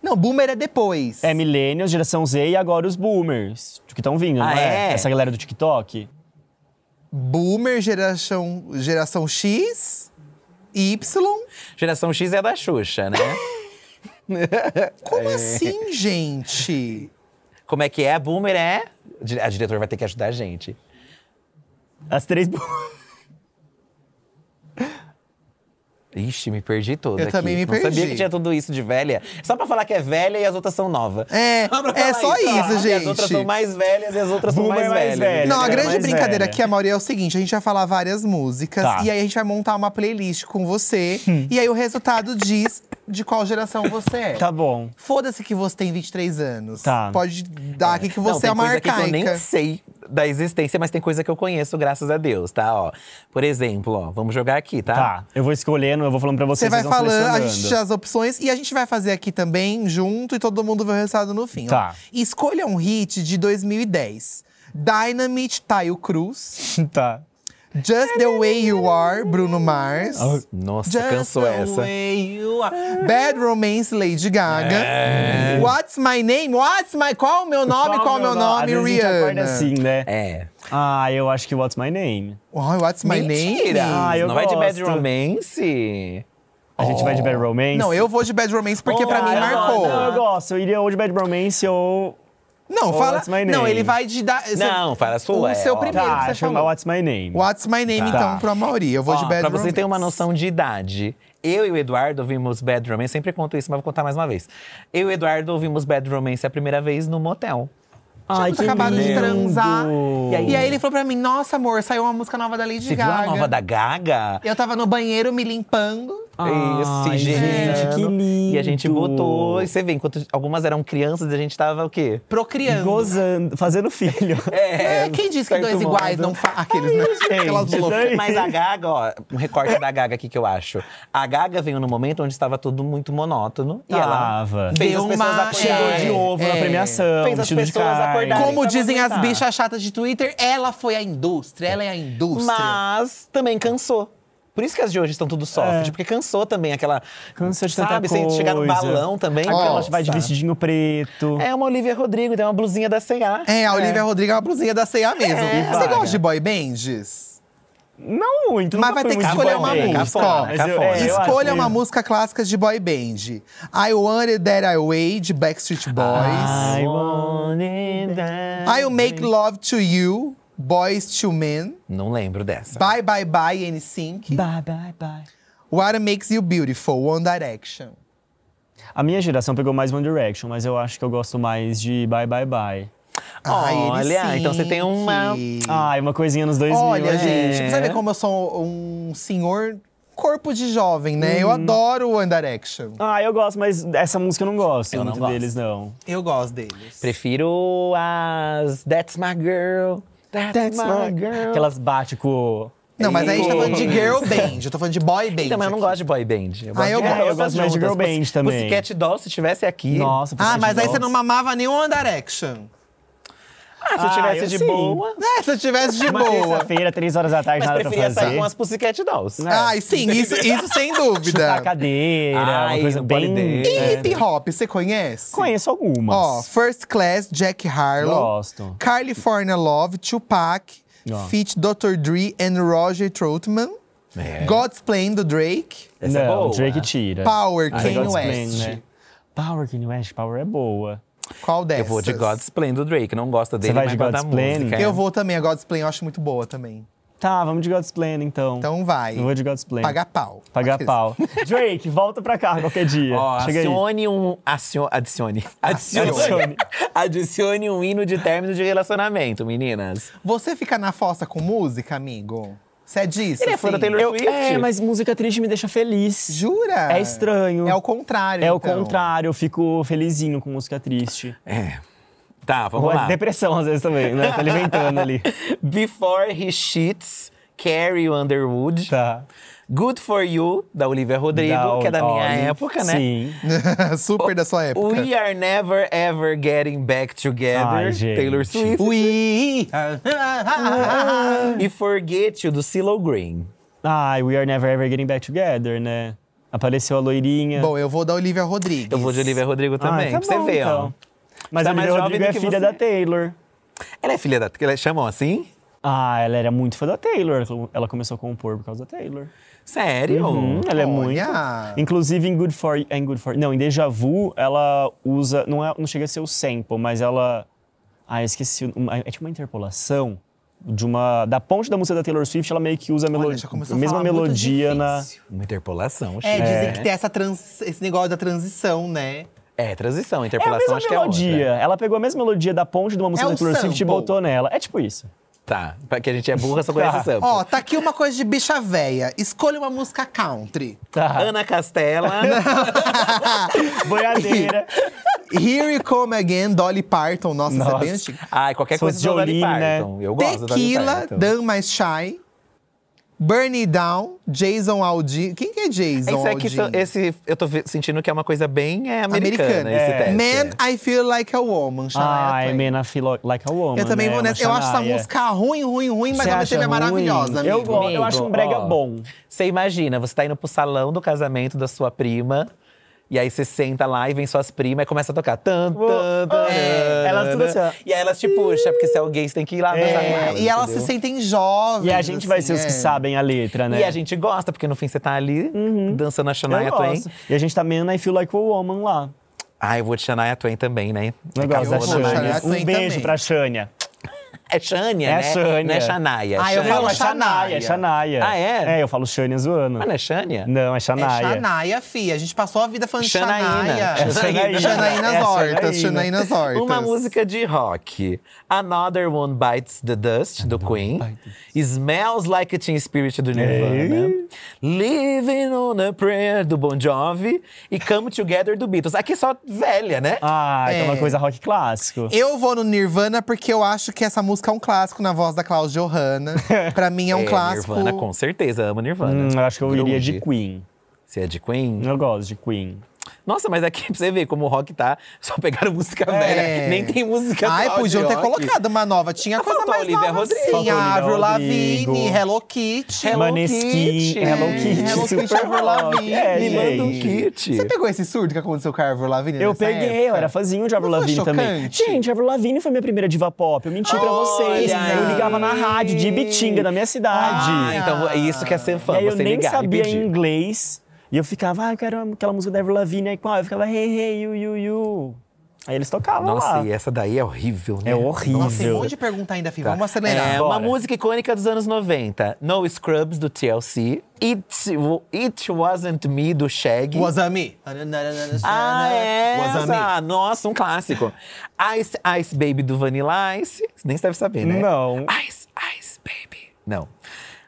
Speaker 1: Não, boomer é depois.
Speaker 3: É Millennials, geração Z e agora os Boomers. Que estão vindo,
Speaker 2: Ah,
Speaker 3: não é?
Speaker 2: é?
Speaker 3: Essa galera do TikTok.
Speaker 1: Boomer, geração, geração X, Y.
Speaker 2: Geração X é a da Xuxa, né? É.
Speaker 1: Como assim, gente?
Speaker 2: Como é que é? Boomer é. Di- A diretora vai ter que ajudar a gente.
Speaker 3: As três Boomers.
Speaker 2: Ixi, me perdi toda.
Speaker 1: Eu
Speaker 2: aqui.
Speaker 1: também me
Speaker 2: Não sabia
Speaker 1: perdi.
Speaker 2: que tinha tudo isso de velha. Só pra falar que é velha e as outras são novas.
Speaker 1: É,
Speaker 2: pra
Speaker 1: é
Speaker 2: falar
Speaker 1: só isso,
Speaker 2: ó. E As
Speaker 1: gente.
Speaker 2: outras são mais velhas e as outras são
Speaker 3: Boomer
Speaker 2: mais,
Speaker 3: é
Speaker 2: velhas.
Speaker 3: mais
Speaker 2: né?
Speaker 3: velha.
Speaker 1: Não, a
Speaker 3: Ela era
Speaker 1: grande
Speaker 3: mais
Speaker 1: brincadeira
Speaker 3: velha.
Speaker 1: aqui, a Mauri, é o seguinte: a gente vai falar várias músicas
Speaker 3: Tá.
Speaker 1: e aí a gente vai montar uma playlist com você.
Speaker 2: Hum.
Speaker 1: e aí o resultado diz de qual geração você é.
Speaker 3: Tá bom.
Speaker 1: Foda-se que você tem 23 anos.
Speaker 3: Tá.
Speaker 1: Pode dar aqui que
Speaker 2: não,
Speaker 1: você
Speaker 2: tem
Speaker 1: é uma
Speaker 2: coisa
Speaker 1: arcaica.
Speaker 2: que eu nem sei da existência, mas tem coisa que eu conheço, graças a Deus, tá? Ó, por exemplo, ó, vamos jogar aqui, tá?
Speaker 3: Tá, eu vou escolhendo, eu vou falando pra
Speaker 1: Você
Speaker 3: vocês.
Speaker 1: vai
Speaker 3: vocês vão
Speaker 1: falando, a gente
Speaker 3: selecionando.
Speaker 1: tira as opções e a gente vai fazer aqui também junto e todo mundo vê o resultado no fim. ó.
Speaker 3: Tá.
Speaker 1: Escolha um hit de 2010. Dynamite Tayo Cruz.
Speaker 3: Tá.
Speaker 1: Just the Way You Are, Bruno Mars.
Speaker 3: Ah,
Speaker 2: Nossa,
Speaker 1: Tá. Just
Speaker 2: cansou
Speaker 1: the
Speaker 2: essa.
Speaker 1: Way you are. Bad Romance Lady Gaga.
Speaker 3: É.
Speaker 1: What's My Name? What's My. Qual o meu nome? Qual, é o meu nome?
Speaker 3: Às vezes a gente acorda
Speaker 1: Rihanna.
Speaker 3: assim, né?
Speaker 2: É.
Speaker 3: Ah, eu acho que What's My Name.
Speaker 1: Ai, what's My
Speaker 2: Mentira!
Speaker 1: Name?
Speaker 3: Ah, eu
Speaker 2: não vai de Bad
Speaker 3: gosto.
Speaker 2: Romance?
Speaker 3: A gente vai de Bad Romance.
Speaker 1: Não, eu vou de Bad Romance porque pra mim
Speaker 2: Olha,
Speaker 1: marcou.
Speaker 3: Não, eu gosto. Eu iria ou de Bad Romance ou.
Speaker 1: Não,
Speaker 3: Oh,
Speaker 1: fala.
Speaker 3: what's my
Speaker 1: Não,
Speaker 3: name?
Speaker 1: ele vai de dar. cê-
Speaker 2: Não, fala a sua,
Speaker 1: O
Speaker 2: é,
Speaker 1: seu
Speaker 2: ó.
Speaker 1: primeiro
Speaker 3: Tá,
Speaker 1: que você
Speaker 3: chama
Speaker 1: falou.
Speaker 3: What's My Name.
Speaker 1: What's my name,
Speaker 3: Tá.
Speaker 1: então, pro Amauri? Eu vou de
Speaker 2: Ó,
Speaker 1: Bad
Speaker 2: pra vocês
Speaker 1: Romance.
Speaker 2: terem uma noção de idade, eu e o Eduardo ouvimos Bad Romance, sempre conto isso, mas vou contar mais uma vez. Eu e o Eduardo ouvimos Bad Romance a primeira vez no motel.
Speaker 3: Ai,
Speaker 1: Eles acabaram de
Speaker 3: lindo.
Speaker 1: transar. E aí, ele falou pra mim: Nossa, amor, saiu uma música nova da Lady
Speaker 2: Você viu
Speaker 1: Gaga.
Speaker 2: a nova da Gaga?
Speaker 1: Eu tava no banheiro me limpando.
Speaker 3: Ai,
Speaker 2: Esse
Speaker 3: gente, que lindo.
Speaker 2: E a gente botou. E você vê, enquanto algumas eram crianças, a gente tava o quê?
Speaker 1: Procriando.
Speaker 3: Gozando, fazendo filho.
Speaker 1: É, quem disse que
Speaker 2: certo
Speaker 1: dois iguais
Speaker 2: modo.
Speaker 1: não faz aqueles, né?
Speaker 3: gente,
Speaker 1: Aquelas loucas.
Speaker 3: daí-
Speaker 2: Mas a Gaga, ó, um recorte da Gaga aqui que eu acho. A Gaga veio no momento onde estava tudo muito monótono. E ela
Speaker 3: Tava.
Speaker 2: fez
Speaker 1: Deu
Speaker 2: as pessoas
Speaker 1: uma-
Speaker 2: acordarem.
Speaker 3: Chegou
Speaker 1: É,
Speaker 3: de ovo na
Speaker 1: é.
Speaker 3: premiação,
Speaker 2: Fez as
Speaker 3: vestido
Speaker 2: pessoas
Speaker 3: de carne.
Speaker 2: acordarem
Speaker 1: Como
Speaker 2: pra
Speaker 1: dizem as
Speaker 2: aguentar.
Speaker 1: bichas chatas de Twitter, ela foi a indústria, ela é a indústria.
Speaker 2: Mas também cansou. Por isso que as de hoje estão tudo soft,
Speaker 3: É.
Speaker 2: porque cansou também aquela.
Speaker 3: Cansou de tanta
Speaker 2: sabe, sem chegar no
Speaker 3: coisa.
Speaker 2: balão também.
Speaker 3: Aquela
Speaker 2: nossa.
Speaker 3: que vai de vestidinho preto.
Speaker 2: É uma Olivia Rodrigo, tem uma blusinha da C&A.
Speaker 1: É, a Olivia Rodrigo é uma blusinha da C&A mesmo.
Speaker 2: É.
Speaker 1: Você
Speaker 2: Vaga.
Speaker 1: gosta de boy bands?
Speaker 3: Não muito,
Speaker 1: Mas
Speaker 3: nunca
Speaker 1: vai
Speaker 3: fui
Speaker 1: ter que
Speaker 3: muito
Speaker 1: escolher
Speaker 3: bom
Speaker 1: uma
Speaker 3: nisso.
Speaker 1: música,
Speaker 2: ó.
Speaker 3: Mas eu-
Speaker 2: Cafona.
Speaker 3: é, eu acho
Speaker 1: Escolha
Speaker 3: que-
Speaker 1: uma música clássica de boy band. I Want It That I Way, de Backstreet Boys.
Speaker 3: I want it that
Speaker 1: I Will Make Love To You, Boys To Men.
Speaker 2: Não lembro dessa.
Speaker 1: Bye Bye Bye, NSYNC.
Speaker 3: Bye, bye, bye.
Speaker 1: What Makes You Beautiful, One Direction.
Speaker 3: A minha geração pegou mais One Direction, mas eu acho que eu gosto mais de Bye Bye Bye.
Speaker 2: Olha, então você tem uma- é.
Speaker 1: NSYNC.
Speaker 3: Ai, uma coisinha nos 2000.
Speaker 1: Ah, Olha,
Speaker 3: né?
Speaker 1: gente, pra você ver como eu sou um senhor corpo de jovem, né?
Speaker 2: Hum.
Speaker 1: Eu adoro One Direction.
Speaker 3: Ah, eu gosto, mas essa música eu não gosto
Speaker 2: Eu não
Speaker 3: muito
Speaker 2: gosto.
Speaker 3: deles, não.
Speaker 1: Eu gosto deles.
Speaker 2: Prefiro as That's My Girl. That's, my, Girl.
Speaker 3: Que elas batem com.
Speaker 1: Não, mas aí a gente tá falando de
Speaker 3: Ei.
Speaker 1: girl band, eu tô falando de boy band.
Speaker 2: Então, mas eu não
Speaker 1: aqui.
Speaker 2: gosto de boy band. Eu gosto
Speaker 1: eu
Speaker 2: de-
Speaker 1: gosto.
Speaker 2: É,
Speaker 1: Eu
Speaker 3: gosto mais de girl
Speaker 2: juntas.
Speaker 3: band
Speaker 2: Pussy-
Speaker 3: também.
Speaker 2: Pussycat Doll, se tivesse aqui…
Speaker 3: Nossa,
Speaker 1: Ah,
Speaker 3: Pussycat
Speaker 1: mas aí você
Speaker 3: Dolls.
Speaker 1: não mamava nenhum One Direction.
Speaker 2: Ah, se eu
Speaker 3: Ah,
Speaker 2: tivesse
Speaker 3: eu
Speaker 2: de
Speaker 3: sim.
Speaker 2: boa…
Speaker 1: É, se eu tivesse de
Speaker 3: Uma
Speaker 1: boa.
Speaker 3: terça-feira, três horas da tarde,
Speaker 2: Mas
Speaker 3: nada pra
Speaker 2: preferia
Speaker 3: fazer.
Speaker 2: sair com as Pussycat Dolls.
Speaker 3: Né?
Speaker 1: Ai, Ah, sim, isso, isso sem
Speaker 3: Chutar a
Speaker 1: dúvida.
Speaker 3: cadeira,
Speaker 2: Ai,
Speaker 3: uma coisa
Speaker 2: no
Speaker 3: bem...
Speaker 2: polidense.
Speaker 1: E
Speaker 3: É.
Speaker 1: hip hop, você conhece?
Speaker 3: Conheço
Speaker 1: Ó,
Speaker 3: algumas.
Speaker 1: First Class, Jack Harlow.
Speaker 3: Gosto.
Speaker 1: California Love, Tupac.
Speaker 3: Ó.
Speaker 1: Feat Dr. Dre and Roger Troutman.
Speaker 3: É.
Speaker 1: God's Plan, do Drake.
Speaker 2: Essa é
Speaker 3: não,
Speaker 2: boa.
Speaker 3: Drake tira.
Speaker 1: Power,
Speaker 3: Ah,
Speaker 1: Kanye
Speaker 3: God's Plan,
Speaker 1: West.
Speaker 3: né? Power, Kanye West, Power é boa.
Speaker 1: Qual dessas?
Speaker 2: Eu vou de God's Plan do Drake. Não gosto dele,
Speaker 3: vai
Speaker 2: mas
Speaker 3: de
Speaker 2: gosto da
Speaker 3: God's Plan?
Speaker 2: música.
Speaker 1: Eu vou também, a God's Plan eu acho muito boa também.
Speaker 3: Tá, vamos de God's Plan, então.
Speaker 1: Então vai.
Speaker 3: Eu vou de God's Plan.
Speaker 1: Pagar pau.
Speaker 3: Pagar
Speaker 1: Aqueles-
Speaker 3: pau. Drake, volta pra cá qualquer dia.
Speaker 2: Ó,
Speaker 3: Chega aí.
Speaker 2: adicione um. acio- Adicione. Adicione.
Speaker 3: Adicione.
Speaker 2: adicione um hino de término de relacionamento, meninas.
Speaker 1: Você fica na fossa com música, amigo? Você é disso?
Speaker 2: Ele é fã da Taylor
Speaker 3: Eu-
Speaker 2: Swift.
Speaker 3: é, mas música triste me deixa feliz.
Speaker 1: Jura?
Speaker 3: É estranho.
Speaker 1: É o contrário.
Speaker 3: É o
Speaker 1: então.
Speaker 3: contrário, eu fico felizinho com música triste.
Speaker 2: É. Tá, vamos
Speaker 3: Ou
Speaker 2: lá.
Speaker 3: é depressão às vezes também, né? Tá alimentando ali.
Speaker 2: Before He Cheats, Carrie Underwood.
Speaker 3: Tá.
Speaker 2: Good For You, da Olivia Rodrigo,
Speaker 3: Dá
Speaker 2: que é da minha
Speaker 3: Olive.
Speaker 2: época, né?
Speaker 3: Sim.
Speaker 1: Super da sua época.
Speaker 2: We Are Never Ever Getting Back Together,
Speaker 3: Ai, gente.
Speaker 2: Taylor Swift.
Speaker 1: Ui!
Speaker 2: E Forget You, do CeeLo Green.
Speaker 3: Ai, We Are Never Ever Getting Back Together, né? Apareceu a loirinha.
Speaker 1: Bom, eu vou da Olivia Rodrigues.
Speaker 2: Eu vou de Olivia Rodrigo também,
Speaker 3: Ai, tá
Speaker 2: pra você
Speaker 3: bom,
Speaker 2: ver,
Speaker 3: então.
Speaker 2: ó.
Speaker 3: Mas
Speaker 2: Tá
Speaker 3: a
Speaker 2: mais jovem
Speaker 3: Olivia Rodrigo
Speaker 2: do
Speaker 3: é
Speaker 2: que
Speaker 3: filha
Speaker 2: você.
Speaker 3: da Taylor.
Speaker 2: Ela é filha da. Elas chamam assim?
Speaker 3: Ah, ela era muito fã da Taylor. Ela começou a compor por causa da Taylor.
Speaker 2: Sério?
Speaker 3: Hum, ela é muito.
Speaker 1: Olha!
Speaker 3: Inclusive em Good for em Good for não, em Deja Vu ela usa não é, não chega a ser o sample, mas ela ah, eu esqueci, o- uma- é tipo uma interpolação de uma da ponte da música da Taylor Swift, ela meio que usa a, melo-
Speaker 1: Olha, já começou
Speaker 3: a mesma
Speaker 1: falar muito
Speaker 3: melodia na
Speaker 1: difícil.
Speaker 2: Uma interpolação,
Speaker 1: É,
Speaker 2: gente.
Speaker 1: dizem que tem essa trans- esse negócio da transição, né?
Speaker 2: É, transição,
Speaker 3: é a
Speaker 2: interpolação
Speaker 3: mesma
Speaker 2: acho
Speaker 3: melodia.
Speaker 2: que é outra.
Speaker 3: Ela pegou a mesma melodia da ponte de uma música
Speaker 1: É um
Speaker 3: da Taylor Swift e
Speaker 1: sample.
Speaker 3: botou nela. É tipo isso.
Speaker 2: Tá, pra que a gente é burra, só conhece
Speaker 3: Tá.
Speaker 2: esse sample.
Speaker 1: Ó, tá aqui uma coisa de bicha véia. Escolha uma música country.
Speaker 3: Tá.
Speaker 2: Ana Castela.
Speaker 3: Boiadeira.
Speaker 1: Here You Come Again, Dolly Parton. Nossa, essa é bem
Speaker 3: Nossa.
Speaker 1: antiga.
Speaker 2: Ai, Ah, qualquer
Speaker 3: Sou
Speaker 2: coisa do Dolly
Speaker 3: Jolene, né?
Speaker 2: Parton. então. Eu gosto da então. Dolly
Speaker 1: Tequila,
Speaker 2: Parton.
Speaker 1: Dan Mais Shy. Burn It Down, Jason Aldean. Quem que é
Speaker 2: É
Speaker 1: Jason
Speaker 2: Isso aqui,
Speaker 1: Aldean?
Speaker 2: são- esse, eu tô ve- sentindo que é uma coisa bem é, americana,
Speaker 1: Americana,
Speaker 2: esse
Speaker 1: é.
Speaker 2: teste.
Speaker 1: Man, I Feel Like a Woman, Shania
Speaker 3: Ai,
Speaker 1: Twain.
Speaker 3: Man, I feel Ah, like a woman.
Speaker 1: Tá, Eu também
Speaker 3: né?
Speaker 1: vou
Speaker 3: Uma
Speaker 1: nessa. Eu acho essa
Speaker 3: Shania.
Speaker 1: música ruim, ruim, ruim, mas
Speaker 3: Você
Speaker 1: ao mesmo
Speaker 3: acha
Speaker 1: tempo é
Speaker 3: ruim?
Speaker 1: maravilhosa,
Speaker 3: Eu
Speaker 1: amigo.
Speaker 3: gosto. eu acho um brega bom.
Speaker 2: Você imagina, você tá indo pro salão do casamento da sua prima. E aí você senta lá e vem suas primas e começa a tocar. Tan, tan, tan,
Speaker 3: É, elas tudo assim, ó.
Speaker 2: E aí elas te puxam, porque se é alguém, você tem que ir lá dançar com
Speaker 1: É,
Speaker 2: elas,
Speaker 1: e elas
Speaker 2: entendeu?
Speaker 1: se sentem jovens.
Speaker 3: E a gente vai
Speaker 1: assim,
Speaker 3: ser os
Speaker 1: é.
Speaker 3: que sabem a letra, né?
Speaker 2: E a gente gosta, porque no fim você tá ali
Speaker 1: Uhum.
Speaker 2: dançando a Shania
Speaker 3: Eu
Speaker 2: Twain.
Speaker 3: gosto. E a gente tá Man, I feel like a woman lá.
Speaker 2: Ah, eu vou de Shania Twain também, né?
Speaker 3: Eu gosto
Speaker 1: eu
Speaker 3: da
Speaker 1: vou na Shania
Speaker 3: Shania.
Speaker 1: Twain
Speaker 3: Um beijo
Speaker 1: É assim também.
Speaker 3: pra Shania.
Speaker 2: É Shania,
Speaker 3: É
Speaker 2: né?
Speaker 3: a Shania.
Speaker 2: Não é Shania.
Speaker 1: Ah, eu
Speaker 2: Shania.
Speaker 1: falo
Speaker 3: é
Speaker 1: Shania.
Speaker 3: Shania, Shania.
Speaker 2: Ah, é?
Speaker 3: É, eu falo Shania zoando.
Speaker 2: Ah, não é Shania?
Speaker 3: Não, é
Speaker 1: É
Speaker 3: Shania.
Speaker 1: Shanaia, fi. A gente passou a vida falando de
Speaker 2: Shanaína.
Speaker 1: Shanaia.
Speaker 3: É Shanaína.
Speaker 1: Shanaína nas
Speaker 3: É
Speaker 1: hortas,
Speaker 3: Shanaína.
Speaker 1: Shanaína nas hortas.
Speaker 2: Uma música de rock. Another One Bites the Dust, do Queen. Smells Like a Teen Spirit, do Nirvana. Living on a Prayer, do Bon Jovi. E Come Together, do Beatles. Aqui só velha, né?
Speaker 3: Ah, é.
Speaker 1: É.
Speaker 3: uma coisa rock clássico.
Speaker 1: Eu vou no Nirvana porque eu acho que essa música é um clássico na voz da Klaus Johanna. pra mim é um clássico.
Speaker 2: Nirvana, com certeza. Amo Nirvana.
Speaker 3: Hum, eu acho que eu iria de Hum.
Speaker 2: Grunge.
Speaker 3: Queen.
Speaker 2: Você é de Queen?
Speaker 3: Eu gosto de Queen.
Speaker 2: Nossa, mas aqui pra você ver como o rock tá, só pegaram música
Speaker 3: É.
Speaker 2: velha. Nem tem música
Speaker 1: É. Ai,
Speaker 2: atual de
Speaker 1: podiam ter
Speaker 2: rock.
Speaker 1: colocado uma nova. Tinha
Speaker 2: Ah,
Speaker 1: coisa
Speaker 2: faltou
Speaker 1: mais
Speaker 2: a Olivia
Speaker 1: nova,
Speaker 2: Rodrigo.
Speaker 1: sim.
Speaker 3: Faltou a
Speaker 1: A
Speaker 3: Olivia
Speaker 1: Avril Lavigne,
Speaker 3: Rodrigo.
Speaker 1: Hello Kitty.
Speaker 2: Hello
Speaker 3: Maneskin,
Speaker 2: Kitty.
Speaker 3: Hello Kitty,
Speaker 1: Hello Kitty,
Speaker 3: Super
Speaker 1: Avril
Speaker 3: Rock.
Speaker 1: Lavigne.
Speaker 3: É,
Speaker 2: Me manda um
Speaker 3: gente.
Speaker 2: kit.
Speaker 1: Você pegou esse surdo que aconteceu com a Avril Lavigne
Speaker 3: Eu
Speaker 1: nessa
Speaker 3: peguei, eu
Speaker 1: época?
Speaker 3: era fãzinho de Avril
Speaker 1: Não foi
Speaker 3: Lavigne também.
Speaker 1: chocante?
Speaker 3: Gente, Avril Lavigne foi minha primeira diva pop. Eu menti pra vocês.
Speaker 2: Olha
Speaker 3: Eu ligava na
Speaker 2: aí.
Speaker 3: rádio de Ibitinga, da minha cidade.
Speaker 2: Ah, então é isso que é ser fã,
Speaker 3: e aí eu
Speaker 2: você
Speaker 3: nem
Speaker 2: ligar
Speaker 3: sabia
Speaker 2: e pedir.
Speaker 3: inglês. E eu ficava, ah, eu quero aquela música da Avril Lavigne. Aí qual? Eu ficava, hey, hey, you, you, you. Aí eles tocavam
Speaker 2: Nossa,
Speaker 3: lá.
Speaker 2: e essa daí é horrível, né?
Speaker 3: É horrível.
Speaker 1: Nossa, tem um monte de pergunta ainda, Fih. Vamos acelerar.
Speaker 2: É uma
Speaker 3: Bora.
Speaker 2: música icônica dos anos 90. No Scrubs, do TLC. It, It Wasn't Me, do Shaggy.
Speaker 1: Wasami.
Speaker 2: ah, é
Speaker 1: Wasami.
Speaker 2: essa! Nossa, um clássico. Ice, Ice Baby, do Vanilla Ice. Você nem deve saber, né?
Speaker 3: Não.
Speaker 2: Ice, Ice Baby. Não.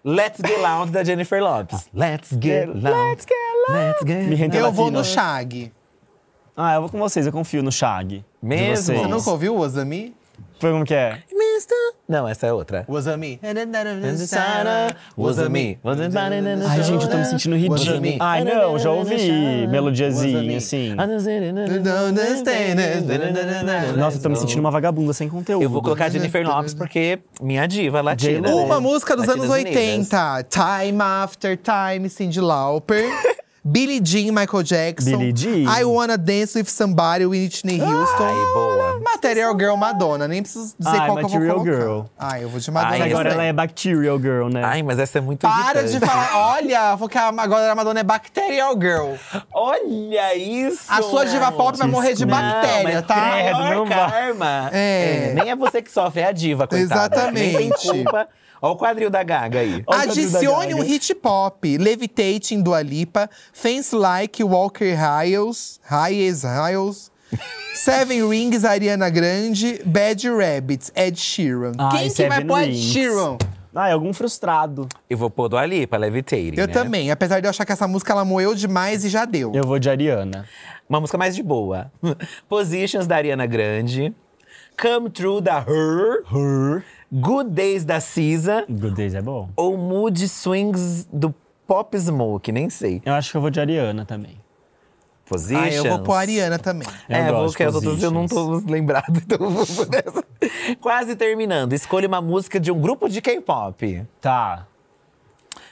Speaker 2: Let's Get Loud, da Jennifer Lopes. Let's Get Loud.
Speaker 3: Let's Get Loud.
Speaker 2: Let's Get
Speaker 3: Me rendeu
Speaker 1: Eu vou
Speaker 3: latino.
Speaker 1: no Shag.
Speaker 3: Ah, eu vou com vocês, eu confio no Shag. de
Speaker 2: Mesmo?
Speaker 3: vocês.
Speaker 1: Você nunca ouviu o Wasami?
Speaker 3: Foi como que é?
Speaker 2: Não, essa é outra.
Speaker 1: Wasami.
Speaker 2: Wasami.
Speaker 3: Ai, gente, eu tô me sentindo ridículo.
Speaker 1: Wasami.
Speaker 3: Ai, não, já ouvi melodiazinha, assim. Nossa, eu tô me sentindo uma vagabunda sem conteúdo.
Speaker 2: Eu vou colocar
Speaker 1: né?
Speaker 2: a Jennifer Lopes porque minha diva latina.
Speaker 3: J-Lo.
Speaker 2: né?
Speaker 1: Uma música dos
Speaker 2: Latinas
Speaker 1: anos
Speaker 2: Unidas.
Speaker 1: 80. Time After Time, Cyndi Lauper. Billie Jean, Michael Jackson.
Speaker 3: Billie Jean.
Speaker 1: I Wanna Dance With Somebody, Whitney Houston.
Speaker 2: Ai, boa.
Speaker 1: Material Girl, Madonna. Nem preciso dizer
Speaker 3: Ai,
Speaker 1: qual que eu vou
Speaker 3: Material
Speaker 1: colocar.
Speaker 3: Girl.
Speaker 1: Ai, eu vou de
Speaker 2: Ai,
Speaker 1: Madonna.
Speaker 2: essa
Speaker 3: Agora
Speaker 1: também.
Speaker 3: ela é Bacterial Girl, né?
Speaker 2: Ai, mas essa é muito
Speaker 1: Para de
Speaker 2: irritante.
Speaker 1: falar, olha, porque a- agora a Madonna é Bacterial Girl.
Speaker 2: Olha isso!
Speaker 1: A sua diva pop vai morrer de
Speaker 2: Não,
Speaker 1: bactéria,
Speaker 2: mas
Speaker 1: tá?
Speaker 2: credo,
Speaker 3: Não
Speaker 2: Não
Speaker 3: vai.
Speaker 2: karma.
Speaker 1: É.
Speaker 2: Nem é você que sofre, é a diva, coitada.
Speaker 1: Exatamente.
Speaker 2: Nem tem culpa. Olha o quadril da Gaga aí.
Speaker 3: Olha o
Speaker 1: Adicione
Speaker 3: Gaga.
Speaker 1: um hit pop. Levitating, Dua Lipa. Fence Like, Walker Hiles. Hiles, Hiles. Seven Rings, Ariana Grande. Bad Rabbits, Ed Sheeran.
Speaker 2: Ah,
Speaker 3: Ai,
Speaker 1: Quem que
Speaker 3: Seven
Speaker 1: vai pôr Ed
Speaker 3: Rings.
Speaker 1: Sheeron?
Speaker 3: Ai, Ah, é algum frustrado.
Speaker 2: Eu vou pôr do Ali pra Levitating,
Speaker 1: Eu
Speaker 2: né?
Speaker 1: também, apesar de eu achar que essa música ela moeu demais e já deu.
Speaker 3: Eu vou de Ariana.
Speaker 2: Uma música mais de boa. Positions, da Ariana Grande. Come True, da Her. Her. Good Days, da SZA.
Speaker 3: Good Days é bom.
Speaker 2: Ou Mood Swings, do Pop Smoke, nem sei.
Speaker 3: Eu acho que eu vou de Ariana também.
Speaker 2: Positions.
Speaker 1: Ah, eu vou pôr a Ariana também.
Speaker 3: Eu
Speaker 2: é,
Speaker 3: gosto
Speaker 2: vou
Speaker 3: de
Speaker 2: que as outras eu não tô lembrado, então eu vou por essa. Quase terminando. Escolha uma música de um grupo de K-pop.
Speaker 3: Tá,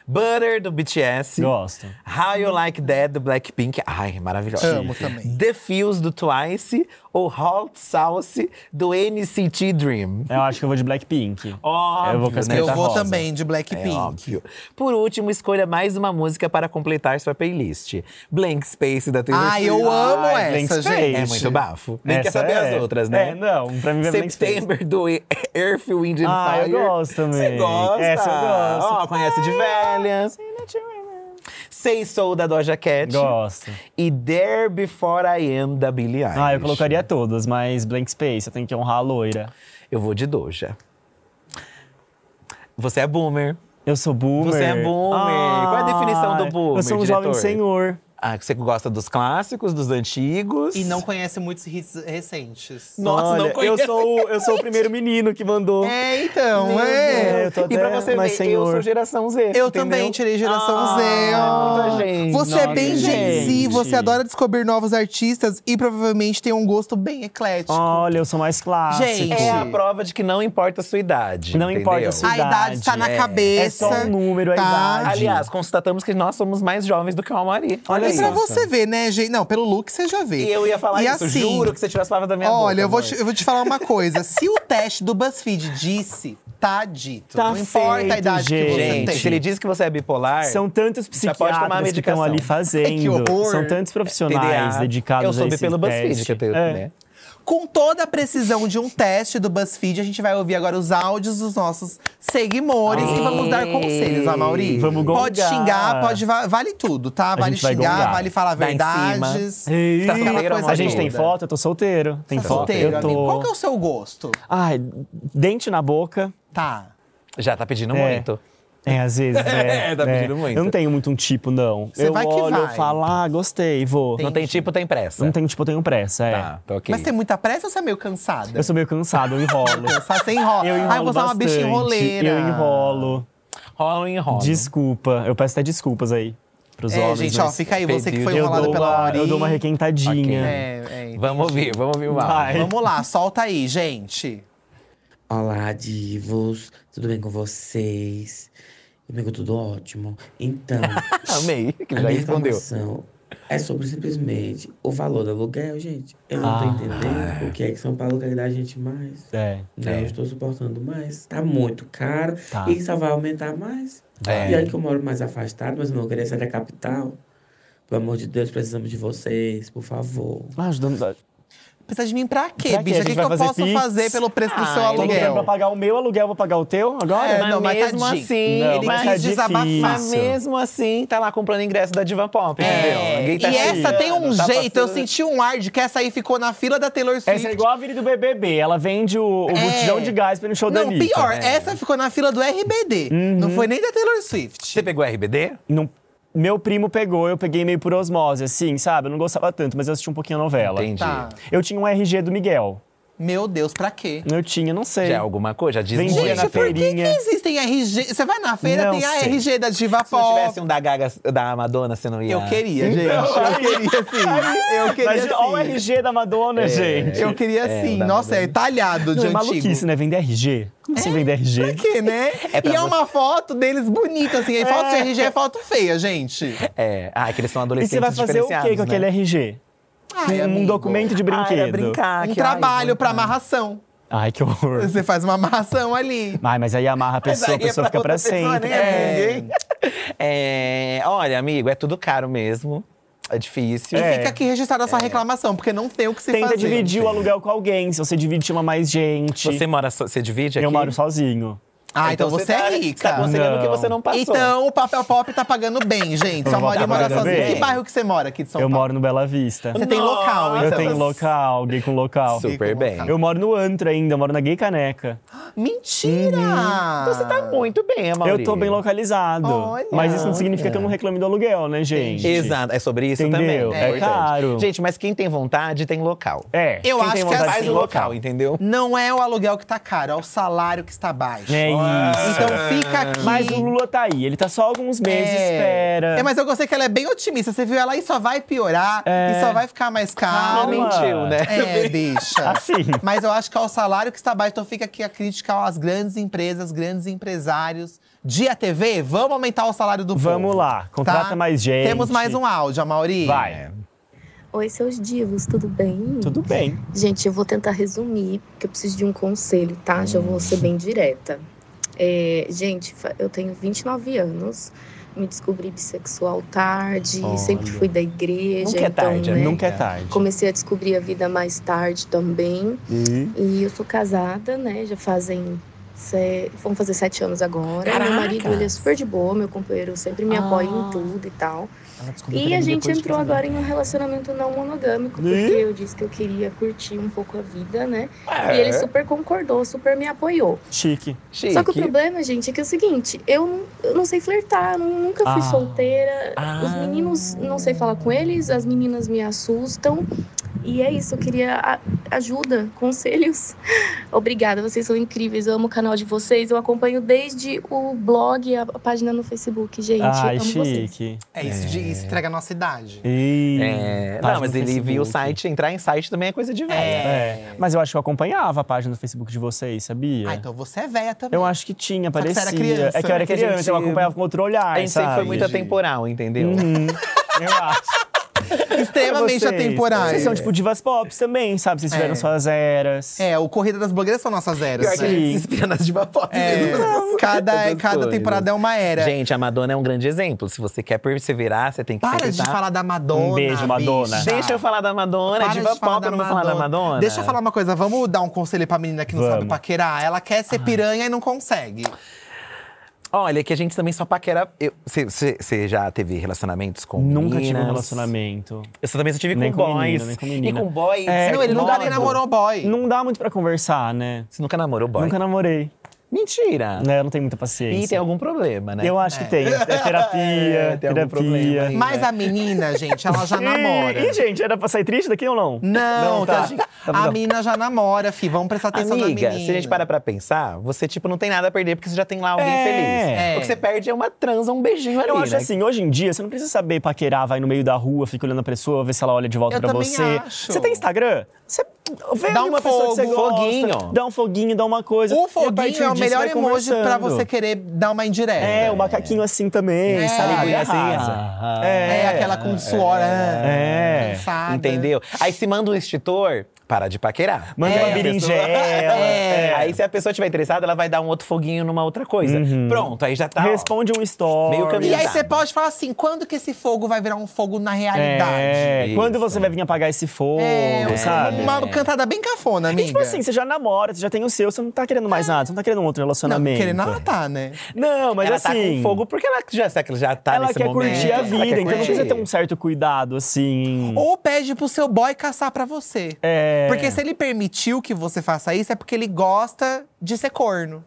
Speaker 2: Butter, do BTS.
Speaker 3: gosto.
Speaker 2: How You Like That, do Blackpink. Ai, é maravilhosa.
Speaker 1: Amo também.
Speaker 2: The Feels, do Twice. Ou Hot Sauce, do NCT Dream.
Speaker 3: Eu acho que eu vou de Blackpink.
Speaker 2: Óbvio,
Speaker 3: eu vou com a
Speaker 2: né?
Speaker 1: Eu
Speaker 3: Escarlata
Speaker 1: vou
Speaker 3: Rosa.
Speaker 1: também, de
Speaker 2: É
Speaker 1: Blackpink.
Speaker 2: óbvio. Por último, escolha mais uma música para completar sua playlist. Blank Space, da Taylor
Speaker 1: Ai, Ah, eu
Speaker 2: Swift.
Speaker 1: amo
Speaker 3: Ai, Blank
Speaker 1: essa,
Speaker 3: Space.
Speaker 1: gente.
Speaker 2: É muito bafo. Nem quer
Speaker 3: Essa
Speaker 2: saber
Speaker 3: é.
Speaker 2: as outras, né?
Speaker 3: É, não, pra mim é Blank Space.
Speaker 2: September do E- Earth, Wind and
Speaker 3: Ah, eu
Speaker 2: Fire. Você
Speaker 3: gosto também.
Speaker 2: gosta?
Speaker 3: Essa eu gosto.
Speaker 2: Ó, conhece de velha. Sei Soul, da Doja Cat.
Speaker 3: Gosto.
Speaker 2: E There Before I Am, da Billie Eilish.
Speaker 3: Ah, eu colocaria todas, mas Blank Space, eu tenho que honrar a loira.
Speaker 2: Eu vou de Doja. Você é boomer.
Speaker 3: Eu sou boomer.
Speaker 2: Você é boomer. Qual é a definição do
Speaker 3: Ah,
Speaker 2: boomer,
Speaker 3: Eu sou um
Speaker 2: diretor?
Speaker 3: jovem senhor.
Speaker 2: Ah, você gosta dos clássicos, dos antigos.
Speaker 1: E não conhece muitos hits recentes.
Speaker 2: Nossa, não
Speaker 3: Olha, eu
Speaker 2: conheço.
Speaker 3: sou, o- eu sou o primeiro menino que mandou.
Speaker 1: É, então,
Speaker 3: Deus.
Speaker 1: é.
Speaker 3: eu tô
Speaker 2: e pra
Speaker 3: até
Speaker 2: você ver,
Speaker 3: mais
Speaker 2: eu
Speaker 3: senhor.
Speaker 2: sou geração Z.
Speaker 1: Eu
Speaker 2: entendeu?
Speaker 1: também tirei geração Z.
Speaker 2: Ah,
Speaker 1: ó.
Speaker 2: muita gente.
Speaker 1: Você é
Speaker 3: nossa,
Speaker 1: bem Gen Z,
Speaker 3: gente.
Speaker 1: você adora descobrir novos artistas e provavelmente tem um gosto bem eclético.
Speaker 3: Olha, eu sou mais clássico.
Speaker 1: Gente,
Speaker 2: É a prova de que não importa a sua idade.
Speaker 3: Não
Speaker 2: entendeu?
Speaker 3: importa a sua
Speaker 1: a idade está na
Speaker 2: é.
Speaker 1: cabeça. tá?
Speaker 3: É só um número, a idade.
Speaker 2: Aliás, constatamos que nós somos mais jovens do que o Amari.
Speaker 3: Olha
Speaker 1: E
Speaker 3: isso.
Speaker 1: pra você ver, né, gente? Não, pelo look você já vê.
Speaker 2: E eu ia falar
Speaker 1: E
Speaker 2: isso,
Speaker 1: assim,
Speaker 2: juro que você tirou as palavras da minha boca.
Speaker 1: Olha, eu vou,
Speaker 2: amor.
Speaker 1: te, eu vou te falar uma coisa. Se o teste do BuzzFeed disse, tá dito.
Speaker 3: Tá
Speaker 1: não importa
Speaker 3: feito,
Speaker 1: a idade que você
Speaker 2: Gente,
Speaker 1: tem.
Speaker 2: se ele diz que você é bipolar…
Speaker 3: São tantos
Speaker 2: Já pode tomar
Speaker 3: psiquiatras que
Speaker 2: medicação.
Speaker 3: estão ali fazendo.
Speaker 1: Ai, que horror.
Speaker 3: São tantos profissionais
Speaker 2: TDA.
Speaker 3: dedicados
Speaker 2: Eu
Speaker 3: a
Speaker 2: soube
Speaker 3: esse
Speaker 2: pelo
Speaker 3: teste.
Speaker 2: BuzzFeed que eu tenho,
Speaker 3: É.
Speaker 2: né?
Speaker 1: Com toda a precisão de um teste do BuzzFeed, a gente vai ouvir agora os áudios dos nossos seguidores e vamos dar conselhos, Amauri.
Speaker 3: Vamos
Speaker 1: Pode
Speaker 3: gongar.
Speaker 1: xingar, pode va- vale tudo, tá? Vale
Speaker 3: gente vai
Speaker 1: xingar,
Speaker 3: gongar.
Speaker 1: vale falar
Speaker 2: Dá em
Speaker 1: verdades.
Speaker 2: cima. Ei. Tá
Speaker 1: aquela
Speaker 2: solteiro,
Speaker 1: coisa
Speaker 2: amor?
Speaker 3: A gente tem
Speaker 2: Toda.
Speaker 3: foto, eu tô solteiro. Tem
Speaker 1: né? Tá
Speaker 3: foto.
Speaker 1: solteiro,
Speaker 3: eu tô.
Speaker 1: amigo. Qual que é o seu gosto?
Speaker 3: Ai, dente na boca.
Speaker 1: Tá.
Speaker 2: Já tá pedindo
Speaker 3: É.
Speaker 2: muito.
Speaker 3: É, às vezes, né?
Speaker 2: É, tá pedindo muito.
Speaker 3: Eu não tenho muito um tipo, não.
Speaker 1: Você
Speaker 3: eu
Speaker 1: vai que
Speaker 3: olho, eu
Speaker 1: vai.
Speaker 3: falo, ah, gostei, vou.
Speaker 2: Não tem tipo, tem pressa.
Speaker 3: Não tenho tipo, eu tenho pressa, é.
Speaker 2: Tá, tá ok.
Speaker 1: Ah, Mas tem muita pressa ou você é meio cansada?
Speaker 3: Eu sou meio cansado, eu enrolo.
Speaker 1: cansada, você enrola.
Speaker 3: Eu enrolo
Speaker 1: Ah, eu vou usar uma
Speaker 3: bastante,
Speaker 1: bicha enroleira.
Speaker 3: Eu enrolo.
Speaker 2: Rola um enrolo.
Speaker 3: Desculpa. Eu peço até desculpas aí. pros
Speaker 1: É,
Speaker 3: homens.
Speaker 1: gente, ó,
Speaker 3: mas
Speaker 1: fica aí, você que foi
Speaker 2: pedido.
Speaker 3: eu
Speaker 1: enrolado
Speaker 3: dou,
Speaker 1: pela
Speaker 3: uma,
Speaker 1: Mauri.
Speaker 3: eu dou uma requentadinha.
Speaker 1: É, é.
Speaker 2: Vamos ouvir, vamos ouvir o
Speaker 3: Vai.
Speaker 2: áudio.
Speaker 1: Vamos lá, solta aí, gente.
Speaker 5: Olá, divos. Tudo bem com vocês? Amigo, tudo ótimo. Então,
Speaker 2: Amei, que
Speaker 1: É
Speaker 2: ele
Speaker 5: a
Speaker 2: já
Speaker 5: minha
Speaker 2: respondeu.
Speaker 1: assim.
Speaker 5: informação é sobre simplesmente o valor do aluguel, gente. Eu não tô
Speaker 3: Ah,
Speaker 5: entendendo o que é que São Paulo quer dar a gente mais.
Speaker 3: É.
Speaker 5: Não
Speaker 2: É.
Speaker 5: estou suportando mais. Tá muito caro
Speaker 3: Tá.
Speaker 5: e só vai aumentar mais.
Speaker 2: É.
Speaker 5: E aí que eu moro mais afastado, mas eu não queria sair da capital. Pelo amor de Deus, precisamos de vocês, por favor.
Speaker 3: Ah, ajudando.
Speaker 1: Precisa de mim pra quê, bicha?
Speaker 3: Pra quê? A
Speaker 1: O que,
Speaker 3: gente
Speaker 1: que
Speaker 3: vai
Speaker 1: eu
Speaker 3: fazer
Speaker 1: posso
Speaker 3: pix?
Speaker 1: fazer pelo preço do
Speaker 2: Ah,
Speaker 1: seu
Speaker 2: tem
Speaker 3: Tem que pra
Speaker 1: aluguel?
Speaker 3: pagar o meu aluguel, vou pagar o teu agora?
Speaker 1: É,
Speaker 3: Mas-
Speaker 1: não, mas
Speaker 2: mesmo
Speaker 1: tadinho.
Speaker 2: assim,
Speaker 3: Não,
Speaker 1: ele
Speaker 3: mas
Speaker 1: quis
Speaker 3: tá
Speaker 1: desabafar.
Speaker 3: difícil.
Speaker 2: Mas mesmo assim, tá lá comprando ingresso da Diva Pop, entendeu?
Speaker 1: É,
Speaker 2: Ninguém tá
Speaker 1: e essa
Speaker 2: chegando,
Speaker 1: tem um
Speaker 2: tá
Speaker 1: jeito, eu
Speaker 2: passando.
Speaker 1: senti um ar de que essa aí ficou na fila da Taylor Swift.
Speaker 3: Essa é igual a Vini do BBB. Ela vende o, o botijão de gás pra ir no show da
Speaker 1: É. Não,
Speaker 3: Anitta. né?
Speaker 1: pior, é- essa ficou na fila do RBD. Não
Speaker 3: Uhum.
Speaker 1: foi nem da Taylor Swift.
Speaker 2: Você pegou RBD?
Speaker 3: Não- meu primo pegou, eu peguei meio por osmose, assim, sabe? Eu não gostava tanto, mas eu assisti um pouquinho a novela.
Speaker 2: Entendi.
Speaker 1: Tá.
Speaker 3: Eu tinha um RG do Miguel.
Speaker 1: Meu Deus, pra quê?
Speaker 3: Eu tinha, não sei.
Speaker 2: Já é alguma coisa? Já diz
Speaker 3: Vendia
Speaker 2: muito.
Speaker 3: na
Speaker 1: Gente, por que, que
Speaker 3: feirinha.
Speaker 1: existem RG? Você vai na feira,
Speaker 3: Não
Speaker 1: tem a
Speaker 3: sei.
Speaker 1: RG da Diva
Speaker 2: Se não
Speaker 1: Pop.
Speaker 2: tivesse um da Gaga, da Madonna, você não ia…
Speaker 1: Eu queria, gente. eu queria sim. Eu
Speaker 3: um- Então, Mas
Speaker 1: queria
Speaker 3: olha o
Speaker 1: sim.
Speaker 3: RG da Madonna, gente.
Speaker 1: Eu queria
Speaker 2: É,
Speaker 1: sim.
Speaker 2: o da
Speaker 1: Nossa, é
Speaker 2: Madonna.
Speaker 1: talhado de
Speaker 3: Não, é
Speaker 1: antigo.
Speaker 3: maluquice, né? Vender RG. Como assim vender RG?
Speaker 1: Pra quê, né?
Speaker 2: pra
Speaker 1: e é
Speaker 2: você-
Speaker 1: uma foto deles bonita, assim. Aí foto de RG é foto feia, gente.
Speaker 2: É, ah, que eles são
Speaker 3: E
Speaker 2: adolescentes
Speaker 3: você vai fazer o
Speaker 2: diferenciados,
Speaker 3: quê com
Speaker 2: né?
Speaker 3: aquele RG?
Speaker 1: Ai,
Speaker 3: um
Speaker 1: amigo.
Speaker 3: documento de
Speaker 2: Ah,
Speaker 3: brinquedo.
Speaker 2: era brincar.
Speaker 1: É Um
Speaker 2: que, ai,
Speaker 1: trabalho
Speaker 2: vou
Speaker 1: pra
Speaker 2: entrar.
Speaker 1: amarração.
Speaker 3: Ai, que horror.
Speaker 1: Você faz uma amarração ali.
Speaker 3: Ai, mas aí amarra a pessoa,
Speaker 2: aí
Speaker 3: a
Speaker 2: é
Speaker 3: pessoa
Speaker 2: pra
Speaker 3: fica pra
Speaker 2: outra pessoa,
Speaker 3: sempre. É.
Speaker 2: né? É, olha, amigo, é tudo caro mesmo. É difícil.
Speaker 1: E
Speaker 3: É.
Speaker 1: fica aqui registrada essa reclamação, porque não tem o que se
Speaker 3: Tenta
Speaker 1: fazer.
Speaker 3: dividir o aluguel com alguém. Se você divide, chama mais gente.
Speaker 2: Você mora, so- você divide aqui?
Speaker 3: Eu moro sozinho.
Speaker 1: Ah, então, você
Speaker 2: tá-
Speaker 1: é rica.
Speaker 2: Tá considerando
Speaker 3: Não.
Speaker 2: que você não passou.
Speaker 1: Então, o Papel Pop tá pagando bem, gente. Sua
Speaker 3: Tá
Speaker 1: Maria mora
Speaker 3: pagando
Speaker 1: sozinha.
Speaker 3: bem.
Speaker 1: Que bairro que você mora aqui de São
Speaker 3: eu
Speaker 1: Paulo?
Speaker 3: moro no Bela Vista.
Speaker 1: Então tá. Você tem local, então.
Speaker 3: Eu tenho local, gay com local.
Speaker 2: super bem.
Speaker 3: Eu moro no antro ainda, eu moro na gay caneca.
Speaker 1: Mentira!
Speaker 2: Então você tá muito bem, Amaury.
Speaker 3: Eu tô bem localizado.
Speaker 1: Olha.
Speaker 3: Mas isso não significa que eu não reclame do aluguel, né, gente?
Speaker 2: Exato, é sobre isso
Speaker 3: Entendeu?
Speaker 2: também.
Speaker 3: É
Speaker 2: importante.
Speaker 3: caro.
Speaker 2: Gente, mas quem tem vontade tem local.
Speaker 3: É.
Speaker 1: Eu
Speaker 2: Quem
Speaker 1: acho
Speaker 2: tem
Speaker 1: que é
Speaker 2: vontade
Speaker 1: assim.
Speaker 2: tem local, entendeu?
Speaker 1: Não é o aluguel que tá caro, é o salário que está baixo.
Speaker 3: É isso.
Speaker 1: Então fica aqui.
Speaker 3: Mas o Lula tá aí, ele tá só alguns meses, espera.
Speaker 1: É, mas eu gostei que ela é bem otimista. Você viu ela aí só vai piorar
Speaker 3: É.
Speaker 1: e só vai ficar mais
Speaker 2: Ah,
Speaker 1: caro.
Speaker 3: Calma.
Speaker 2: mentiu, né?
Speaker 1: É, bicha.
Speaker 3: Assim.
Speaker 1: Mas eu acho que é o salário que está baixo. Então fica aqui a crítica às grandes empresas, grandes empresários. Dia TV, vamos aumentar o salário do povo. tá?
Speaker 3: Vamos lá, contrata mais gente.
Speaker 1: Temos mais um áudio, Amauri.
Speaker 3: Vai.
Speaker 6: Oi, seus divos, tudo bem?
Speaker 3: Tudo bem.
Speaker 6: Gente, eu vou tentar resumir, porque eu preciso de um conselho, tá? Já vou
Speaker 3: Uhum.
Speaker 6: ser bem direta. É, gente, fa- eu tenho 29 anos, me descobri bissexual tarde, sempre fui da igreja.
Speaker 2: Nunca é
Speaker 6: então,
Speaker 2: tarde,
Speaker 6: né?
Speaker 3: Nunca é tarde.
Speaker 6: Comecei a descobrir a vida mais tarde também.
Speaker 3: E-
Speaker 6: E eu sou casada, né? Já fazem. se- Vão fazer sete anos agora. Meu marido, ele é super de boa, meu companheiro sempre me apoia
Speaker 3: Ah.
Speaker 6: em tudo e tal. E a gente entrou agora em um relacionamento não monogâmico, porque eu disse que eu queria curtir um pouco a vida, né? E ele super concordou, super me apoiou.
Speaker 3: Chique.
Speaker 2: Chique.
Speaker 6: Só que o problema, gente, é que é o seguinte, eu não, eu não sei flertar, eu nu- nunca fui
Speaker 3: Ah.
Speaker 6: solteira.
Speaker 2: Ah.
Speaker 6: Os meninos, não sei falar com eles, as meninas me assustam. E é isso, eu queria a- ajuda, conselhos. Obrigada, vocês são incríveis, eu amo o canal de vocês. Eu acompanho desde o blog, a, a página no Facebook, gente.
Speaker 3: Ai,
Speaker 6: amo vocês.
Speaker 3: Ah, chique.
Speaker 1: É isso, de, isso entrega a nossa idade.
Speaker 3: E...
Speaker 2: É,
Speaker 3: Página
Speaker 2: não, mas
Speaker 3: no
Speaker 2: ele viu o
Speaker 3: Facebook.
Speaker 2: site, entrar em site também é coisa de velha.
Speaker 3: É. Mas eu acho que eu acompanhava a página do Facebook de vocês, sabia?
Speaker 1: Ah, então você é véia também.
Speaker 3: Eu acho que tinha,
Speaker 1: que você
Speaker 3: parecia.
Speaker 1: era criança,
Speaker 3: é que eu
Speaker 1: né?
Speaker 3: era
Speaker 2: Que a
Speaker 3: criança,
Speaker 2: gente-
Speaker 3: eu acompanhava com outro olhar,
Speaker 2: A gente sempre
Speaker 3: sabe?
Speaker 2: foi muito atemporal, entendeu?
Speaker 3: Uhum. Eu acho.
Speaker 1: Extremamente
Speaker 3: Vocês-
Speaker 1: atemporais.
Speaker 3: Vocês são tipo divas pop também, sabe? Vocês tiveram
Speaker 1: É.
Speaker 3: suas eras.
Speaker 1: É, o Corrida das Blogueiras são nossas eras.
Speaker 2: Pior que a
Speaker 1: né?
Speaker 2: gente se inspira nas diva pop.
Speaker 1: É, cada,
Speaker 2: Essas
Speaker 1: cada
Speaker 2: coisas.
Speaker 1: temporada é uma era.
Speaker 2: Gente, a Madonna é um grande exemplo. Se você quer perseverar, você tem que
Speaker 1: Para
Speaker 2: sempre
Speaker 1: de
Speaker 2: tá-
Speaker 1: falar da Madonna.
Speaker 3: Um beijo, Madonna.
Speaker 1: bicha.
Speaker 2: Deixa eu falar da Madonna, é
Speaker 1: Para
Speaker 2: diva
Speaker 1: de falar
Speaker 2: pop, eu não vou falar da Madonna.
Speaker 1: Deixa eu falar uma coisa, vamos dar um conselho pra menina que não sabe
Speaker 3: Vamos.
Speaker 1: paquerar. Ela quer ser piranha e não consegue.
Speaker 2: Olha, é que a gente também só paquera. Você já teve relacionamentos com
Speaker 3: Nunca tive um
Speaker 2: meninas?
Speaker 3: relacionamento.
Speaker 2: Eu só também só tive
Speaker 3: Nem
Speaker 2: com,
Speaker 3: com
Speaker 2: boys.
Speaker 3: menina, nem com menina.
Speaker 2: E com boys.
Speaker 3: É,
Speaker 1: não, ele
Speaker 3: com
Speaker 1: não dá
Speaker 3: modo.
Speaker 1: nem namorou boy.
Speaker 3: Não dá muito pra conversar, né?
Speaker 2: Você nunca namorou boy?
Speaker 3: Nunca namorei.
Speaker 2: Mentira!
Speaker 3: né? Eu não tenho muita paciência.
Speaker 2: E tem algum problema, né?
Speaker 3: Eu acho que tem. É terapia,
Speaker 2: É, tem algum
Speaker 3: terapia.
Speaker 2: problema aí.
Speaker 1: Mas a menina, gente, ela já
Speaker 3: E-
Speaker 1: namora.
Speaker 3: E, gente, era pra sair triste daqui ou não?
Speaker 1: Não,
Speaker 3: tá.
Speaker 1: tadinha.
Speaker 3: Tá bom.
Speaker 1: a menina já namora, fi. Vamos prestar atenção na
Speaker 2: Amiga,
Speaker 1: menina.
Speaker 2: se a gente parar pra pensar, você, tipo, não tem nada a perder, porque você já tem lá alguém
Speaker 3: É.
Speaker 2: feliz.
Speaker 1: É.
Speaker 2: O que você perde é uma transa, um beijinho ali,
Speaker 3: Eu acho
Speaker 2: né?
Speaker 3: assim, hoje em dia, você não precisa saber paquerar, vai no meio da rua, fica olhando a pessoa, vê se ela olha de volta
Speaker 1: Eu
Speaker 3: pra
Speaker 1: também
Speaker 3: você.
Speaker 1: acho.
Speaker 3: Você tem Instagram? Você vê
Speaker 1: Dá
Speaker 3: ali
Speaker 1: um
Speaker 3: uma pessoa que você
Speaker 1: fogo,
Speaker 3: gosta,
Speaker 2: foguinho.
Speaker 3: Dá um foguinho, dá uma coisa. e
Speaker 1: O
Speaker 3: a partir
Speaker 1: foguinho é o
Speaker 3: disso
Speaker 1: melhor
Speaker 3: vai
Speaker 1: emoji pra
Speaker 3: conversando.
Speaker 1: você querer dar uma indireta.
Speaker 3: É, o macaquinho assim também,
Speaker 1: É.
Speaker 3: sabe?
Speaker 1: Linguinha
Speaker 2: assim,
Speaker 3: Arrasa.
Speaker 2: ah,
Speaker 1: É, aquela com suor. É.
Speaker 3: É.
Speaker 1: cansada.
Speaker 2: Entendeu? Aí se manda um extintor, para de paquerar.
Speaker 3: Manda
Speaker 2: Aí
Speaker 3: uma
Speaker 2: a pessoa-
Speaker 3: berinjela.
Speaker 2: É. Aí se a pessoa estiver interessada, ela vai dar um outro foguinho numa outra coisa. Pronto, aí já tá. ó.
Speaker 3: Uhum. Responde um story.
Speaker 2: Meio caminho
Speaker 1: E aí
Speaker 2: Exato.
Speaker 1: você pode falar assim, quando que esse fogo vai virar um fogo na realidade?
Speaker 3: É,
Speaker 2: Isso.
Speaker 3: quando você vai vir apagar esse É, fogo,
Speaker 1: um-
Speaker 3: sabe?
Speaker 1: Uma cantada bem cafona, amiga.
Speaker 3: E, tipo assim, você já namora, você já tem o seu, você não tá querendo mais nada, você não tá querendo um outro
Speaker 1: não,
Speaker 3: relacionamento.
Speaker 1: querendo matar, né?
Speaker 3: Não, mas
Speaker 2: ela
Speaker 3: assim.
Speaker 2: tá com fogo porque ela já, será que ela já tá
Speaker 3: ela
Speaker 2: nesse
Speaker 3: quer
Speaker 2: momento.
Speaker 3: curtir a
Speaker 2: Ela
Speaker 3: vida,
Speaker 2: quer
Speaker 3: então não precisa
Speaker 2: curtir.
Speaker 3: ter um certo cuidado, assim.
Speaker 1: Ou pede pro seu boy caçar pra você.
Speaker 3: É.
Speaker 1: Porque se ele permitiu que você faça isso, é porque ele gosta de ser corno.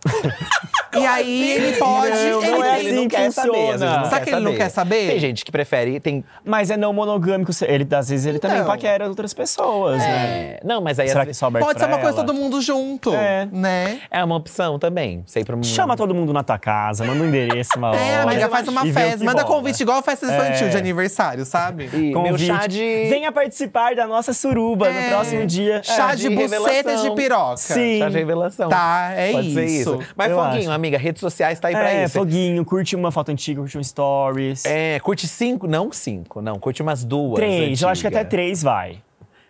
Speaker 1: e aí ele pode.
Speaker 3: Não,
Speaker 1: ele
Speaker 3: não é
Speaker 1: tem-
Speaker 3: assim que funciona.
Speaker 2: às vezes não
Speaker 1: Sabe que ele não quer saber?
Speaker 2: Tem gente que prefere, tem…
Speaker 3: Mas é não monogâmico, ele, às vezes ele também
Speaker 1: Então.
Speaker 3: paquera outras pessoas, né?
Speaker 2: É, Não, mas aí…
Speaker 3: Será
Speaker 2: às
Speaker 3: que
Speaker 2: vezes-
Speaker 3: só aberto
Speaker 1: Pode ser
Speaker 3: pra
Speaker 1: uma coisa
Speaker 3: ela?
Speaker 1: todo mundo junto,
Speaker 3: É.
Speaker 1: né?
Speaker 2: É uma opção também. Sei pra um-
Speaker 3: Chama todo mundo na tua casa, manda um endereço, uma hora.
Speaker 1: É, amiga, faz uma
Speaker 3: e vê o
Speaker 1: festa.
Speaker 3: que
Speaker 1: Manda
Speaker 3: rola. É.
Speaker 1: convite igual a festa infantil de aniversário, sabe?
Speaker 2: E meu
Speaker 3: Convite.
Speaker 2: chá de…
Speaker 3: Venha participar da nossa suruba
Speaker 1: É.
Speaker 3: no próximo dia.
Speaker 1: Chá
Speaker 2: É,
Speaker 1: de,
Speaker 2: de
Speaker 1: buceta
Speaker 2: revelação.
Speaker 1: de piroca.
Speaker 3: Sim.
Speaker 2: Chá de
Speaker 3: Então,
Speaker 2: revelação.
Speaker 1: Tá, é
Speaker 2: Pode ser
Speaker 1: isso.
Speaker 2: Mas
Speaker 3: Eu
Speaker 2: foguinho,
Speaker 3: acho.
Speaker 2: amiga, redes sociais tá aí pra
Speaker 3: É,
Speaker 2: isso.
Speaker 3: foguinho, curte uma foto antiga, curte um stories.
Speaker 2: É, curte cinco, não cinco, não. Curte umas duas.
Speaker 3: três, eu acho que
Speaker 2: antiga.
Speaker 3: até três vai.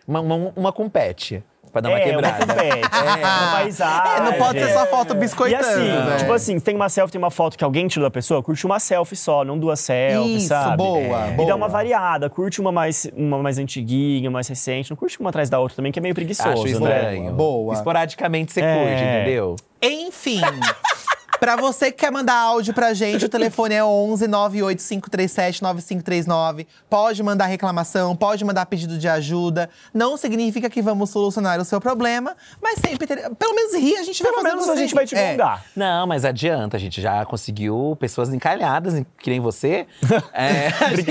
Speaker 2: Uma, uma, uma com pet, pra dar uma
Speaker 3: é,
Speaker 2: quebrada.
Speaker 3: Uma compete, é, uma paisagem.
Speaker 1: É, não pode ser só foto
Speaker 3: E
Speaker 1: biscoitando.
Speaker 3: assim,
Speaker 1: né?
Speaker 3: tipo assim, tem uma selfie, tem uma foto que alguém tirou da pessoa, curte uma selfie só, não duas selfies,
Speaker 1: Isso,
Speaker 3: sabe? É.
Speaker 1: boa,
Speaker 3: E
Speaker 1: boa.
Speaker 3: dá uma variada, curte uma mais, uma mais antiguinha, mais recente, não curte uma atrás da outra também, que é meio preguiçoso,
Speaker 2: Acho estranho.
Speaker 3: né?
Speaker 1: boa.
Speaker 2: Esporadicamente você
Speaker 3: É.
Speaker 2: curte, entendeu?
Speaker 1: Enfim. Pra você que quer mandar áudio pra gente, o telefone é 11 98537 9539. Pode mandar reclamação, pode mandar pedido de ajuda. Não significa que vamos solucionar o seu problema, mas sempre… ter- Pelo menos rir, a gente vai
Speaker 3: Pelo
Speaker 1: fazer
Speaker 3: menos
Speaker 1: você
Speaker 3: a gente
Speaker 1: rir.
Speaker 3: vai te
Speaker 1: É.
Speaker 3: mandar.
Speaker 2: Não, mas adianta, a gente já conseguiu pessoas encalhadas, em- que nem você. É, a gente-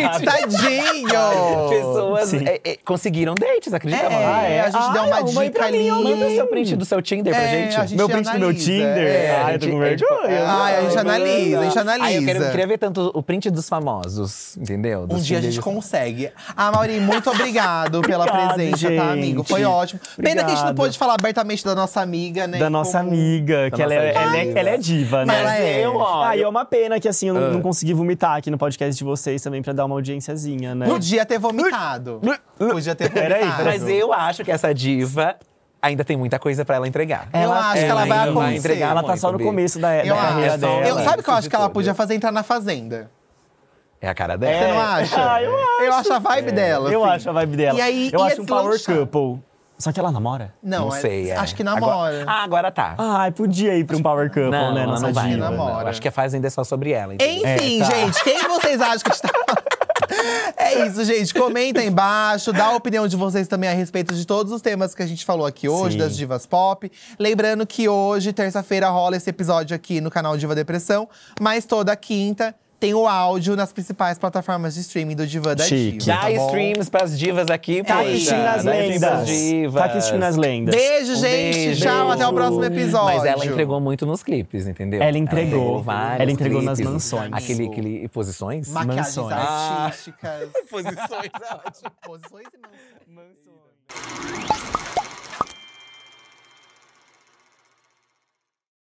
Speaker 1: Tadinho!
Speaker 2: Pessoas
Speaker 3: Sim.
Speaker 2: é, é, conseguiram dates, acredita,
Speaker 1: É,
Speaker 2: Maria?
Speaker 1: a gente dá uma
Speaker 2: arruma aí
Speaker 1: dica
Speaker 2: pra mim,
Speaker 1: ali.
Speaker 2: Manda o seu print do seu Tinder pra
Speaker 1: É, a
Speaker 2: gente.
Speaker 1: gente
Speaker 3: Meu print do meu
Speaker 1: analisa,
Speaker 3: Tinder.
Speaker 1: é.
Speaker 3: Ai, eu tô
Speaker 2: tipo,
Speaker 3: com
Speaker 2: é,
Speaker 3: vergonha.
Speaker 1: Ai, a gente analisa, a gente analisa.
Speaker 2: Ai, eu, quero- eu queria ver tanto o print dos famosos, entendeu?
Speaker 1: Um
Speaker 2: Dos
Speaker 1: dia a gente
Speaker 2: Tinders.
Speaker 1: consegue. Ah, Mauri, muito obrigado pela
Speaker 3: Obrigado,
Speaker 1: presença, tá, amigo? Foi
Speaker 3: gente.
Speaker 1: ótimo. Pena que a gente não
Speaker 3: Obrigado.
Speaker 1: pôde falar abertamente da nossa amiga, né?
Speaker 3: Da nossa
Speaker 1: Como-
Speaker 3: amiga,
Speaker 2: Da
Speaker 3: que ela, é,
Speaker 2: nossa
Speaker 3: ela, é,
Speaker 2: diva.
Speaker 3: ela é diva, né?
Speaker 1: Mas é.
Speaker 2: eu, ó,
Speaker 3: Ah, e
Speaker 2: eu-
Speaker 3: é uma pena que assim, eu não, não consegui vomitar aqui no podcast de vocês também pra dar uma audiênciazinha, né?
Speaker 1: Podia ter vomitado. Podia ter vomitado.
Speaker 3: Peraí, peraí.
Speaker 2: Mas eu acho que essa diva ainda tem muita coisa pra ela entregar.
Speaker 1: Eu
Speaker 3: É,
Speaker 1: acho que ela vai
Speaker 2: ainda
Speaker 1: acontecer.
Speaker 2: entregar
Speaker 3: Ela tá só no
Speaker 2: muito, Bi.
Speaker 3: começo da, da
Speaker 1: Eu acho.
Speaker 2: É
Speaker 3: carreira
Speaker 2: só-
Speaker 3: dela.
Speaker 1: Eu- sabe o que eu
Speaker 2: Isso
Speaker 1: acho
Speaker 2: de
Speaker 1: que ela
Speaker 2: tudo.
Speaker 1: podia fazer? Entrar na Fazenda.
Speaker 2: É a cara dela.
Speaker 1: Você não acha?
Speaker 3: Ah, eu acho.
Speaker 1: Eu acho a vibe dela.
Speaker 3: Eu
Speaker 1: assim.
Speaker 3: acho a vibe dela.
Speaker 1: E aí,
Speaker 3: eu
Speaker 1: ia
Speaker 3: acho um power
Speaker 1: deslanchar.
Speaker 3: couple. Só que ela namora?
Speaker 1: Não,
Speaker 2: Não
Speaker 1: é-
Speaker 2: sei, é.
Speaker 1: acho que
Speaker 2: Agora,
Speaker 1: namora.
Speaker 2: ah, agora tá.
Speaker 3: Ai, podia ir pra um power couple,
Speaker 2: não,
Speaker 3: né?
Speaker 2: ela
Speaker 3: nossa
Speaker 2: não vai.
Speaker 1: que
Speaker 3: diva.
Speaker 2: não, não.
Speaker 1: namora.
Speaker 2: Acho que a Fazenda ainda é só sobre ela. entendeu?
Speaker 1: Enfim,
Speaker 3: É, tá.
Speaker 1: gente, quem vocês acham que está. É isso, gente. Comenta aí embaixo, dá a opinião de vocês também a respeito de todos os temas que a gente falou aqui hoje,
Speaker 3: Sim.
Speaker 1: das divas pop. Lembrando que hoje, terça-feira, rola esse episódio aqui no canal Diva Depressão, mas toda quinta tem o áudio nas principais plataformas de streaming do Diva da
Speaker 3: Chique.
Speaker 1: Diva.
Speaker 2: Dá
Speaker 1: Tá bom?
Speaker 2: streams pras divas aqui,
Speaker 3: Tá
Speaker 2: poxa.
Speaker 3: assistindo as
Speaker 2: Dá stream pras
Speaker 3: lendas.
Speaker 2: divas.
Speaker 3: Tá assistindo as lendas.
Speaker 1: Beijo,
Speaker 2: Um
Speaker 1: gente.
Speaker 2: beijo.
Speaker 1: Tchau, até o próximo episódio.
Speaker 2: Mas ela entregou muito nos clipes, entendeu?
Speaker 3: Ela entregou.
Speaker 2: vários
Speaker 3: Ela entregou nas
Speaker 2: clipes.
Speaker 3: mansões.
Speaker 2: Aquele, aquele… Posições?
Speaker 1: Maquiagens
Speaker 3: Mansões.
Speaker 1: artísticas. Posições, Posições e mansões.